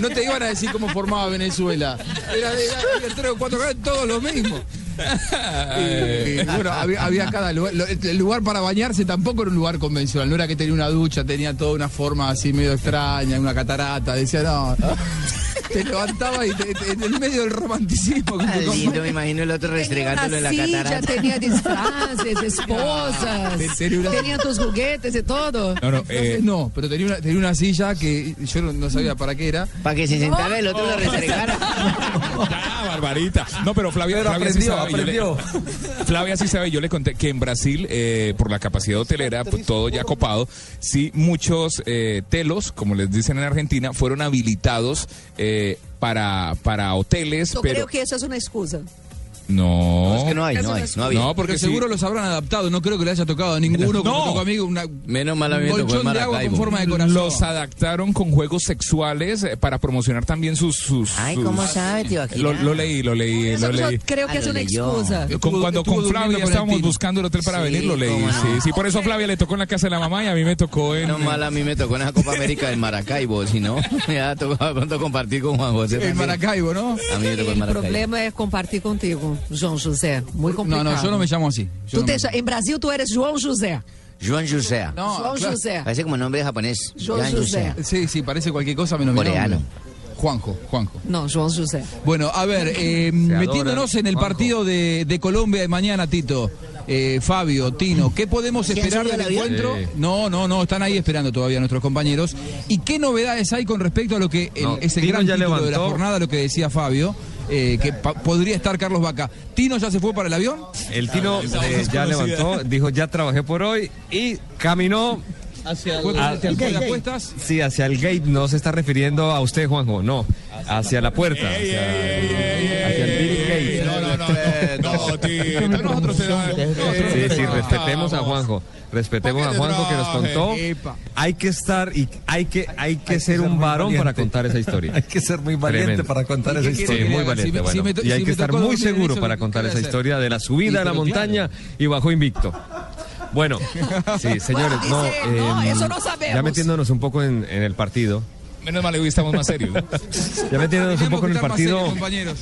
S1: no- No te iban a decir cómo formaba Venezuela. Era de era- había tres o cuatro canales, todos los mismos.
S9: Eh,
S1: Y, y, Eh, bueno, había, había cada lugar. Lo- El lugar para bañarse tampoco era un lugar convencional. No era que tenía una ducha, tenía toda una forma así medio extraña, una catarata. Decía, no. te levantaba y te- te- en el medio del romanticismo. con tu
S9: Ah, Lindo,
S1: compañero.
S9: me imagino el otro restregándolo en la
S2: Sí,
S9: catarata.
S2: ya tenía disfraces,
S1: Ah,
S2: esposas,
S1: ¿En serio?
S2: tenía tus juguetes y todo.
S1: No, no, eh, no, pero tenía una, tenía una silla que yo no, no sabía para qué era.
S9: Para que se
S2: sentara el otro
S1: la
S2: lo
S9: restregara.
S7: Ah, barbarita. No, pero Flavia,
S1: Pero
S7: Flavia sí
S1: aprendió,
S7: sabe, yo le- Flavia sí sabe, yo le conté que en Brasil, eh, por la capacidad hotelera, pues, todo ya copado, sí, muchos eh, telos, como les dicen en Argentina, fueron habilitados eh, para, para hoteles,
S2: Yo
S7: pero...
S2: creo que eso es una excusa.
S7: No.
S9: es que no hay,
S1: Eso
S9: no hay,
S1: no es-
S9: no había.
S1: No, porque
S9: Pero
S1: seguro
S9: sí.
S1: los habrán adaptado. No creo que le haya tocado a ninguno. como tocó a mí una-
S9: Menos mal a mí me
S1: un
S9: tocó en
S1: bolchón de agua con
S9: Maracaibo.
S1: forma de corazón.
S7: Los adaptaron con juegos sexuales eh, para promocionar también sus... sus
S9: Ay,
S7: sus-
S9: ¿cómo sabe, tío? Aquí
S7: Lo,
S9: nada.
S7: lo leí, lo leí,
S9: Eso-
S7: lo
S9: eso
S7: leí.
S2: creo que Ah, es lo una leyó. excusa.
S7: Con-
S2: Estuvo-
S7: cuando
S2: estuvo
S7: con
S2: durmiendo
S7: Flavia
S2: con el
S7: estábamos
S2: tino.
S7: buscando el hotel para
S9: Sí,
S7: venir, lo leí.
S9: cómo no.
S7: Sí, sí, por eso a Flavia le tocó en la casa de la mamá y a mí me tocó en...
S9: Menos mal a mí me tocó en la Copa América en Maracaibo, si no, me ha tocado de pronto compartir con Juan José.
S2: En
S1: Maracaibo, ¿no?
S9: A mí me tocó en
S2: El
S9: Maracaibo.
S2: problema es compartir contigo, João José. Muy
S1: No,
S2: complicado.
S1: no, yo no me llamo así.
S2: Tú te cha- en Brasil tú eres João José.
S9: Joan Jusea.
S2: No, Joan claro. Jusea.
S9: Parece como nombre japonés.
S2: Joan Jusea.
S1: Sí, sí, parece cualquier cosa menos mi
S9: Coreano.
S1: nombre. Juanjo, Juanjo.
S2: No, João José.
S1: Bueno, a ver, eh, metiéndonos en el partido de, de Colombia de mañana, Tito, eh, Fabio, Tino, ¿qué podemos
S9: ¿Se han
S1: esperar
S9: subido
S1: del
S9: al avión?
S1: encuentro?
S5: Eh,
S9: Sí.
S1: No, no, no, están ahí esperando todavía nuestros compañeros. ¿Y qué novedades hay con respecto a lo que el-
S12: No,
S1: es el
S12: Tino
S1: gran
S12: ya
S1: título de la
S12: levantó.
S1: jornada, lo que decía Fabio, eh, que pa- podría estar Carlos Vaca? ¿Tino ya se fue para el avión?
S12: El Tino eh, ya levantó, dijo ya trabajé por hoy y caminó
S10: Hacia
S12: el-
S10: Ah,
S12: hacia el
S10: gay,
S12: juego de
S10: gay.
S12: apuestas. Sí, hacia el gate no se está refiriendo a usted, Juanjo, no, hacia la puerta. hacia- hacia el Bill Gates. Sí, sí, respetemos a Juanjo. Respetemos a Juanjo que nos contó. Hay que estar y hay que, hay que ser un varón para contar esa historia. hay
S3: que ser muy valiente para contar esa historia.
S12: Sí, muy
S3: Si
S12: valiente.
S3: me-
S12: bueno.
S3: si me to-
S12: y hay
S3: si
S12: que
S3: me
S12: estar
S3: tocó
S12: muy
S3: dormir en
S12: seguro
S3: eso,
S12: para
S3: ¿qué
S12: contar
S3: voy a
S12: esa
S3: hacer?
S12: historia de la subida
S3: Sí,
S12: a la
S3: pero claro.
S12: montaña y bajó invicto. Bueno, sí, señores,
S2: Bueno, dice, no,
S12: eh,
S2: eso no sabemos.
S12: Ya metiéndonos un poco en, en el partido.
S7: Menos mal, hoy estamos más serios.
S12: Ya metiéndonos un poco en el partido.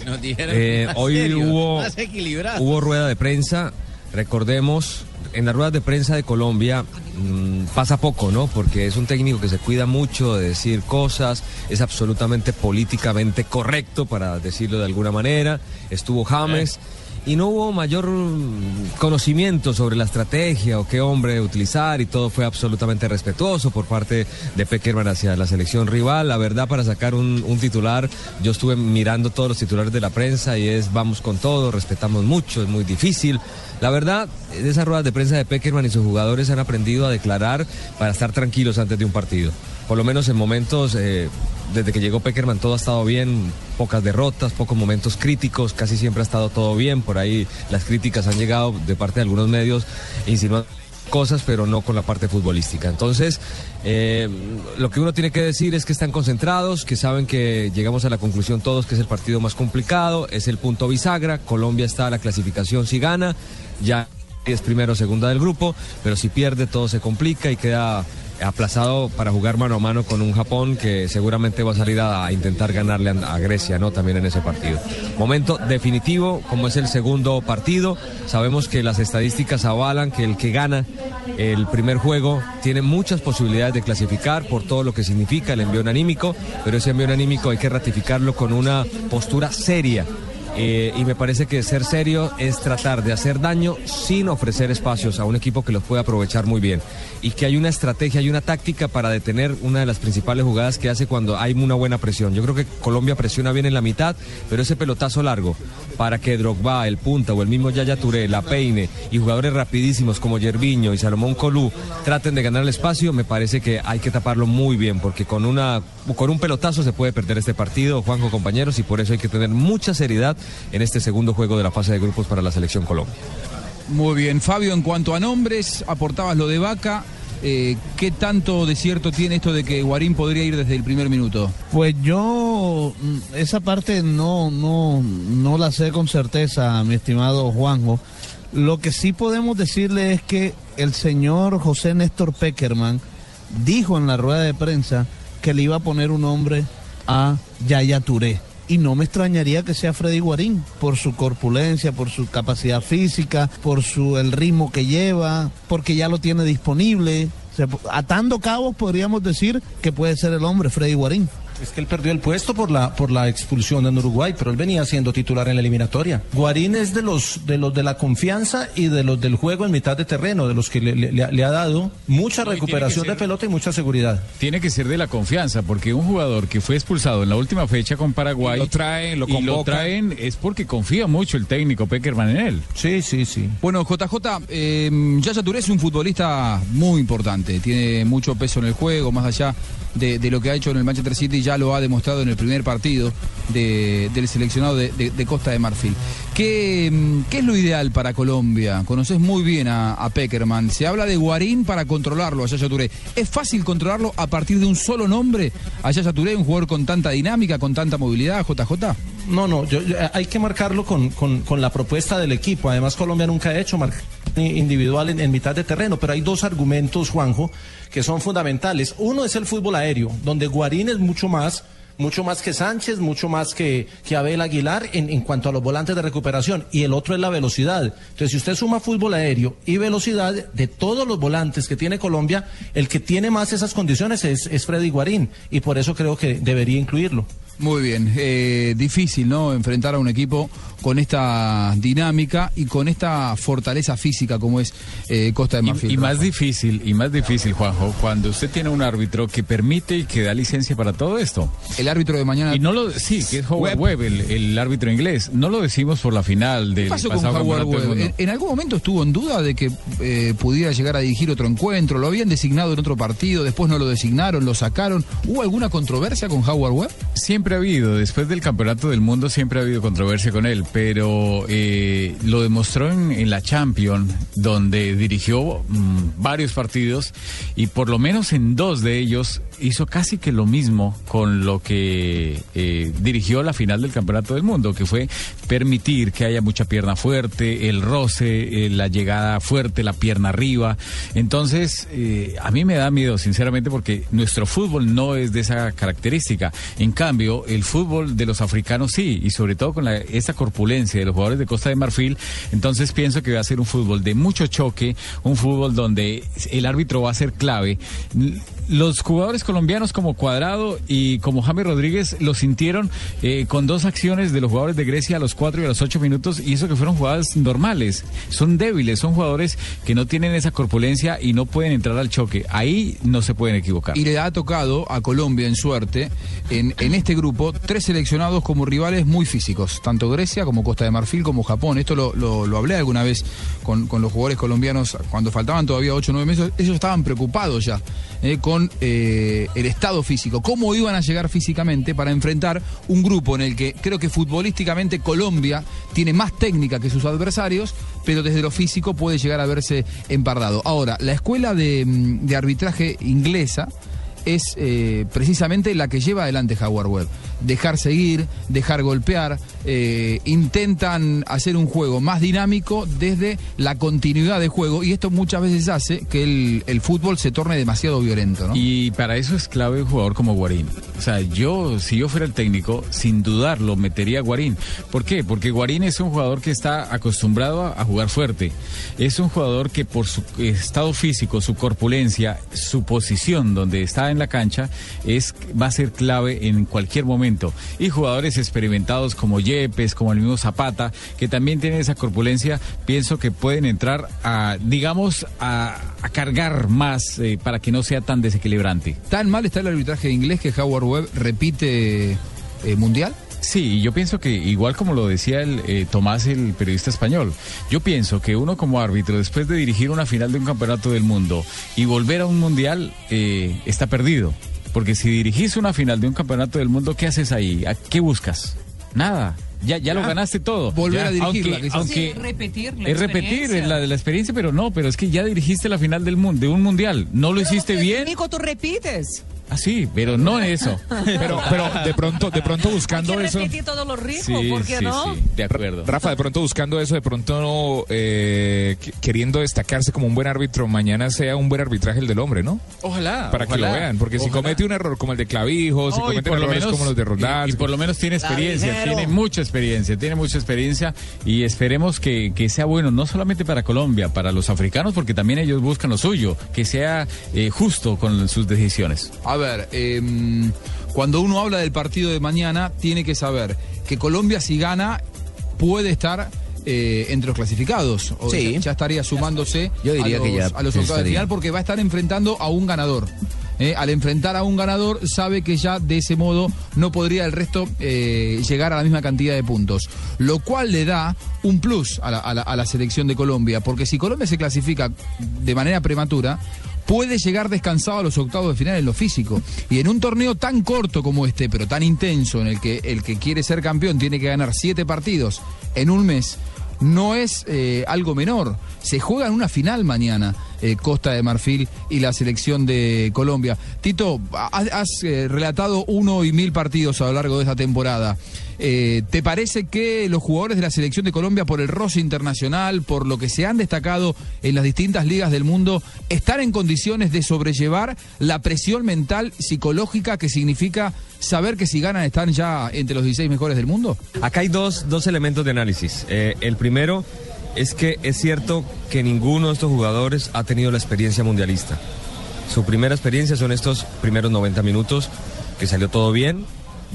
S9: Nos dijeron
S12: Eh,
S9: más
S12: hoy
S9: serio,
S12: hubo,
S9: más equilibrado.
S12: hubo rueda de prensa. Recordemos, en las ruedas de prensa de Colombia mm, pasa poco, ¿no? Porque es un técnico que se cuida mucho de decir cosas, es absolutamente políticamente correcto, para decirlo de alguna manera. Estuvo James. Y no hubo mayor mm, conocimiento sobre la estrategia o qué hombre utilizar y todo fue absolutamente respetuoso por parte de Peckerman hacia la selección rival. La verdad, para sacar un, un titular, yo estuve mirando todos los titulares de la prensa y es vamos con todo, respetamos mucho, es muy difícil. La verdad, de esas ruedas de prensa de Peckerman y sus jugadores han aprendido a declarar para estar tranquilos antes de un partido. Por lo menos en momentos... eh, desde que llegó Peckerman todo ha estado bien, pocas derrotas, pocos momentos críticos, casi siempre ha estado todo bien. Por ahí las críticas han llegado de parte de algunos medios insinuando cosas, pero no con la parte futbolística. Entonces, eh, lo que uno tiene que decir es que están concentrados, que saben que llegamos a la conclusión todos que es el partido más complicado, es el punto bisagra, Colombia está a la clasificación si gana, ya es primero o segunda del grupo, pero si pierde todo se complica y queda aplazado para jugar mano a mano con un Japón que seguramente va a salir a, a intentar ganarle a, a Grecia, ¿no? También en ese partido. Momento definitivo, como es el segundo partido, sabemos que las estadísticas avalan que el que gana el primer juego tiene muchas posibilidades de clasificar por todo lo que significa el envío anímico, pero ese envío anímico hay que ratificarlo con una postura seria. Eh, y me parece que ser serio es tratar de hacer daño sin ofrecer espacios a un equipo que los pueda aprovechar muy bien. Y que hay una estrategia y una táctica para detener una de las principales jugadas que hace cuando hay una buena presión. Yo creo que Colombia presiona bien en la mitad, pero ese pelotazo largo para que Drogba, el punta o el mismo Yaya Touré, la peine y jugadores rapidísimos como Yerviño y Salomón Colú traten de ganar el espacio, me parece que hay que taparlo muy bien porque con una con un pelotazo se puede perder este partido, Juanjo compañeros, y por eso hay que tener mucha seriedad en este segundo juego de la fase de grupos para la selección Colombia.
S1: Muy bien, Fabio, en cuanto a nombres, aportabas lo de Vaca. eh, ¿Qué tanto de cierto tiene esto de que Guarín podría ir desde el primer minuto?
S10: Pues yo mm, esa parte no, no, no la sé con certeza, mi estimado Juanjo. Lo que sí podemos decirle es que el señor José Néstor Peckerman dijo en la rueda de prensa que le iba a poner un nombre a Yaya Touré. Y no me extrañaría que sea Freddy Guarín, por su corpulencia, por su capacidad física, por su el ritmo que lleva, porque ya lo tiene disponible. O sea, atando cabos podríamos decir que puede ser el hombre Freddy Guarín.
S3: Es que él perdió el puesto por la, por la expulsión en Uruguay, pero él venía siendo titular en la eliminatoria. Guarín es de los, de los de la confianza y de los del juego en mitad de terreno, de los que le, le- le ha- le ha dado mucha
S5: No, y tiene que
S3: recuperación de
S5: ser-
S3: pelota y mucha seguridad.
S5: Tiene que ser de la confianza, porque un jugador que fue expulsado en la última fecha con Paraguay. Lo traen, lo Y lo
S1: convocan.
S5: traen es porque confía mucho el técnico Peckerman en él.
S3: Sí, sí, sí.
S1: Bueno, JJ, eh, Yaya Touré es un futbolista muy importante, tiene mucho peso en el juego, más allá de, de lo que ha hecho en el Manchester City, ya lo ha demostrado en el primer partido de- del seleccionado de, de- de Costa de Marfil. ¿Qué, mm, qué es lo ideal para Colombia? Conoces muy bien a, a Peckerman, se habla de Guarín para controlarlo a Yaya Touré. ¿Es fácil controlarlo a partir de un solo nombre a Yaya Touré, un jugador con tanta dinámica, con tanta movilidad, JJ?
S3: No, no, yo- yo- hay que marcarlo con, con- con la propuesta del equipo. Además, Colombia nunca ha hecho marca individual en, en mitad de terreno, pero hay dos argumentos, Juanjo, que son fundamentales. Uno es el fútbol aéreo, donde Guarín es mucho más, mucho más que Sánchez, mucho más que, que Abel Aguilar en, en cuanto a los volantes de recuperación. Y el otro es la velocidad. Entonces, si usted suma fútbol aéreo y velocidad, de todos los volantes que tiene Colombia, el que tiene más esas condiciones es, es Freddy Guarín. Y por eso creo que debería incluirlo.
S1: Muy bien, eh, difícil, ¿no? Enfrentar a un equipo con esta dinámica y con esta fortaleza física como es eh, Costa de Marfil.
S5: Y más difícil, y más difícil, Juanjo, cuando usted tiene un árbitro que permite y que da licencia para todo esto.
S1: El árbitro de mañana.
S5: Y no lo sí, que es Howard Webb, el, el árbitro inglés. No lo decimos por la final del
S1: ¿Qué pasó con
S5: pasado
S1: Howard
S5: campeonato del
S1: Webb? Eh,
S5: mundo.
S1: ¿En, en algún momento estuvo en duda de que eh, pudiera llegar a dirigir otro encuentro? ¿Lo habían designado en otro partido? ¿Después no lo designaron? ¿Lo sacaron? ¿Hubo alguna controversia con Howard Webb?
S5: Siempre ha habido, después del Campeonato del Mundo siempre ha habido controversia con él, pero eh, lo demostró en, en la Champions, donde dirigió mm, varios partidos y por lo menos en dos de ellos hizo casi que lo mismo con lo que eh, dirigió la final del Campeonato del Mundo, que fue permitir que haya mucha pierna fuerte, el roce, eh, la llegada fuerte, la pierna arriba. Entonces, eh, a mí me da miedo, sinceramente, porque nuestro fútbol no es de esa característica. En cambio, el fútbol de los africanos sí, y sobre todo con la- esa corpulencia de los jugadores de Costa de Marfil, entonces pienso que va a ser un fútbol de mucho choque, un fútbol donde el árbitro va a ser clave. L- Los jugadores colombianos como Cuadrado y como James Rodríguez lo sintieron eh, con dos acciones de los jugadores de Grecia a los 4 y a los 8 minutos y eso que fueron jugadas normales. Son débiles, son jugadores que no tienen esa corpulencia y no pueden entrar al choque. Ahí no se pueden equivocar.
S1: Y le ha tocado a Colombia en suerte, en, en este grupo, tres seleccionados como rivales muy físicos, tanto Grecia como Costa de Marfil como Japón. Esto lo, lo- lo hablé alguna vez con, con los jugadores colombianos cuando faltaban todavía 8 o 9 meses. Ellos estaban preocupados ya eh, con eh, el estado físico, cómo iban a llegar físicamente para enfrentar un grupo en el que creo que futbolísticamente Colombia tiene más técnica que sus adversarios, pero desde lo físico puede llegar a verse empardado. Ahora, la escuela de, mm, de arbitraje inglesa es eh, precisamente la que lleva adelante Jaguar Web. Dejar seguir, dejar golpear, eh, intentan hacer un juego más dinámico desde la continuidad de juego y esto muchas veces hace que el, el fútbol se torne demasiado violento. ¿no?
S5: Y para eso es clave un jugador como Guarín. O sea, yo, si yo fuera el técnico, sin dudarlo, metería a Guarín. ¿Por qué? Porque Guarín es un jugador que está acostumbrado a, a jugar fuerte. Es un jugador que por su eh, estado físico, su corpulencia, su posición donde está en la cancha, es, va a ser clave en cualquier momento. Y jugadores experimentados como Yepes, como el mismo Zapata, que también tienen esa corpulencia, pienso que pueden entrar a, digamos, a, a cargar más eh, para que no sea tan desequilibrante.
S1: ¿Tan mal está el arbitraje inglés que Howard Webb repite eh, mundial?
S5: Sí, yo pienso que igual como lo decía el eh, Tomás, el periodista español, yo pienso que uno como árbitro, después de dirigir una final de un campeonato del mundo y volver a un mundial, eh, está perdido. Porque si dirigís una final de un campeonato del mundo, ¿qué haces ahí? ¿A ¿Qué buscas? Nada. Ya, ya lo ganaste todo.
S1: Volver
S5: Ya,
S1: a dirigirla,
S5: aunque-
S1: quizás.
S5: aunque,
S29: repetir
S5: es repetir es la de la experiencia, pero no, pero es que ya dirigiste la final del mundo, de un mundial. No lo hiciste bien.
S2: Nico, tú repites.
S5: Ah, sí, pero no eso.
S7: Pero, pero de pronto, de pronto buscando eso.
S2: Repetí todo lo rico, ¿por qué no?
S5: de acuerdo.
S7: Rafa, de pronto buscando eso, de pronto no, eh, qu- queriendo destacarse como un buen árbitro, mañana sea un buen arbitraje el del hombre, ¿no?
S5: Ojalá.
S7: Para
S5: Ah, ojalá,
S7: que lo vean, porque si
S5: ojalá.
S7: comete un error como el de Clavijo, si
S5: No, y
S7: comete
S5: por lo
S7: errores
S5: menos-
S7: como los de Roldán, Ah,
S5: y- y por lo menos tiene experiencia, tiene mucha experiencia, tiene mucha experiencia y esperemos que, que sea bueno, no solamente para Colombia, para los africanos, porque también ellos buscan lo suyo, que sea eh, justo con sus decisiones.
S1: A a ver, em, cuando uno habla del partido de mañana, tiene que saber que Colombia si gana puede estar eh, entre los clasificados. O
S9: Sí.
S1: ya, ya estaría sumándose
S9: Yo diría
S1: a los,
S9: que ya
S1: a los octavos de
S9: estaría.
S1: final porque va a estar enfrentando a un ganador. Eh, al enfrentar a un ganador, sabe que ya de ese modo no podría el resto eh, llegar a la misma cantidad de puntos. Lo cual le da un plus a la, a la- a la selección de Colombia, porque si Colombia se clasifica de manera prematura, puede llegar descansado a los octavos de final en lo físico. Y en un torneo tan corto como este, pero tan intenso, en el que el que quiere ser campeón tiene que ganar siete partidos en un mes, no es eh, algo menor. Se juega en una final mañana, eh, Costa de Marfil y la selección de Colombia. Tito, has, has, eh, relatado uno y mil partidos a lo largo de esta temporada. Eh, ¿Te parece que los jugadores de la selección de Colombia, por el roce internacional, por lo que se han destacado en las distintas ligas del mundo, están en condiciones de sobrellevar la presión mental psicológica que significa saber que si ganan están ya entre los 16 mejores del mundo?
S12: Acá hay dos, dos elementos de análisis. Eh, el primero es que es cierto que ninguno de estos jugadores ha tenido la experiencia mundialista. Su primera experiencia son estos primeros 90 minutos, que salió todo bien.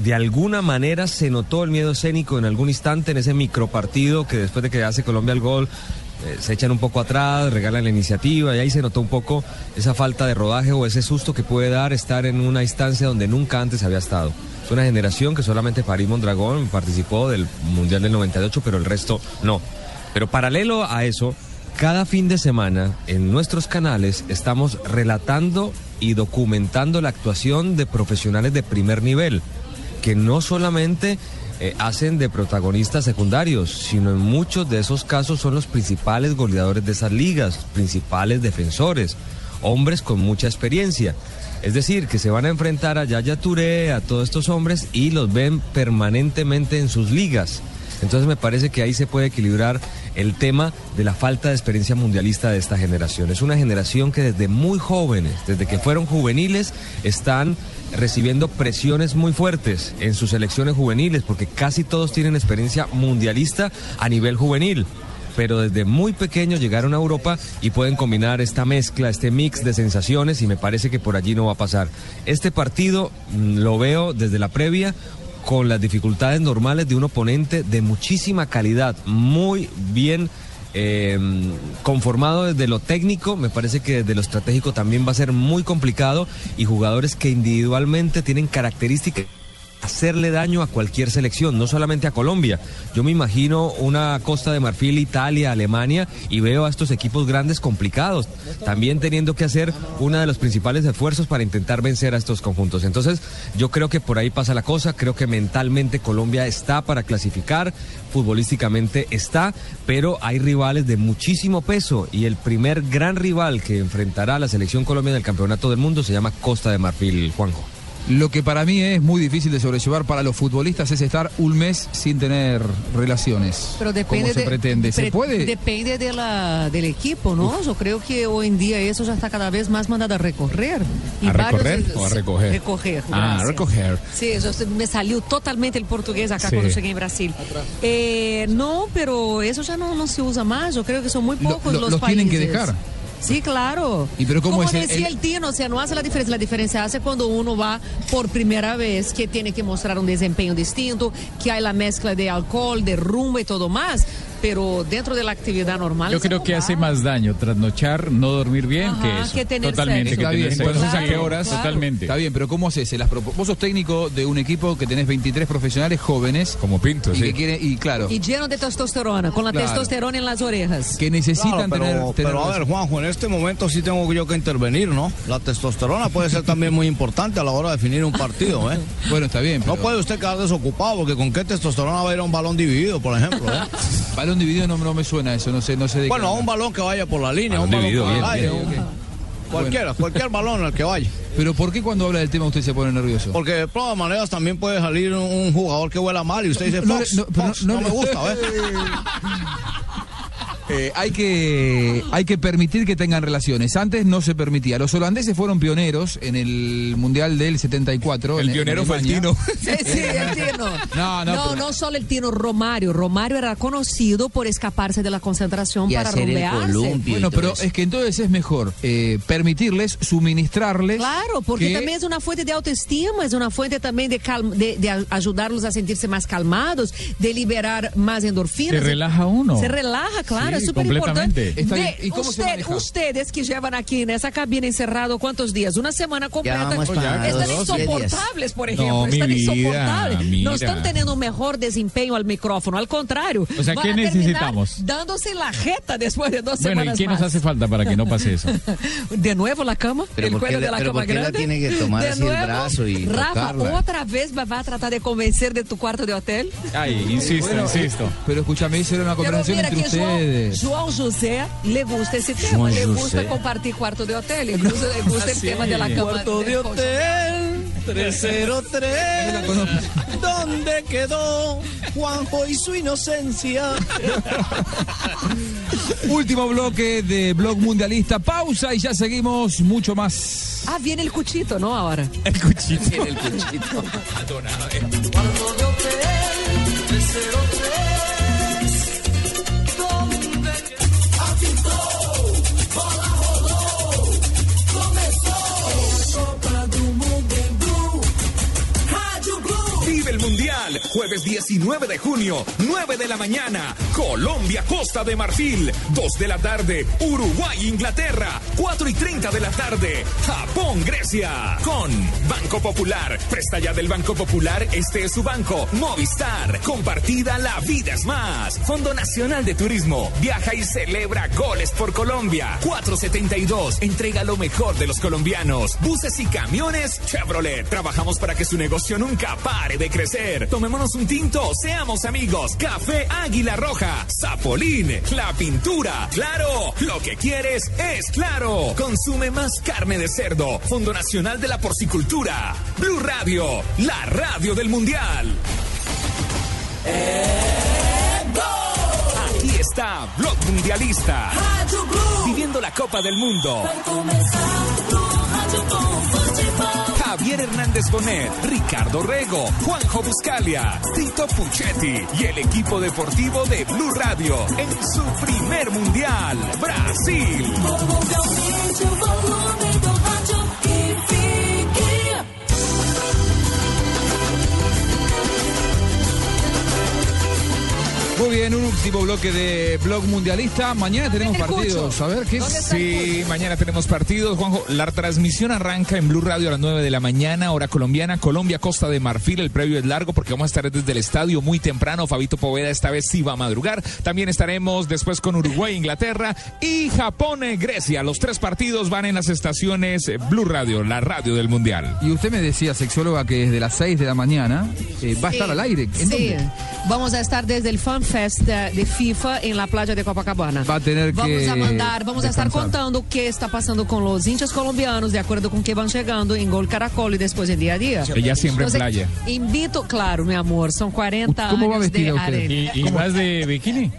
S12: De alguna manera se notó el miedo escénico en algún instante en ese micropartido que después de que hace Colombia el gol, eh, se echan un poco atrás, regalan la iniciativa y ahí se notó un poco esa falta de rodaje o ese susto que puede dar estar en una instancia donde nunca antes había estado. Es una generación que solamente París Mondragón participó del Mundial del 98, pero el resto no. Pero paralelo a eso, cada fin de semana en nuestros canales estamos relatando y documentando la actuación de profesionales de primer nivel que no solamente eh, hacen de protagonistas secundarios, sino en muchos de esos casos son los principales goleadores de esas ligas, principales defensores, hombres con mucha experiencia. Es decir, que se van a enfrentar a Yaya Touré, a todos estos hombres y los ven permanentemente en sus ligas. Entonces me parece que ahí se puede equilibrar el tema de la falta de experiencia mundialista de esta generación. Es una generación que desde muy jóvenes, desde que fueron juveniles, están recibiendo presiones muy fuertes en sus selecciones juveniles, porque casi todos tienen experiencia mundialista a nivel juvenil. Pero desde muy pequeños llegaron a Europa y pueden combinar esta mezcla, este mix de sensaciones y me parece que por allí no va a pasar. Este partido mm, lo veo desde la previa con las dificultades normales de un oponente de muchísima calidad, muy bien eh, conformado desde lo técnico, me parece que desde lo estratégico también va a ser muy complicado y jugadores que individualmente tienen características hacerle daño a cualquier selección, no solamente a Colombia. Yo me imagino una Costa de Marfil, Italia, Alemania y veo a estos equipos grandes complicados, también teniendo que hacer uno de los principales esfuerzos para intentar vencer a estos conjuntos. Entonces, yo creo que por ahí pasa la cosa, creo que mentalmente Colombia está para clasificar, futbolísticamente está, pero hay rivales de muchísimo peso y el primer gran rival que enfrentará a la selección Colombia en el Campeonato del Mundo se llama Costa de Marfil, Juanjo.
S1: Lo que para mí es muy difícil de sobrellevar para los futbolistas es estar un mes sin tener relaciones.
S2: Pero depende
S1: como se
S2: de-
S1: pretende. ¿Se
S2: pre-
S1: puede?
S2: Depende de la- del equipo, ¿no? Yo creo que hoy en día eso ya está cada vez más mandado a recorrer.
S7: ¿A
S2: varios-
S7: recorrer o a recoger?
S2: Recoger.
S7: Ah, a
S2: gracias.
S7: recoger.
S2: Sí, yo se- me salió totalmente el portugués acá
S7: Sí.
S2: cuando llegué en Brasil. Eh, no, pero eso ya no, no se usa más. Yo creo que son muy pocos
S1: lo-
S2: los
S1: los tienen que
S2: países.
S1: dejar.
S2: Sí, claro.
S1: ¿Y pero cómo
S2: Como
S1: es el-
S2: decía el,
S1: el-
S2: Tino, o sea, no hace la diferencia. La diferencia hace cuando uno va por primera vez, que tiene que mostrar un desempeño distinto, que hay la mezcla de alcohol, de rumba y todo más. Pero dentro de la actividad normal.
S5: Yo
S2: eso
S5: creo
S2: no
S5: que hace más daño trasnochar, no dormir bien
S2: Ajá,
S5: que eso.
S2: que tener
S5: Totalmente,
S1: Está
S5: que tener
S1: bien,
S5: sexo.
S1: entonces, ¿a qué
S5: horas? Totalmente.
S1: Está bien, pero ¿cómo haces? Se las propo- Vos sos técnico de un equipo que tenés 23 profesionales jóvenes.
S7: Como Pinto,
S1: y
S7: sí.
S1: Que quieren, y claro,
S2: Y lleno de testosterona, con la
S1: Claro.
S2: testosterona en las orejas.
S1: que
S11: Claro,
S1: necesitan
S11: pero,
S1: tener... tener
S11: pero a ver, Juanjo, en este momento sí tengo yo que intervenir, ¿no? La testosterona puede ser también muy importante a la hora de definir un partido, ¿eh?
S1: Bueno, está bien.
S11: No puede usted quedar desocupado, porque con qué testosterona va a ir a un balón dividido, por ejemplo. ¿eh?
S1: balón dividido no, no me suena eso, no sé, no sé de
S11: bueno, a
S1: qué.
S11: un balón que vaya por la línea, un balón
S1: Balón dividido,
S11: por el
S1: bien,
S11: aire,
S1: bien,
S11: un- Cualquiera, cualquier balón al que vaya.
S1: Pero ¿por qué cuando habla del tema usted se pone nervioso?
S11: Porque de todas maneras también puede salir un, un jugador que huela mal y usted dice,
S1: No, no,
S11: Fox,
S1: no, pero
S11: Fox,
S1: no,
S11: no,
S1: no.
S11: me gusta, ¿ves?
S1: Eh, hay, que, hay que permitir que tengan relaciones. Antes no se permitía. Los holandeses fueron pioneros en el Mundial del 74. en-
S7: El
S1: en
S7: pionero fue el
S1: Alemania.
S2: Sí, sí, el Tino.
S1: No, no, pero-
S2: no solo el Tino Romario. Romario era conocido por escaparse de la concentración para rumbearse.
S1: Bueno, pero es que entonces es mejor eh, permitirles, suministrarles.
S2: Claro, porque
S1: que-
S2: também é uma fonte de autoestima, é uma fonte também de, calm, de, de a- ajudá-los a sentir-se mais calmados, de liberar mais endorfinas.
S5: Se relaja uno.
S2: Se relaja, claro,
S5: Sí,
S2: é super importante.
S5: completamente. Está bien,
S2: De-
S5: ¿y cómo se
S2: usted-
S5: maneja?
S2: ustedes que llevan aqui nessa cabina encerrado quantos dias? Uma semana completa.
S26: vamos para
S2: están
S26: los doce
S2: insoportables, por
S5: días.
S2: exemplo.
S5: No, mi
S2: están
S5: vida,
S2: insoportables.
S5: mira.
S2: Não estão tendo um melhor desempenho ao micrófono, ao contrário.
S5: O sea,
S2: van
S5: ¿qué
S2: a terminar
S5: necesitamos?
S2: Dándose la jeta depois de duas
S5: Bueno, ¿y
S2: semanas
S5: qué nos
S2: más.
S5: hace falta para que no pase eso?
S2: De nuevo la cama,
S5: Pero
S2: el
S5: ¿por qué
S2: cuello
S5: la-
S2: de la
S5: pero
S2: cama
S5: por qué la
S2: grande.
S5: tiene que tomar
S2: de
S5: así el
S2: nuevo,
S5: brazo y
S2: Rafa,
S5: tocarla?
S2: otra vez va va a tratar de convencer de tu cuarto de hotel.
S1: Ay,
S5: insisto, insisto.
S1: Pero escúchame, hicieron una
S2: Quiero
S1: conversación
S2: ver
S1: entre
S2: aquí a João,
S1: ustedes.
S2: João José le gusta ese tema,
S1: João
S2: le gusta
S1: José.
S2: compartir cuarto de hotel, incluso le gusta el
S26: Así
S2: tema de la
S26: es.
S2: cama.
S26: Cuarto de
S2: hotel.
S26: 303. ¿Dónde quedó Juanjo y su inocencia?
S1: Último bloque de Blog Mundialista. Pausa y ya seguimos mucho más.
S2: Ah, viene el cuchito, ¿no? Ahora.
S1: El cuchito.
S2: el cuchito.
S26: Cuarto de hotel 303. ¿Dónde Apitó, bola roló, comenzó. Copa do Mundo en Blue, Rádio Blue.
S15: Vive el Mundial, jueves 19 de junio, 9 de la mañana, Colombia, Costa de Marfil, 2 de la tarde, Uruguay, Inglaterra, 4 y 30 de la tarde, Japón, Grecia, con Banco Popular, presta ya del Banco Popular, este es su banco, Movistar, compartida, la vida es más, Fondo Nacional de Turismo, viaja y celebra goles por Colombia, 472, entrega lo mejor de los colombianos, buses y camiones, Chevrolet, trabajamos para que su negocio nunca pare de crecer, tomémonos un tinto, seamos amigos, Café Águila Roja, Zapolín, la pintura, claro, lo que quieres es claro, consume más carne de cerdo, Fondo Nacional de la Porcicultura, Blue Radio, la radio del Mundial. Aquí está Blog Mundialista. Viviendo la Copa del Mundo. Javier Hernández Bonet, Ricardo Rego, Juanjo Buscalia, Tito Puchetti y el equipo deportivo de Blue Radio en su primer mundial, Brasil.
S1: Muy bien, un último bloque de Blog Mundialista. Mañana tenemos partidos. A ver qué
S7: Sí, mañana tenemos partidos, Juanjo. La transmisión arranca en Blue Radio a las 9 de la mañana, hora colombiana, Colombia, Costa de Marfil. El previo es largo porque vamos a estar desde el estadio muy temprano. Fabito Poveda esta vez sí va a madrugar. También estaremos después con Uruguay, Inglaterra y Japón, eh, Grecia. Los tres partidos van en las estaciones eh, Blue Radio, la radio del Mundial.
S1: Y usted me decía, sexóloga, que desde las 6 de la mañana eh, va a
S2: Sí.
S1: estar al aire. ¿En
S2: sí.
S1: dónde?
S2: Vamos a estar desde el Fan Fest de, de FIFA en la playa de Copacabana.
S1: Va a tener
S2: Vamos
S1: que
S2: a mandar, vamos a estar
S1: descansar.
S2: contando o que está passando com os índios colombianos, de acordo com o que vão chegando em Gol Caracol e depois em dia a dia.
S7: Ella siempre en
S2: Entonces,
S7: playa.
S2: Invito, claro, meu amor, são 40
S7: ¿Cómo va
S2: anos de
S7: vestida usted?
S2: arena.
S7: ¿Y- y
S5: ¿Más de bikini?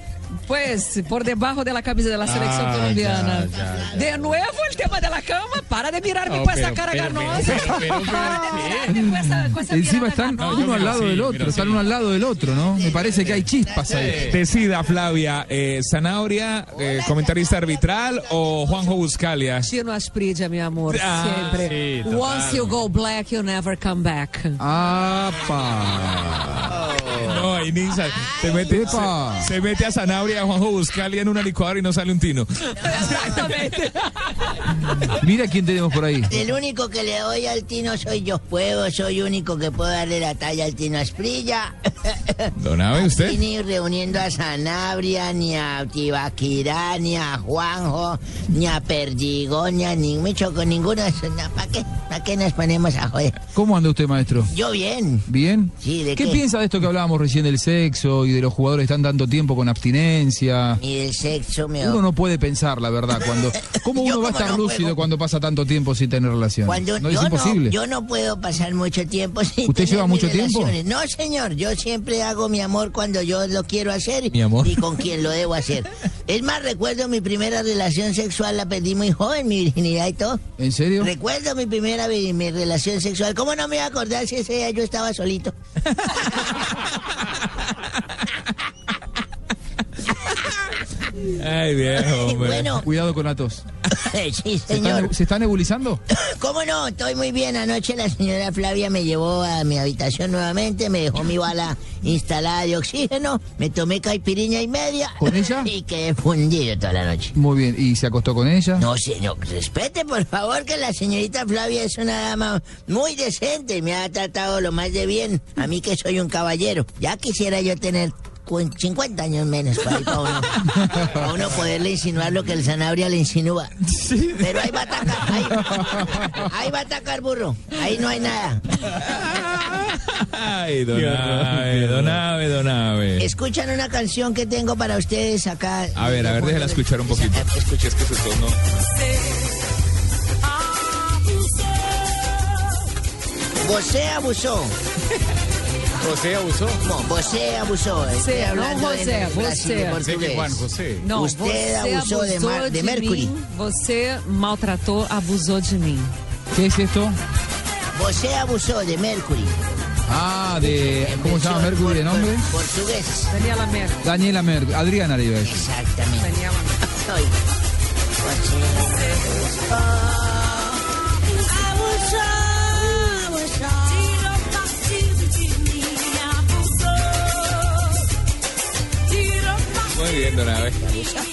S2: Pues, por debajo de la camisa de la selección
S5: Ah,
S2: colombiana.
S5: ya, ya,
S2: De nuevo el tema de la cama. Para de mirarme
S1: No,
S2: con esa
S1: pero,
S2: cara
S1: pero,
S2: ganosa.
S1: pero, pero, pero,
S2: Para de mirarme con esa, con esa
S1: Encima
S2: mirada
S1: están
S2: ganosa.
S1: uno al lado
S7: sí,
S1: del
S7: mira,
S1: otro,
S7: sí.
S1: están uno al lado del otro, ¿no? Me parece que hay chispas ahí.
S7: Decida, Flavia, eh, Zanabria, eh, comentarista arbitral o Juanjo Buscalia.
S2: Tino Aspride, meu amor,
S7: Ah,
S2: sempre.
S7: sí, total.
S2: Once you go black, you never come back.
S1: ¡Apa!
S7: No, ahí ni sa- se, mete, se, se mete a Zanabria, a Juanjo Buscalia en una licuadora y no sale un tino.
S2: Exatamente.
S1: Mira quién tenemos por ahí.
S30: El único que le doy al Tino soy yo. Puedo, soy único que puedo darle la talla al Tino Asprilla.
S7: Donabe, ¿Ah, usted.
S30: Y ni reuniendo a Sanabria, ni a Tibaquirá, ni a Juanjo, ni a Perdigoña, ni mucho con ninguno de esos. ¿Para qué? ¿Para qué nos ponemos a joder?
S1: ¿Cómo anda usted, maestro?
S30: Yo bien.
S1: ¿Bien?
S30: Sí, ¿de
S1: ¿Qué
S30: qué?
S1: piensa de esto que hablábamos recién de
S29: del sexo y de los jugadores que están tanto tiempo con abstinencia.
S30: Ni del sexo, me
S29: Uno no puede pensar, la verdad, cuando... ¿Cómo uno va a
S30: como
S29: estar
S30: no
S29: lúcido
S30: juego.
S29: cuando pasa tanto tiempo sin tener relaciones?
S30: Cuando
S29: no, es
S30: yo,
S29: imposible.
S30: No, yo no puedo pasar mucho tiempo sin
S29: ¿Usted
S30: tener
S29: lleva
S30: mis
S29: mucho tiempo?
S30: relaciones. No, señor. Yo siempre hago mi amor cuando yo lo quiero hacer
S29: Mi amor.
S30: y con quien lo debo hacer. Es más, recuerdo mi primera relación sexual, la perdí muy joven, mi virginidad y todo.
S29: ¿En serio?
S30: Recuerdo mi primera vi- mi relación sexual. ¿Cómo no me voy a acordar si ese día yo estaba solito?
S7: Ay, viejo, hombre.
S30: Bueno.
S29: Cuidado con la tos.
S30: sí,
S29: ¿Se está,
S30: señor.
S29: ne- ¿Se está nebulizando?
S30: ¿Cómo no? Estoy muy bien. Anoche la señora Flavia me llevó a mi habitación nuevamente, me dejó mi bala instalada de oxígeno, me tomé caipiriña y media. ¿Con ella? Y quedé fundido toda la noche.
S29: Muy bien. ¿Y se acostó con ella?
S30: No, señor. Respete, por favor, que la señorita Flavia es una dama muy decente y me ha tratado lo más de bien. A mí que soy un caballero. Ya quisiera yo tener cu- 50 años menos para, ir pa' uno, pa' uno poderle insinuar lo que el Sanabria le insinúa. Pero ahí va a atacar, ahí, ahí va a atacar burro. Ahí no hay nada.
S7: Ay, don Ave, don Ave, don Ave.
S30: Escuchan una canción que tengo para ustedes acá.
S7: A ver, a ver, déjela escuchar un poquito. Escuché, es que su tono.
S30: José abusó.
S7: José abusó.
S30: No, José abusó. Estoy
S2: José, no
S30: hablando en
S2: José, José.
S30: brasileño portugués.
S2: Sé que Juan
S7: José.
S2: é Não,
S30: Usted
S2: você
S30: abusó é de Mar- de Mercury.
S2: mim, você maltratou, abusou de mim.
S29: ¿Qué es esto?
S30: José abusó de Mercury.
S29: Ah, de... ¿Cómo se llama Mercury de nombre?
S30: Portugués.
S2: Daniela Mercury.
S29: Daniela Mercury. Adriana le iba a decir.
S30: Exactamente.
S2: Daniela
S30: Soy.
S7: Muy bien, don Ave.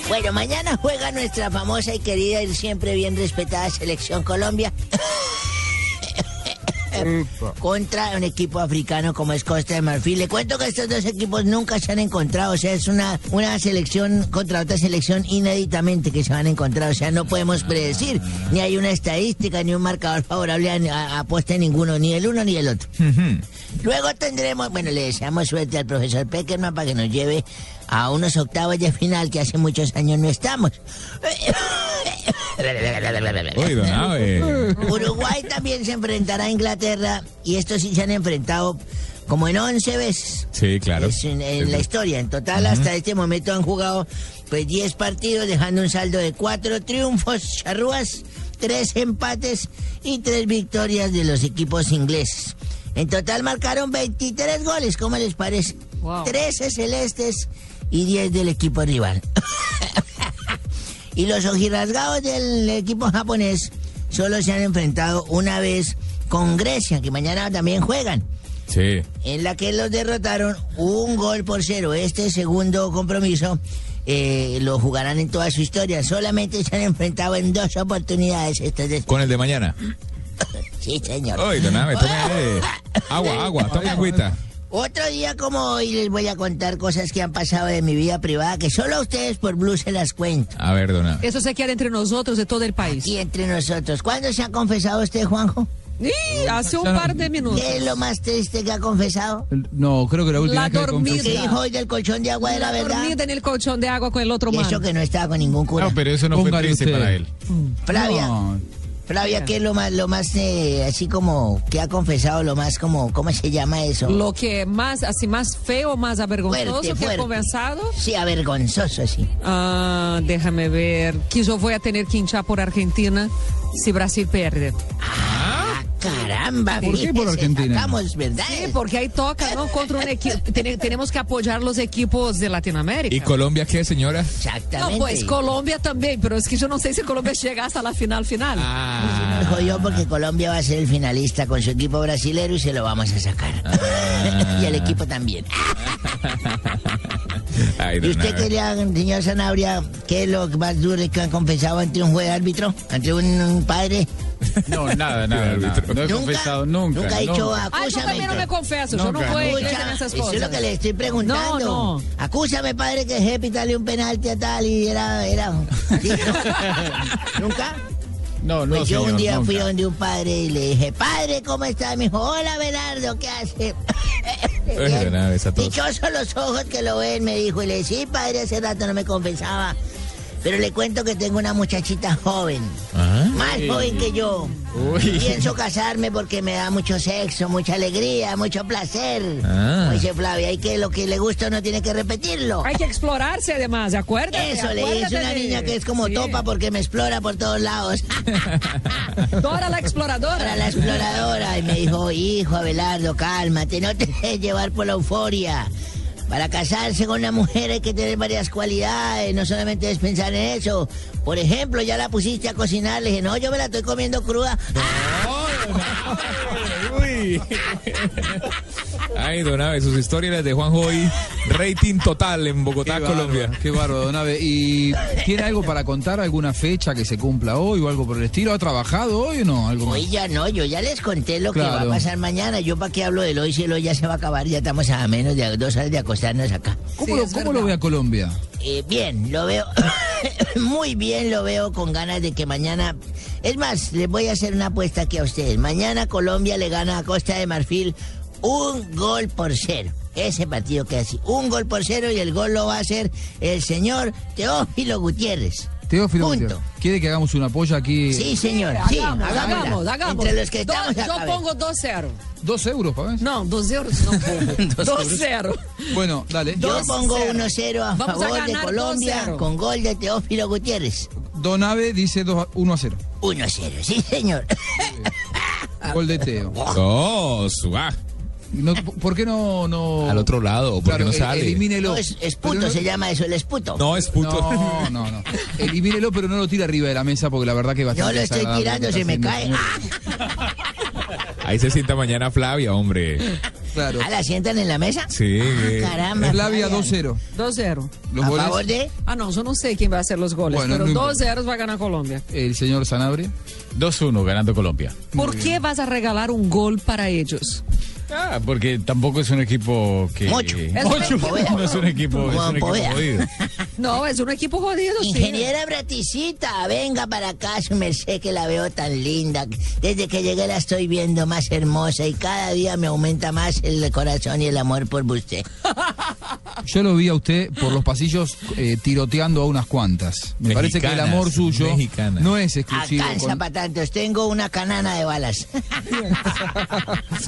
S30: Bueno, mañana juega nuestra famosa y querida y siempre bien respetada selección Colombia contra un equipo africano como es Costa de Marfil. Le cuento que estos dos equipos nunca se han encontrado, o sea, es una, una selección contra otra selección inéditamente que se van a encontrar, o sea, no podemos predecir, ni hay una estadística, ni un marcador favorable a, a- apuesta de ninguno, ni el uno ni el otro. Luego tendremos, bueno, le deseamos suerte al profesor Peckerman para que nos lleve a unos octavos de final que hace muchos años no estamos.
S7: Uy, don
S6: Eh.
S7: Ave.
S30: Uruguay también se enfrentará a Inglaterra y estos sí se han enfrentado como en 11 veces.
S7: Sí, claro.
S30: Es en, en la
S7: Sí.
S30: historia. En total,
S7: Ujú.
S30: hasta este momento han jugado pues 10 partidos, dejando un saldo de 4 triunfos charrúas, 3 empates y 3 victorias de los equipos ingleses. En total marcaron 23 goles, ¿cómo les parece? 13 celestes y 10 del equipo rival. Y los ojirrasgados del equipo japonés solo se han enfrentado una vez con Grecia, que mañana también juegan,
S7: Sí.
S30: en la que los derrotaron un gol por cero. Este segundo compromiso eh, lo jugarán en toda su historia. Solamente se han enfrentado en dos oportunidades estas de...
S7: Con el de mañana.
S30: Sí, señor.
S7: Uy, don Ave, tome eh, agua, agua, tome agüita.
S30: Otro día como hoy les voy a contar cosas que han pasado de mi vida privada que solo a ustedes por Blue se las cuento.
S7: A ver, don Ave.
S30: Eso se queda entre nosotros de todo el país. Y entre nosotros. ¿Cuándo se ha confesado usted, Juanjo?
S2: hace un par de minutos.
S30: ¿Qué es lo más triste que ha confesado?
S29: No, creo que la última
S30: La
S29: vez que
S30: dormida.
S29: confesé-
S30: ¿Qué dijo hoy del colchón de agua de
S2: La
S30: la, verdad?
S2: dormida en el colchón de agua con el otro
S30: Y
S2: mano.
S30: Eso que no estaba con ningún cura.
S29: Póngale usted.
S30: Flavia. Flavia, ¿qué es lo más, lo más, eh, así como, que ha confesado lo más, como, ¿cómo se llama eso?
S2: Lo que é assim, es más, así, más feo, más avergonzoso
S30: Fuerte,
S2: que
S30: fuerte.
S2: ha conversado.
S30: Sí, avergonzoso, sí.
S2: Ah, déjame ver. Que yo voy a tener que hinchar por Argentina si Brasil pierde.
S30: Caramba,
S2: ¿Por qué por
S30: fíjese,
S2: Argentina?
S30: sacamos, ¿verdad?
S2: Sí, porque ahí toca, ¿no? Contra un equipo. Tene- tenemos que apoyar los equipos de Latinoamérica.
S7: ¿Y Colombia qué, señora?
S2: No, pues Colombia también, pero es que yo no sé si Colombia llega hasta la final final.
S30: Me jodió porque Colombia va a ser el finalista con su equipo brasilero y se lo vamos a sacar. y el equipo también.
S7: Ay,
S30: ¿Y
S7: don
S30: usted qué
S7: Ave.
S30: le ha, señor Sanabria, qué es lo más duro que han confesado ante un juez de árbitro? ¿Ante un, un padre?
S5: No, nada, nada, nada. No he confesado nunca.
S30: Nunca ha dicho
S5: nunca.
S30: acúsame.
S2: Ay, yo también no me confieso, yo no
S30: Nunca.
S2: puedo creer
S30: Escucha,
S2: en esas
S30: Eso es lo
S2: cosas.
S30: que le estoy preguntando.
S2: No, no.
S30: Acúsame, padre, que dejé de pitarle un penalti a tal y era... era... ¿Sí? ¿Nunca?
S5: No, no,
S30: Pues yo
S5: señor,
S30: un día
S5: nunca.
S30: fui donde un padre y le dije, padre, ¿cómo está? Y me dijo, hola, Belardo, ¿qué hace?
S7: Eh, una vez a todos.
S30: Dichosos los ojos que lo ven, me dijo. Y le dije, sí, padre, hace rato no me compensaba. Pero le cuento que tengo una muchachita joven, más
S26: Uy.
S30: joven que yo.
S26: Uy.
S30: Pienso casarme porque me da mucho sexo, mucha alegría, mucho placer.
S26: Ah.
S30: Como Dice Flavia, hay que lo que le gusta no tiene que repetirlo.
S2: Hay que explorarse además, acuérdate.
S30: Eso le
S2: acuérdate
S30: dice una
S2: de-
S30: niña que es como
S2: Sí.
S30: topa porque me explora por todos lados.
S2: Dora la exploradora.
S30: Dora la exploradora. Y me dijo, hijo Abelardo, cálmate, no te dejes llevar por la euforia. Para casarse con una mujer hay que tener varias cualidades, no solamente es pensar en eso. Por ejemplo, ya la pusiste a cocinar, le dije, no, yo me la estoy comiendo cruda.
S7: Uy. Ay, don Abe, sus historias las de Juanjo hoy. Rating total en Bogotá, Colombia.
S1: Qué bárbaro, don Abe. ¿Y tiene algo para contar? ¿Alguna fecha que se cumpla hoy o algo por el estilo? ¿Ha trabajado hoy o no? ¿Algo más?
S30: Hoy ya no, yo ya les conté lo que va
S1: Claro.
S30: a pasar mañana. Yo para qué hablo del hoy si el hoy ya se va a acabar, ya estamos a menos de dos horas de acostarnos acá.
S1: ¿Cómo, lo, cómo lo ve a Colombia?
S30: Eh, bien, lo veo muy bien, lo veo con ganas de que mañana... Es más, les voy a hacer una apuesta aquí a ustedes. Mañana Colombia le gana a Costa de Marfil un gol por cero. Ese partido que hace un gol por cero y el gol lo va a hacer el señor Teófilo Gutiérrez.
S1: Teófilo
S30: Punto.
S1: Gutiérrez, ¿quiere que hagamos una polla aquí?
S30: Sí, señor, sí,
S2: Hagamos,
S30: hagámosla.
S2: hagamos, hagamos.
S30: Entre los que
S2: Dos-
S30: estamos acá, a
S2: Yo
S30: ver.
S2: pongo 2-0.
S1: ¿Dos euros, Pabés?
S2: No, dos euros no pongo. dos cero.
S1: Bueno, dale.
S30: Yo pongo 1-0 a
S1: Vamos a
S30: favor de
S1: ganar
S30: Colombia
S1: 2-0.
S30: con gol de Teófilo Gutiérrez.
S1: Don Abe dice 1 a 0.
S30: 1 a 0, sí, señor.
S1: Gol de Teo.
S7: Oh, suá.
S1: No, ¿Por qué no, no...?
S7: Al otro lado, porque
S1: Claro,
S7: no
S1: el-
S7: sale.
S1: Elimínelo.
S30: No, es, es puto, se llama eso, el esputo.
S7: No, es puto.
S1: No, no, no. Elimínelo, pero no lo tira arriba de la mesa porque la verdad que va a
S30: Yo lo estoy tirando, se me cae.
S7: Ahí se sienta mañana Flavia, hombre.
S1: Claro.
S30: ¿Ah, la sientan en la mesa?
S7: Sí. eh,
S30: Ah, caramba.
S1: Flavia 2-0.
S2: 2-0.
S1: Los ¿A goles? favor de?
S2: Ah, no, yo no sé quién va a hacer los goles,
S1: Bueno, no
S2: pero
S1: importa.
S2: 2-0 va a ganar Colombia.
S1: El señor Sanabria.
S5: 2-1 ganando Colombia.
S2: ¿Por qué vas a regalar un gol para ellos?
S5: Ah, porque tampoco es un equipo que.
S2: Mucho. Es un
S5: Mucho.
S2: equipo.
S5: No es un equipo, es
S2: Juan
S5: un equipo
S2: Poveda.
S5: jodido.
S2: No, es un equipo jodido, sí.
S30: Ingeniera Braticita, venga para acá, su merced que la veo tan linda. Desde que llegué la estoy viendo más hermosa y cada día me aumenta más el corazón y el amor por usted.
S1: Yo lo vi a usted por los pasillos eh, tiroteando a unas cuantas. Me parece que el
S7: Mexicanas,
S1: amor suyo
S7: mexicanas.
S1: no es exclusivo.
S30: Alcanza
S1: con-
S30: para tantos, tengo una canana de balas.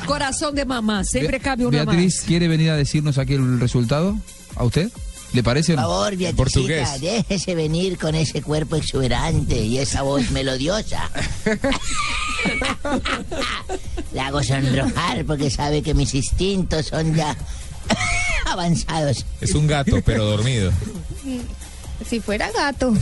S2: Corazón de mamá, siempre cabe una
S1: ¿Eh? Beatriz,
S2: más.
S1: ¿quiere venir a decirnos aquí el resultado? ¿A usted? ¿Le parece o
S30: Por
S1: no?
S30: favor, Beatricita, déjese venir con ese cuerpo exuberante y esa voz melodiosa. La hago sonrojar porque sabe que mis instintos son ya avanzados.
S7: Es un gato, pero dormido.
S6: Si fuera gato.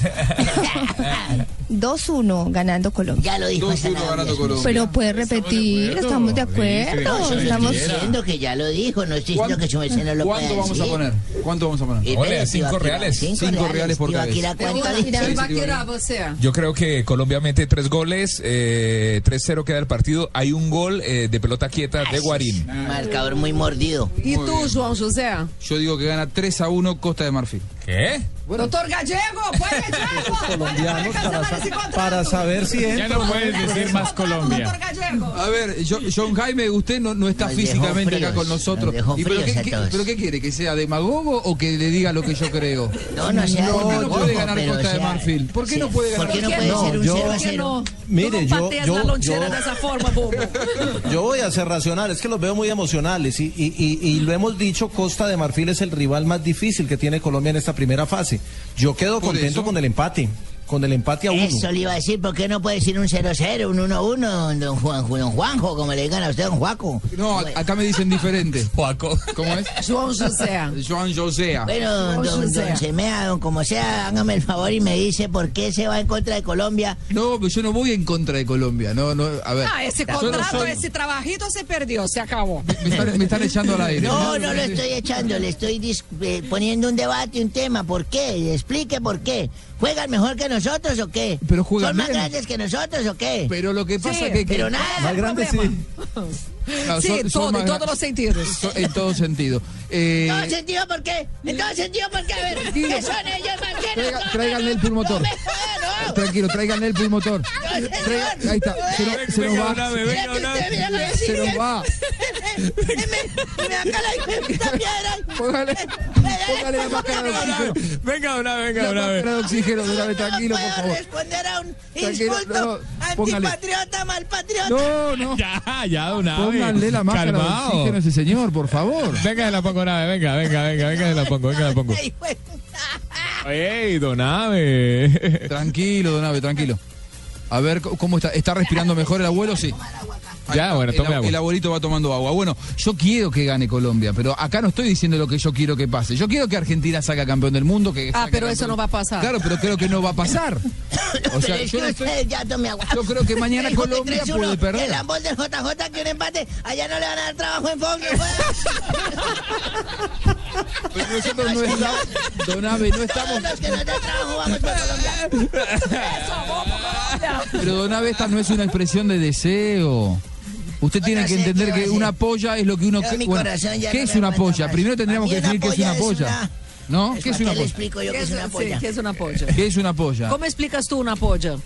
S6: 2-1 ganando Colombia.
S30: Ya lo dijo
S1: 2-1
S30: Sanabria,
S1: ganando
S30: es un-
S1: Colombia.
S6: Pero puede repetir, estamos de
S30: No,
S6: acuerdo.
S30: yo no
S6: Estamos
S30: estoy diciendo que ya lo dijo, no estoy diciendo que su merced no lo
S1: ¿Cuánto
S30: pueda
S1: vamos a
S30: decir.
S1: poner? ¿Cuánto vamos a
S30: Eh,
S1: poner?
S30: Ole, espérate, cinco Ibaquira, reales. cinco
S1: Cinco,
S30: reales,
S1: reales, por
S30: Ibaquira,
S1: cabeza.
S2: Tá
S30: ¿cuánto dice?
S2: Ibaquira, Ibaquira, você.
S7: Yo creo que Colombia mete tres goles, eh, 3-0 queda el partido. Hay un gol eh, de pelota quieta de Guarín.
S30: Marcador muy mordido.
S2: ¿Y tú, João José?
S1: Yo digo que gana 3 a 1 Costa de Marfil.
S3: É?
S7: ¿Qué?
S2: Doctor Gallego, puede Gallego,
S3: Colombianos para, sa- para saber si entra.
S2: Doctor Gallego.
S1: A ver, yo- John Jaime, usted no, no está
S30: Nos dejó
S1: físicamente acá
S30: fríos,
S1: con nosotros.
S30: nos dejó
S1: ¿Y pero,
S30: fríos
S1: qué,
S30: a
S1: qué-
S30: todos.
S1: pero qué quiere? ¿Que sea demagogo o que le diga lo que yo creo?
S30: No, no sea
S1: ¿Por qué no
S30: demagogo,
S1: puede ganar
S30: pero
S1: Costa de
S30: sea-
S1: Marfil? ¿Por qué
S30: sea-
S1: no puede ganar
S30: ¿por qué no
S1: Costa de
S30: puede
S1: Marfil?
S30: ser un
S3: yo-
S30: cero a
S3: ¿por qué
S30: cero?
S3: Mire,
S30: Tú no
S3: yo,
S30: pateas
S3: yo,
S30: la
S3: yo-
S30: lonchera
S2: De esa forma, bobo.
S3: Yo voy a ser racional, es que los veo muy emocionales y, y- y- y lo hemos dicho, Costa de Marfil es el rival más difícil que tiene Colombia en esta primera fase. Yo quedo contento con el empate, con el empate a uno.
S30: Eso le iba a decir, ¿por qué no puede decir un 0-0, un 1-1, don- don, Juan, don Juanjo, como le digan a usted, don Juaco?
S1: No, a- acá me dicen diferente.
S7: Joaco.
S1: ¿Cómo es?
S2: Joan Josea.
S1: Joan Josea.
S30: Bueno, don, don,
S1: José.
S30: don Semea, don como sea, hágame el favor y me dice por qué se va en contra de Colombia.
S1: No, pero yo no voy en contra de Colombia. No, no, a ver.
S2: Ah, ese
S1: Yo no
S2: contrato,
S1: soy-
S2: ese trabajito se perdió, se acabó.
S1: Me están, me están echando al aire.
S30: No, no lo estoy echando, le estoy dis- eh, poniendo un debate, un tema. ¿Por qué? Explique por qué. ¿Juegan mejor que nosotros o qué?
S1: Pero juegan
S30: ¿Son más
S1: bien.
S30: grandes que nosotros o qué?
S1: Pero lo que pasa que- que-
S30: Pero nada.
S1: Más grandes, sí. Claro,
S2: sí,
S1: son- son
S2: todo,
S1: más
S2: en
S1: gra-
S2: todos los sentidos.
S1: So- En todo sentido. Eh,
S30: ¿En todo sentido por qué? ¿En todo sentido por qué? A ver, ¿qué son ellos más que
S1: traiga-
S30: nosotros?
S1: tráiganle el pulmotor. Tranquilo, tráiganle el pulmotor. Traiga- ahí está. Se, nos- se nos va.
S30: Mira que usted, mira que
S1: Se
S30: sí,
S1: nos
S30: que-
S1: va.
S30: me acá la puta piedra.
S26: Póngale, póngale la máscara de oxígeno.
S7: Venga, una, venga, Ah,
S26: la
S7: una vez.
S26: máscara de oxígeno, de una vez, tranquilo, por
S30: Puedo
S26: favor.
S30: responder a un
S26: Tranquilo,
S30: insulto
S26: no, póngale.
S30: antipatriota, malpatriota.
S26: No, no.
S7: Ya, ya, una vez.
S26: Pónganle la máscara de
S7: Calmao.
S26: oxígeno a ese señor, por favor.
S7: Venga, se la pongo una vez, venga, venga, venga, venga, se la pongo, venga, se la pongo.
S30: Ay, güey.
S7: ¡Ey, Donave!
S1: Tranquilo, Donave, tranquilo. A ver c- cómo está. ¿Está respirando mejor el abuelo? Sí. Ahí
S7: Ya,
S1: está,
S7: bueno,
S1: el
S7: tome
S1: ab-
S7: agua.
S1: El abuelito va tomando agua. Bueno, yo quiero que gane Colombia, pero acá no estoy diciendo lo que yo quiero que pase. Yo quiero que Argentina saque campeón del mundo. Que
S2: Ah,
S1: saque
S2: pero eso
S1: campeón-
S2: no va a pasar.
S1: Claro, pero creo que no va a pasar. O sea, yo no estoy...
S30: Ya tomé agua.
S1: Yo creo que mañana
S30: Hijo de
S1: Colombia
S30: 3-1,
S1: puede perder.
S30: El ambol del JJ que un empate. Allá no le van a dar trabajo en fondo. pues.
S1: Pero nosotros no estamos... Donave, no estamos...
S30: Los que no dan trabajo, vamos para Colombia.
S1: Pero Donave, esta no es una expresión de deseo. Usted tiene
S30: Otra
S1: que
S30: sé,
S1: entender
S30: ¿qué va
S1: que
S30: a
S1: una
S30: hacer?
S1: polla es lo que uno...
S30: Yo,
S1: que-
S30: mi corazón ya
S1: ¿Qué
S30: no
S1: es
S30: me
S1: una
S30: aguanta
S1: polla?
S30: más.
S1: Primero tendríamos que
S30: Para mí
S1: definir qué es
S30: una
S1: una
S30: polla
S1: polla. ¿No? ¿Qué es una
S30: ¿Para le
S1: polla?
S30: explico yo que es una
S2: sí,
S30: polla?
S2: que es una polla.
S1: ¿Qué es una polla?
S2: ¿Cómo explicas tú una polla?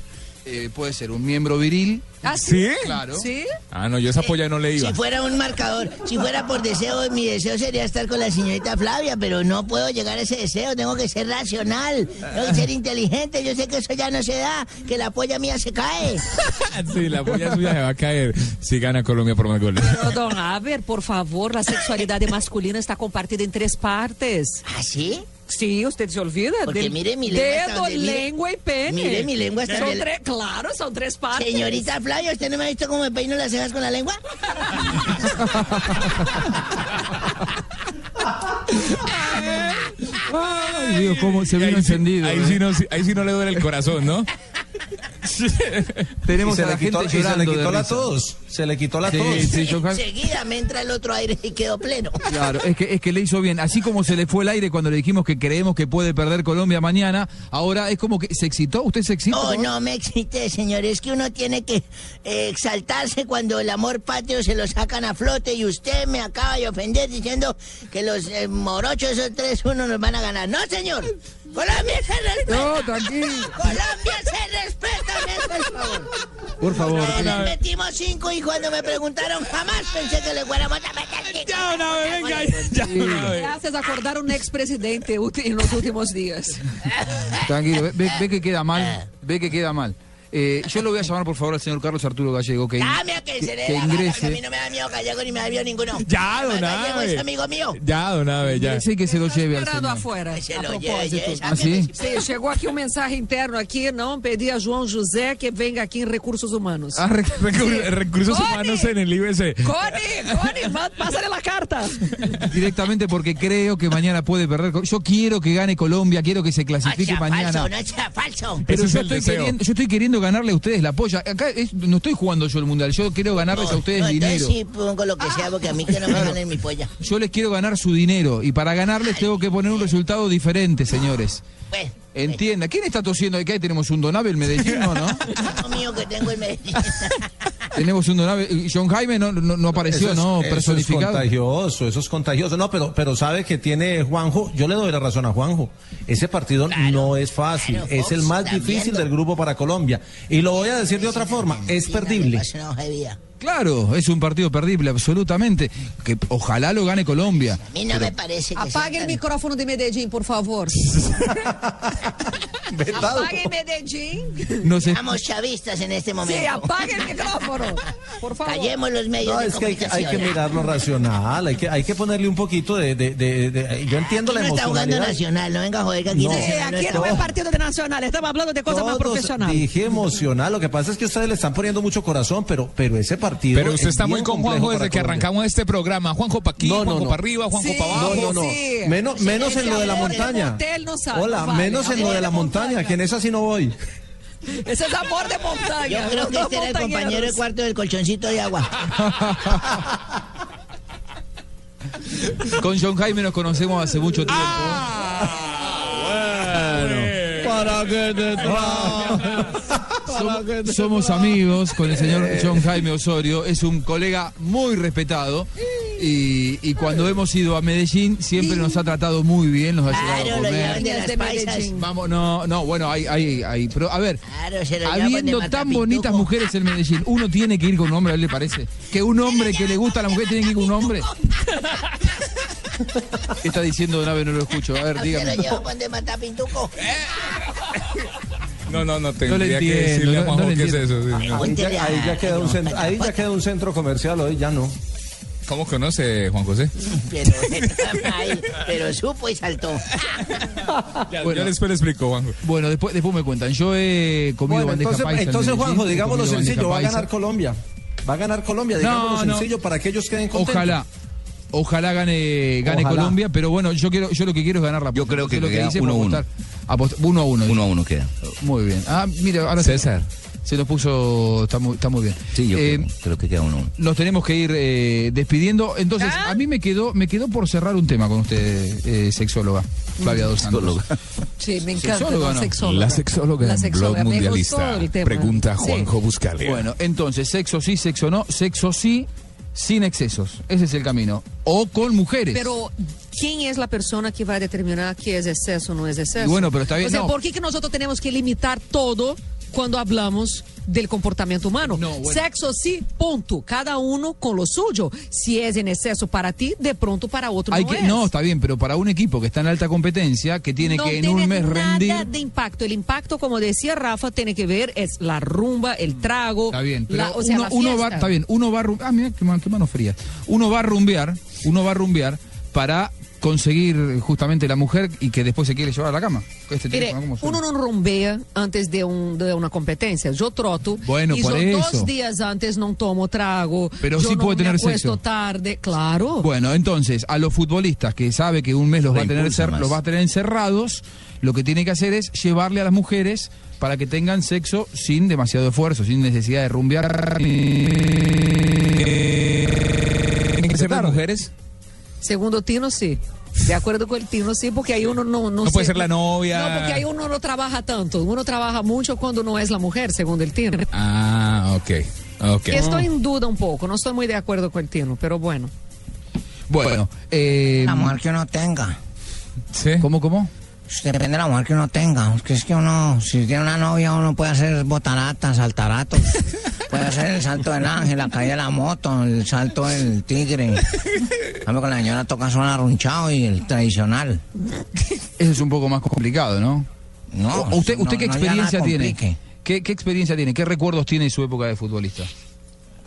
S1: Eh, puede ser un miembro viril.
S2: ¿Ah,
S7: ¿Sí?
S1: Claro.
S2: ¿Sí?
S7: Ah, no, yo esa polla no le iba.
S30: Si fuera un marcador, si fuera por deseo, mi deseo sería estar con la señorita Flavia, pero no puedo llegar a ese deseo, tengo que ser racional, tengo que ser inteligente, yo sé que eso ya no se da, que la polla mía se cae.
S7: Sí, la polla suya se va a caer si gana Colombia por más goles.
S2: Pero, don Haber, por favor, la sexualidad masculina está compartida en tres partes.
S30: ¿Ah, sí?
S2: Sí, usted se olvida.
S30: Porque
S2: del
S30: mire mi lengua hasta
S2: Dedo,
S30: donde- mire-
S2: lengua y pene.
S30: mire mi lengua hasta
S2: son
S30: donde-
S2: tres, Claro, son tres partes.
S30: Señorita Flavia, ¿usted no me ha visto cómo me peino las cejas con la lengua?
S1: Ay, Dios, cómo se vino encendido.
S7: Ahí
S1: eh.
S7: sí, no, sí- ahí sí no le duele el corazón, ¿no?
S1: Tenemos
S3: Y se
S1: a
S3: le
S1: la
S3: quitó-
S1: gente
S3: y se
S1: llorando
S3: le
S1: de
S3: quitó la
S1: risa.
S3: tos. Se le quitó la
S1: Sí,
S3: tos.
S1: sí, Johan.
S30: Seguida me entra el otro aire y quedo pleno.
S1: Claro, es que, es que le hizo bien. Así como se le fue el aire cuando le dijimos que creemos que puede perder Colombia mañana, ahora es como que se excitó. ¿Usted se excitó?
S30: Oh, no me excité, señor. Es que uno tiene que eh, exaltarse cuando el amor patrio se lo sacan a flote y usted me acaba de ofender diciendo que los eh, morochos esos 3-1 nos van a ganar. No, señor. Colombia se respeta.
S1: No, tranquilo.
S30: Colombia se respeta, me- por favor.
S1: Por favor.
S30: Nosotros
S1: que-
S30: les metimos cinco y cuando me preguntaron jamás pues, pensé que le fuéramos a meter cinco.
S7: Ya, una vez, venga, ya, una
S2: Me
S7: vez.
S2: haces acordar un um expresidente ulti- en los últimos días.
S1: Tranquilo, ve, ve- ve que queda
S30: Ah.
S1: mal, ve que queda mal. Eh, yo lo voy a llamar por favor al señor Carlos Arturo Gallego que, in-
S30: Dame a que se le
S1: que
S30: dé la gana, que a mí
S1: ingrese,
S30: no me da miedo gallego ni me da miedo ninguno.
S7: Ya, don
S30: Además, Gallego
S7: Abe.
S30: es amigo mío.
S7: Ya, Donave, ya.
S1: ingrese y que se lo lleve al
S2: Esperando
S1: señor.
S2: afuera.
S30: Se
S2: a
S30: lo
S2: propósito.
S30: lleve,
S1: ¿Ah, sí?
S2: Sí, chegou aqui um mensagem interno aqui, não pedi a João José que venga aqui em recursos humanos.
S1: Ah, re-
S7: Recur- recursos
S2: Cone.
S7: humanos en el IBC.
S2: Cone, Cone, ma- pásale la carta.
S1: directamente porque creo que mañana puede perder. Col- Yo quiero que gane Colombia, quiero que se
S30: No
S1: clasifique
S30: sea Ah, falso,
S1: mañana.
S30: no sea falso.
S1: Pero
S7: Ese es
S1: yo
S7: el
S1: estoy,
S7: deseo.
S1: queriendo, yo estoy queriendo ganarle a ustedes la polla. Acá es- no estoy jugando yo el mundial, yo quiero ganarles a ustedes
S30: no,
S1: dinero.
S30: Entonces sí pongo lo que sea porque a mí que no me ganen mi polla.
S1: Yo les quiero ganar su dinero y para ganarles tengo que poner un resultado diferente, señores.
S30: Pues,
S1: Entienda, ¿quién está tosiendo acá? Tenemos un Donave, el medellino, ¿no?
S30: hijo mío que tengo en Medellín.
S1: Tenemos un Donave. John Jaime no, no, no
S3: Eso
S1: apareció,
S3: es-
S1: ¿no,
S3: Eso
S1: personificado.
S3: es contagioso, eso es contagioso. No, pero, pero sabe que tiene Juanjo, yo le doy la razón a Juanjo. Ese partido no es fácil,
S30: claro,
S3: es el
S30: Fox,
S3: más
S30: está
S3: difícil
S30: viendo.
S3: del grupo para Colombia. Y lo voy a decir de otra forma, es perdible.
S30: Es una hoja de vida.
S1: Claro, es un partido perdible, absolutamente. Que ojalá lo gane Colombia.
S30: A mí no me parece que
S2: Apague
S30: sea
S2: o
S30: tan-
S2: microfone de Medellín, por favor.
S3: Vetado.
S2: Apague Medellín.
S1: No sé.
S30: Estamos chavistas en este
S2: Sí,
S30: momento.
S2: apague el micrófono. Por favor.
S30: Callemos los medios
S3: No,
S30: de
S3: es que hay, que hay
S30: comunicación.
S3: que mirarlo racional, hay que, hay que ponerle un poquito de... de- de- de- yo entiendo
S30: Aquí
S3: la
S30: no está jugando
S3: emocionalidad.
S30: Nacional, no venga a joder que aquí
S3: No.
S2: Sí,
S30: Nacional no
S2: aquí
S30: está.
S2: no es partido de nacional, estamos hablando de cosas más
S3: Todos
S2: profesionales.
S3: Dije emocional, lo que pasa es que ustedes le están poniendo mucho corazón, pero, pero ese partido...
S7: Pero usted
S3: es
S7: está muy
S3: bien
S7: con
S3: complejo
S7: Juanjo
S3: para
S7: desde que
S3: Colombia.
S7: arrancamos este programa. Juanjo para aquí,
S3: No, no,
S7: Juanjo
S3: no.
S7: para arriba, Juanjo
S2: Sí.
S7: para abajo.
S3: No, no, no.
S2: sí.
S3: Menos, menos
S2: Ese
S3: en lo de la
S2: amor en el
S3: montaña.
S2: hotel no sale,
S3: Hola,
S2: no vale.
S3: menos en lo de la montaña, que en esa sí no voy.
S2: Ese es amor de montaña.
S30: Yo creo que
S2: los
S30: este era el
S2: montañeros.
S30: compañero de cuarto del colchoncito de agua.
S1: Con John Jaime nos conocemos hace mucho tiempo.
S3: Ah,
S11: Para que te
S1: Som-
S3: Eh.
S1: somos amigos con el señor John Jaime Osorio. Es un colega muy respetado. y, y cuando hemos ido a Medellín siempre nos ha tratado muy bien, nos ha llevado a
S30: Claro, lo llevan de
S1: comer.
S30: las paisas.
S1: Vamos, no, no, bueno, hay, hay, hay, pero a ver,
S30: Claro, se lo llaman
S1: habiendo
S30: de
S1: tan
S30: Matapituco.
S1: bonitas mujeres en Medellín, uno tiene que ir con un hombre, ¿a él le parece? Que un hombre que le gusta a la mujer tiene que ir con un hombre. ¿Qué está diciendo Don Abe? No lo escucho. A ver,
S30: No se
S1: dígame.
S30: lo llevo con de matapintuco.
S7: No, no, no,
S1: No le
S7: tendría que
S1: entiendo,
S7: decirle a
S1: no- no
S7: Juanjo
S1: le
S7: qué es
S1: entiendo.
S7: eso. sí, no.
S3: Ahí ya, ahí ya queda un centro, ahí ya queda un centro comercial, hoy ya no.
S7: ¿Cómo conoce Juan José?
S30: Pero, ay, pero supo y saltó.
S7: Yo después le explico, Juanjo.
S1: Bueno, después, después me cuentan. Yo he comido
S3: Bueno,
S1: bandeja
S3: entonces,
S1: paisa en
S3: entonces
S1: Medellín,
S3: Juanjo,
S1: he
S3: digámoslo
S1: comido bandeja
S3: sencillo, va a
S1: paisa.
S3: ganar Colombia. Va a ganar Colombia,
S1: No,
S3: digámoslo
S1: no.
S3: sencillo para que ellos queden contentos.
S1: Ojalá. Ojalá gane, gane
S3: Ojalá.
S1: Colombia, pero bueno, yo quiero, yo lo que quiero es ganar la Yo creo
S9: que queda uno a uno.
S1: uno a uno.
S9: Uno a uno queda.
S1: Muy bien. Ah, mira, ahora César. Se nos puso, está muy, está muy bien.
S9: Sí, yo
S1: Eh,
S9: creo, creo que queda uno a uno.
S1: Nos tenemos que ir eh, despidiendo. Entonces, a mí me quedó, me quedó por cerrar un tema con usted, eh, sexóloga, Flavia Dos Santos.
S2: Sí, me encanta.
S1: ¿Sexóloga o
S2: la
S1: no?
S2: sexóloga. La sexóloga, me gustó el tema. Sí.
S7: Buscalia.
S1: Bueno, entonces, sexo sí, sexo no, sexo sí, sin excesos. Ese es el camino. O con mujeres.
S2: Pero, ¿quién es la persona que va a determinar qué es exceso o no es exceso?
S1: Y bueno, pero está bien,
S2: O sea,
S1: no.
S2: ¿por qué que nosotros tenemos que limitar todo cuando hablamos del comportamiento humano?
S1: bueno.
S2: Sexo sí, punto. Cada uno con lo suyo. Si es en exceso para ti, de pronto para otro
S1: Hay
S2: no
S1: que,
S2: es.
S1: no, está bien, pero para un equipo que está en alta competencia, que tiene
S2: no
S1: que en
S2: tiene
S1: un mes
S2: nada
S1: rendir.
S2: de impacto. El impacto, como decía Rafa, tiene que ver es la rumba, el trago.
S1: Está bien, pero
S2: la- o sea, la
S1: uno, uno va,
S2: fiesta.
S1: está bien, uno va a rum- ah, mira, qué, man- qué mano fría. Uno va a rumbear, uno va a rumbear para conseguir justamente la mujer y que después se quiere llevar a la cama. Este
S2: Mire,
S1: teléfono, ¿cómo suena?
S2: uno no rumbea antes de, un, de una competencia. Yo troto.
S1: Bueno,
S2: y
S1: por
S2: yo
S1: eso.
S2: dos días antes no tomo trago.
S1: Pero
S2: yo
S1: sí
S2: no
S1: puede
S2: me
S1: tener
S2: acuesto
S1: sexo.
S2: tarde, claro.
S1: Bueno, entonces, a los futbolistas que sabe que un mes los va, a tener
S9: Reimpulsa
S1: cer-
S9: más.
S1: los va a tener encerrados, lo que tiene que hacer es llevarle a las mujeres para que tengan sexo sin demasiado esfuerzo, sin necesidad de rumbear. ¿Tienen
S7: que ser las mujeres?
S2: Segundo Tino, sí. De acuerdo con el Tino, sí, porque ahí uno no... No,
S7: No puede
S2: se-
S7: ser la novia.
S2: No, porque ahí uno no trabaja tanto. Uno trabaja mucho cuando no es la mujer, según el Tino.
S7: Ah, ok. ok.
S2: Y estoy en duda un poco. No estoy muy de acuerdo con el Tino, pero bueno.
S1: Bueno, eh,
S6: La mujer que uno tenga.
S1: ¿Cómo, cómo?
S6: Depende de la mujer que uno tenga. Porque es que uno, si tiene una novia, uno puede hacer botaratas, saltaratos. puede hacer el salto del ángel, la caída de la moto, el salto del tigre. Cambio con la señora toca son arrunchado y el tradicional.
S1: Eso es un poco más complicado, ¿no?
S6: No.
S1: O- ¿Usted,
S6: no-
S1: usted qué
S6: no, ya nada
S1: experiencia
S6: complique.
S1: tiene? ¿Qué, qué experiencia tiene? ¿Qué recuerdos tiene de su época de futbolista?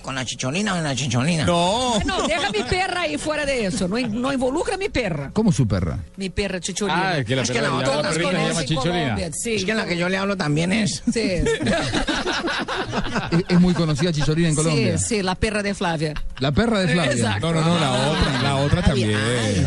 S6: ¿Con la chicholina o en la chicholina?
S1: No.
S2: No, deja mi perra ahí fuera de eso. No, in- no involucra a mi perra.
S1: ¿Cómo su perra?
S2: Mi perra chicholina.
S6: Ah, es que la perra- la
S2: todos
S6: perrita se llama
S2: conocen
S6: Chicholina.
S2: Colombia, sí.
S6: Es que la que yo le hablo también es.
S2: Sí.
S1: Es, es muy conocida Chisolina en Colombia.
S2: Sí, sí, la perra de Flavia.
S1: La perra de Flavia.
S2: Exacto.
S1: No, no, no, la otra, la otra también.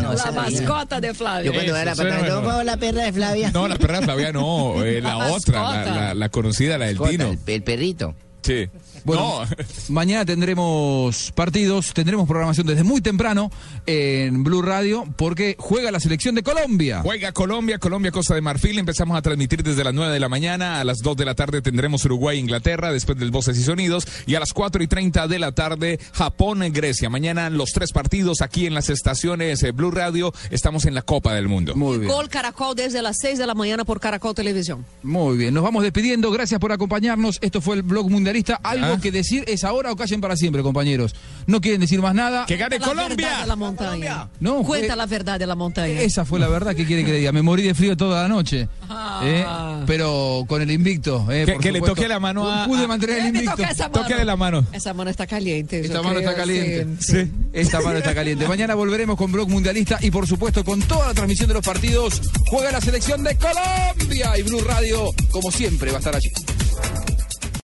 S2: la mascota de Flavia.
S6: Yo cuando
S7: Eso
S6: era
S7: suena
S6: para
S7: mejor.
S6: atrás,
S30: la perra de Flavia.
S7: No, la perra de Flavia no, eh, la,
S6: La
S7: otra, la,
S6: mascota.
S7: la- la conocida, la del
S6: Mascota,
S7: Tino.
S6: el
S9: El perrito.
S7: Sí.
S1: Bueno, mañana tendremos partidos, tendremos programación desde muy temprano en Blue Radio porque juega la selección de Colombia.
S7: Juega Colombia, Colombia, Costa de Marfil. Empezamos a transmitir desde las 9 de la mañana. A las 2 de la tarde tendremos Uruguay, Inglaterra, después del Voces y Sonidos. Y a las 4 y 30 de la tarde, Japón, Grecia. Mañana los tres partidos aquí en las estaciones eh, Blue Radio. Estamos en la Copa del Mundo.
S1: Muy
S2: Gol Caracol desde las 6 de la mañana por Caracol Televisión.
S1: Muy bien, nos vamos despidiendo. Gracias por acompañarnos. Esto fue el blog mundialista. Algo
S7: Ah.
S1: que decir es ahora o callen para siempre, compañeros. No quieren decir más nada.
S7: Que gane
S2: La verdad de la montaña.
S1: No,
S2: Cuenta
S1: fue-
S2: la verdad de la montaña.
S1: Esa fue la verdad que quiere que le diga. Me morí de frío toda la noche.
S2: Ah.
S1: ¿eh? Pero con el invicto. ¿eh?
S7: Que-
S1: Por
S7: que le
S1: supuesto.
S7: toque la mano a-
S1: No Pude
S7: a-
S1: mantener el
S2: Déjame
S1: invicto.
S2: tocar Eh, esa mano. Esa mano está caliente. yo
S1: Esta mano
S2: creo,
S1: está caliente.
S2: sí.
S1: Esta mano está caliente. Mañana volveremos con Blog Mundialista y por supuesto con toda la transmisión de los partidos. Juega la selección de Colombia y Blue Radio, como siempre, va a estar allí.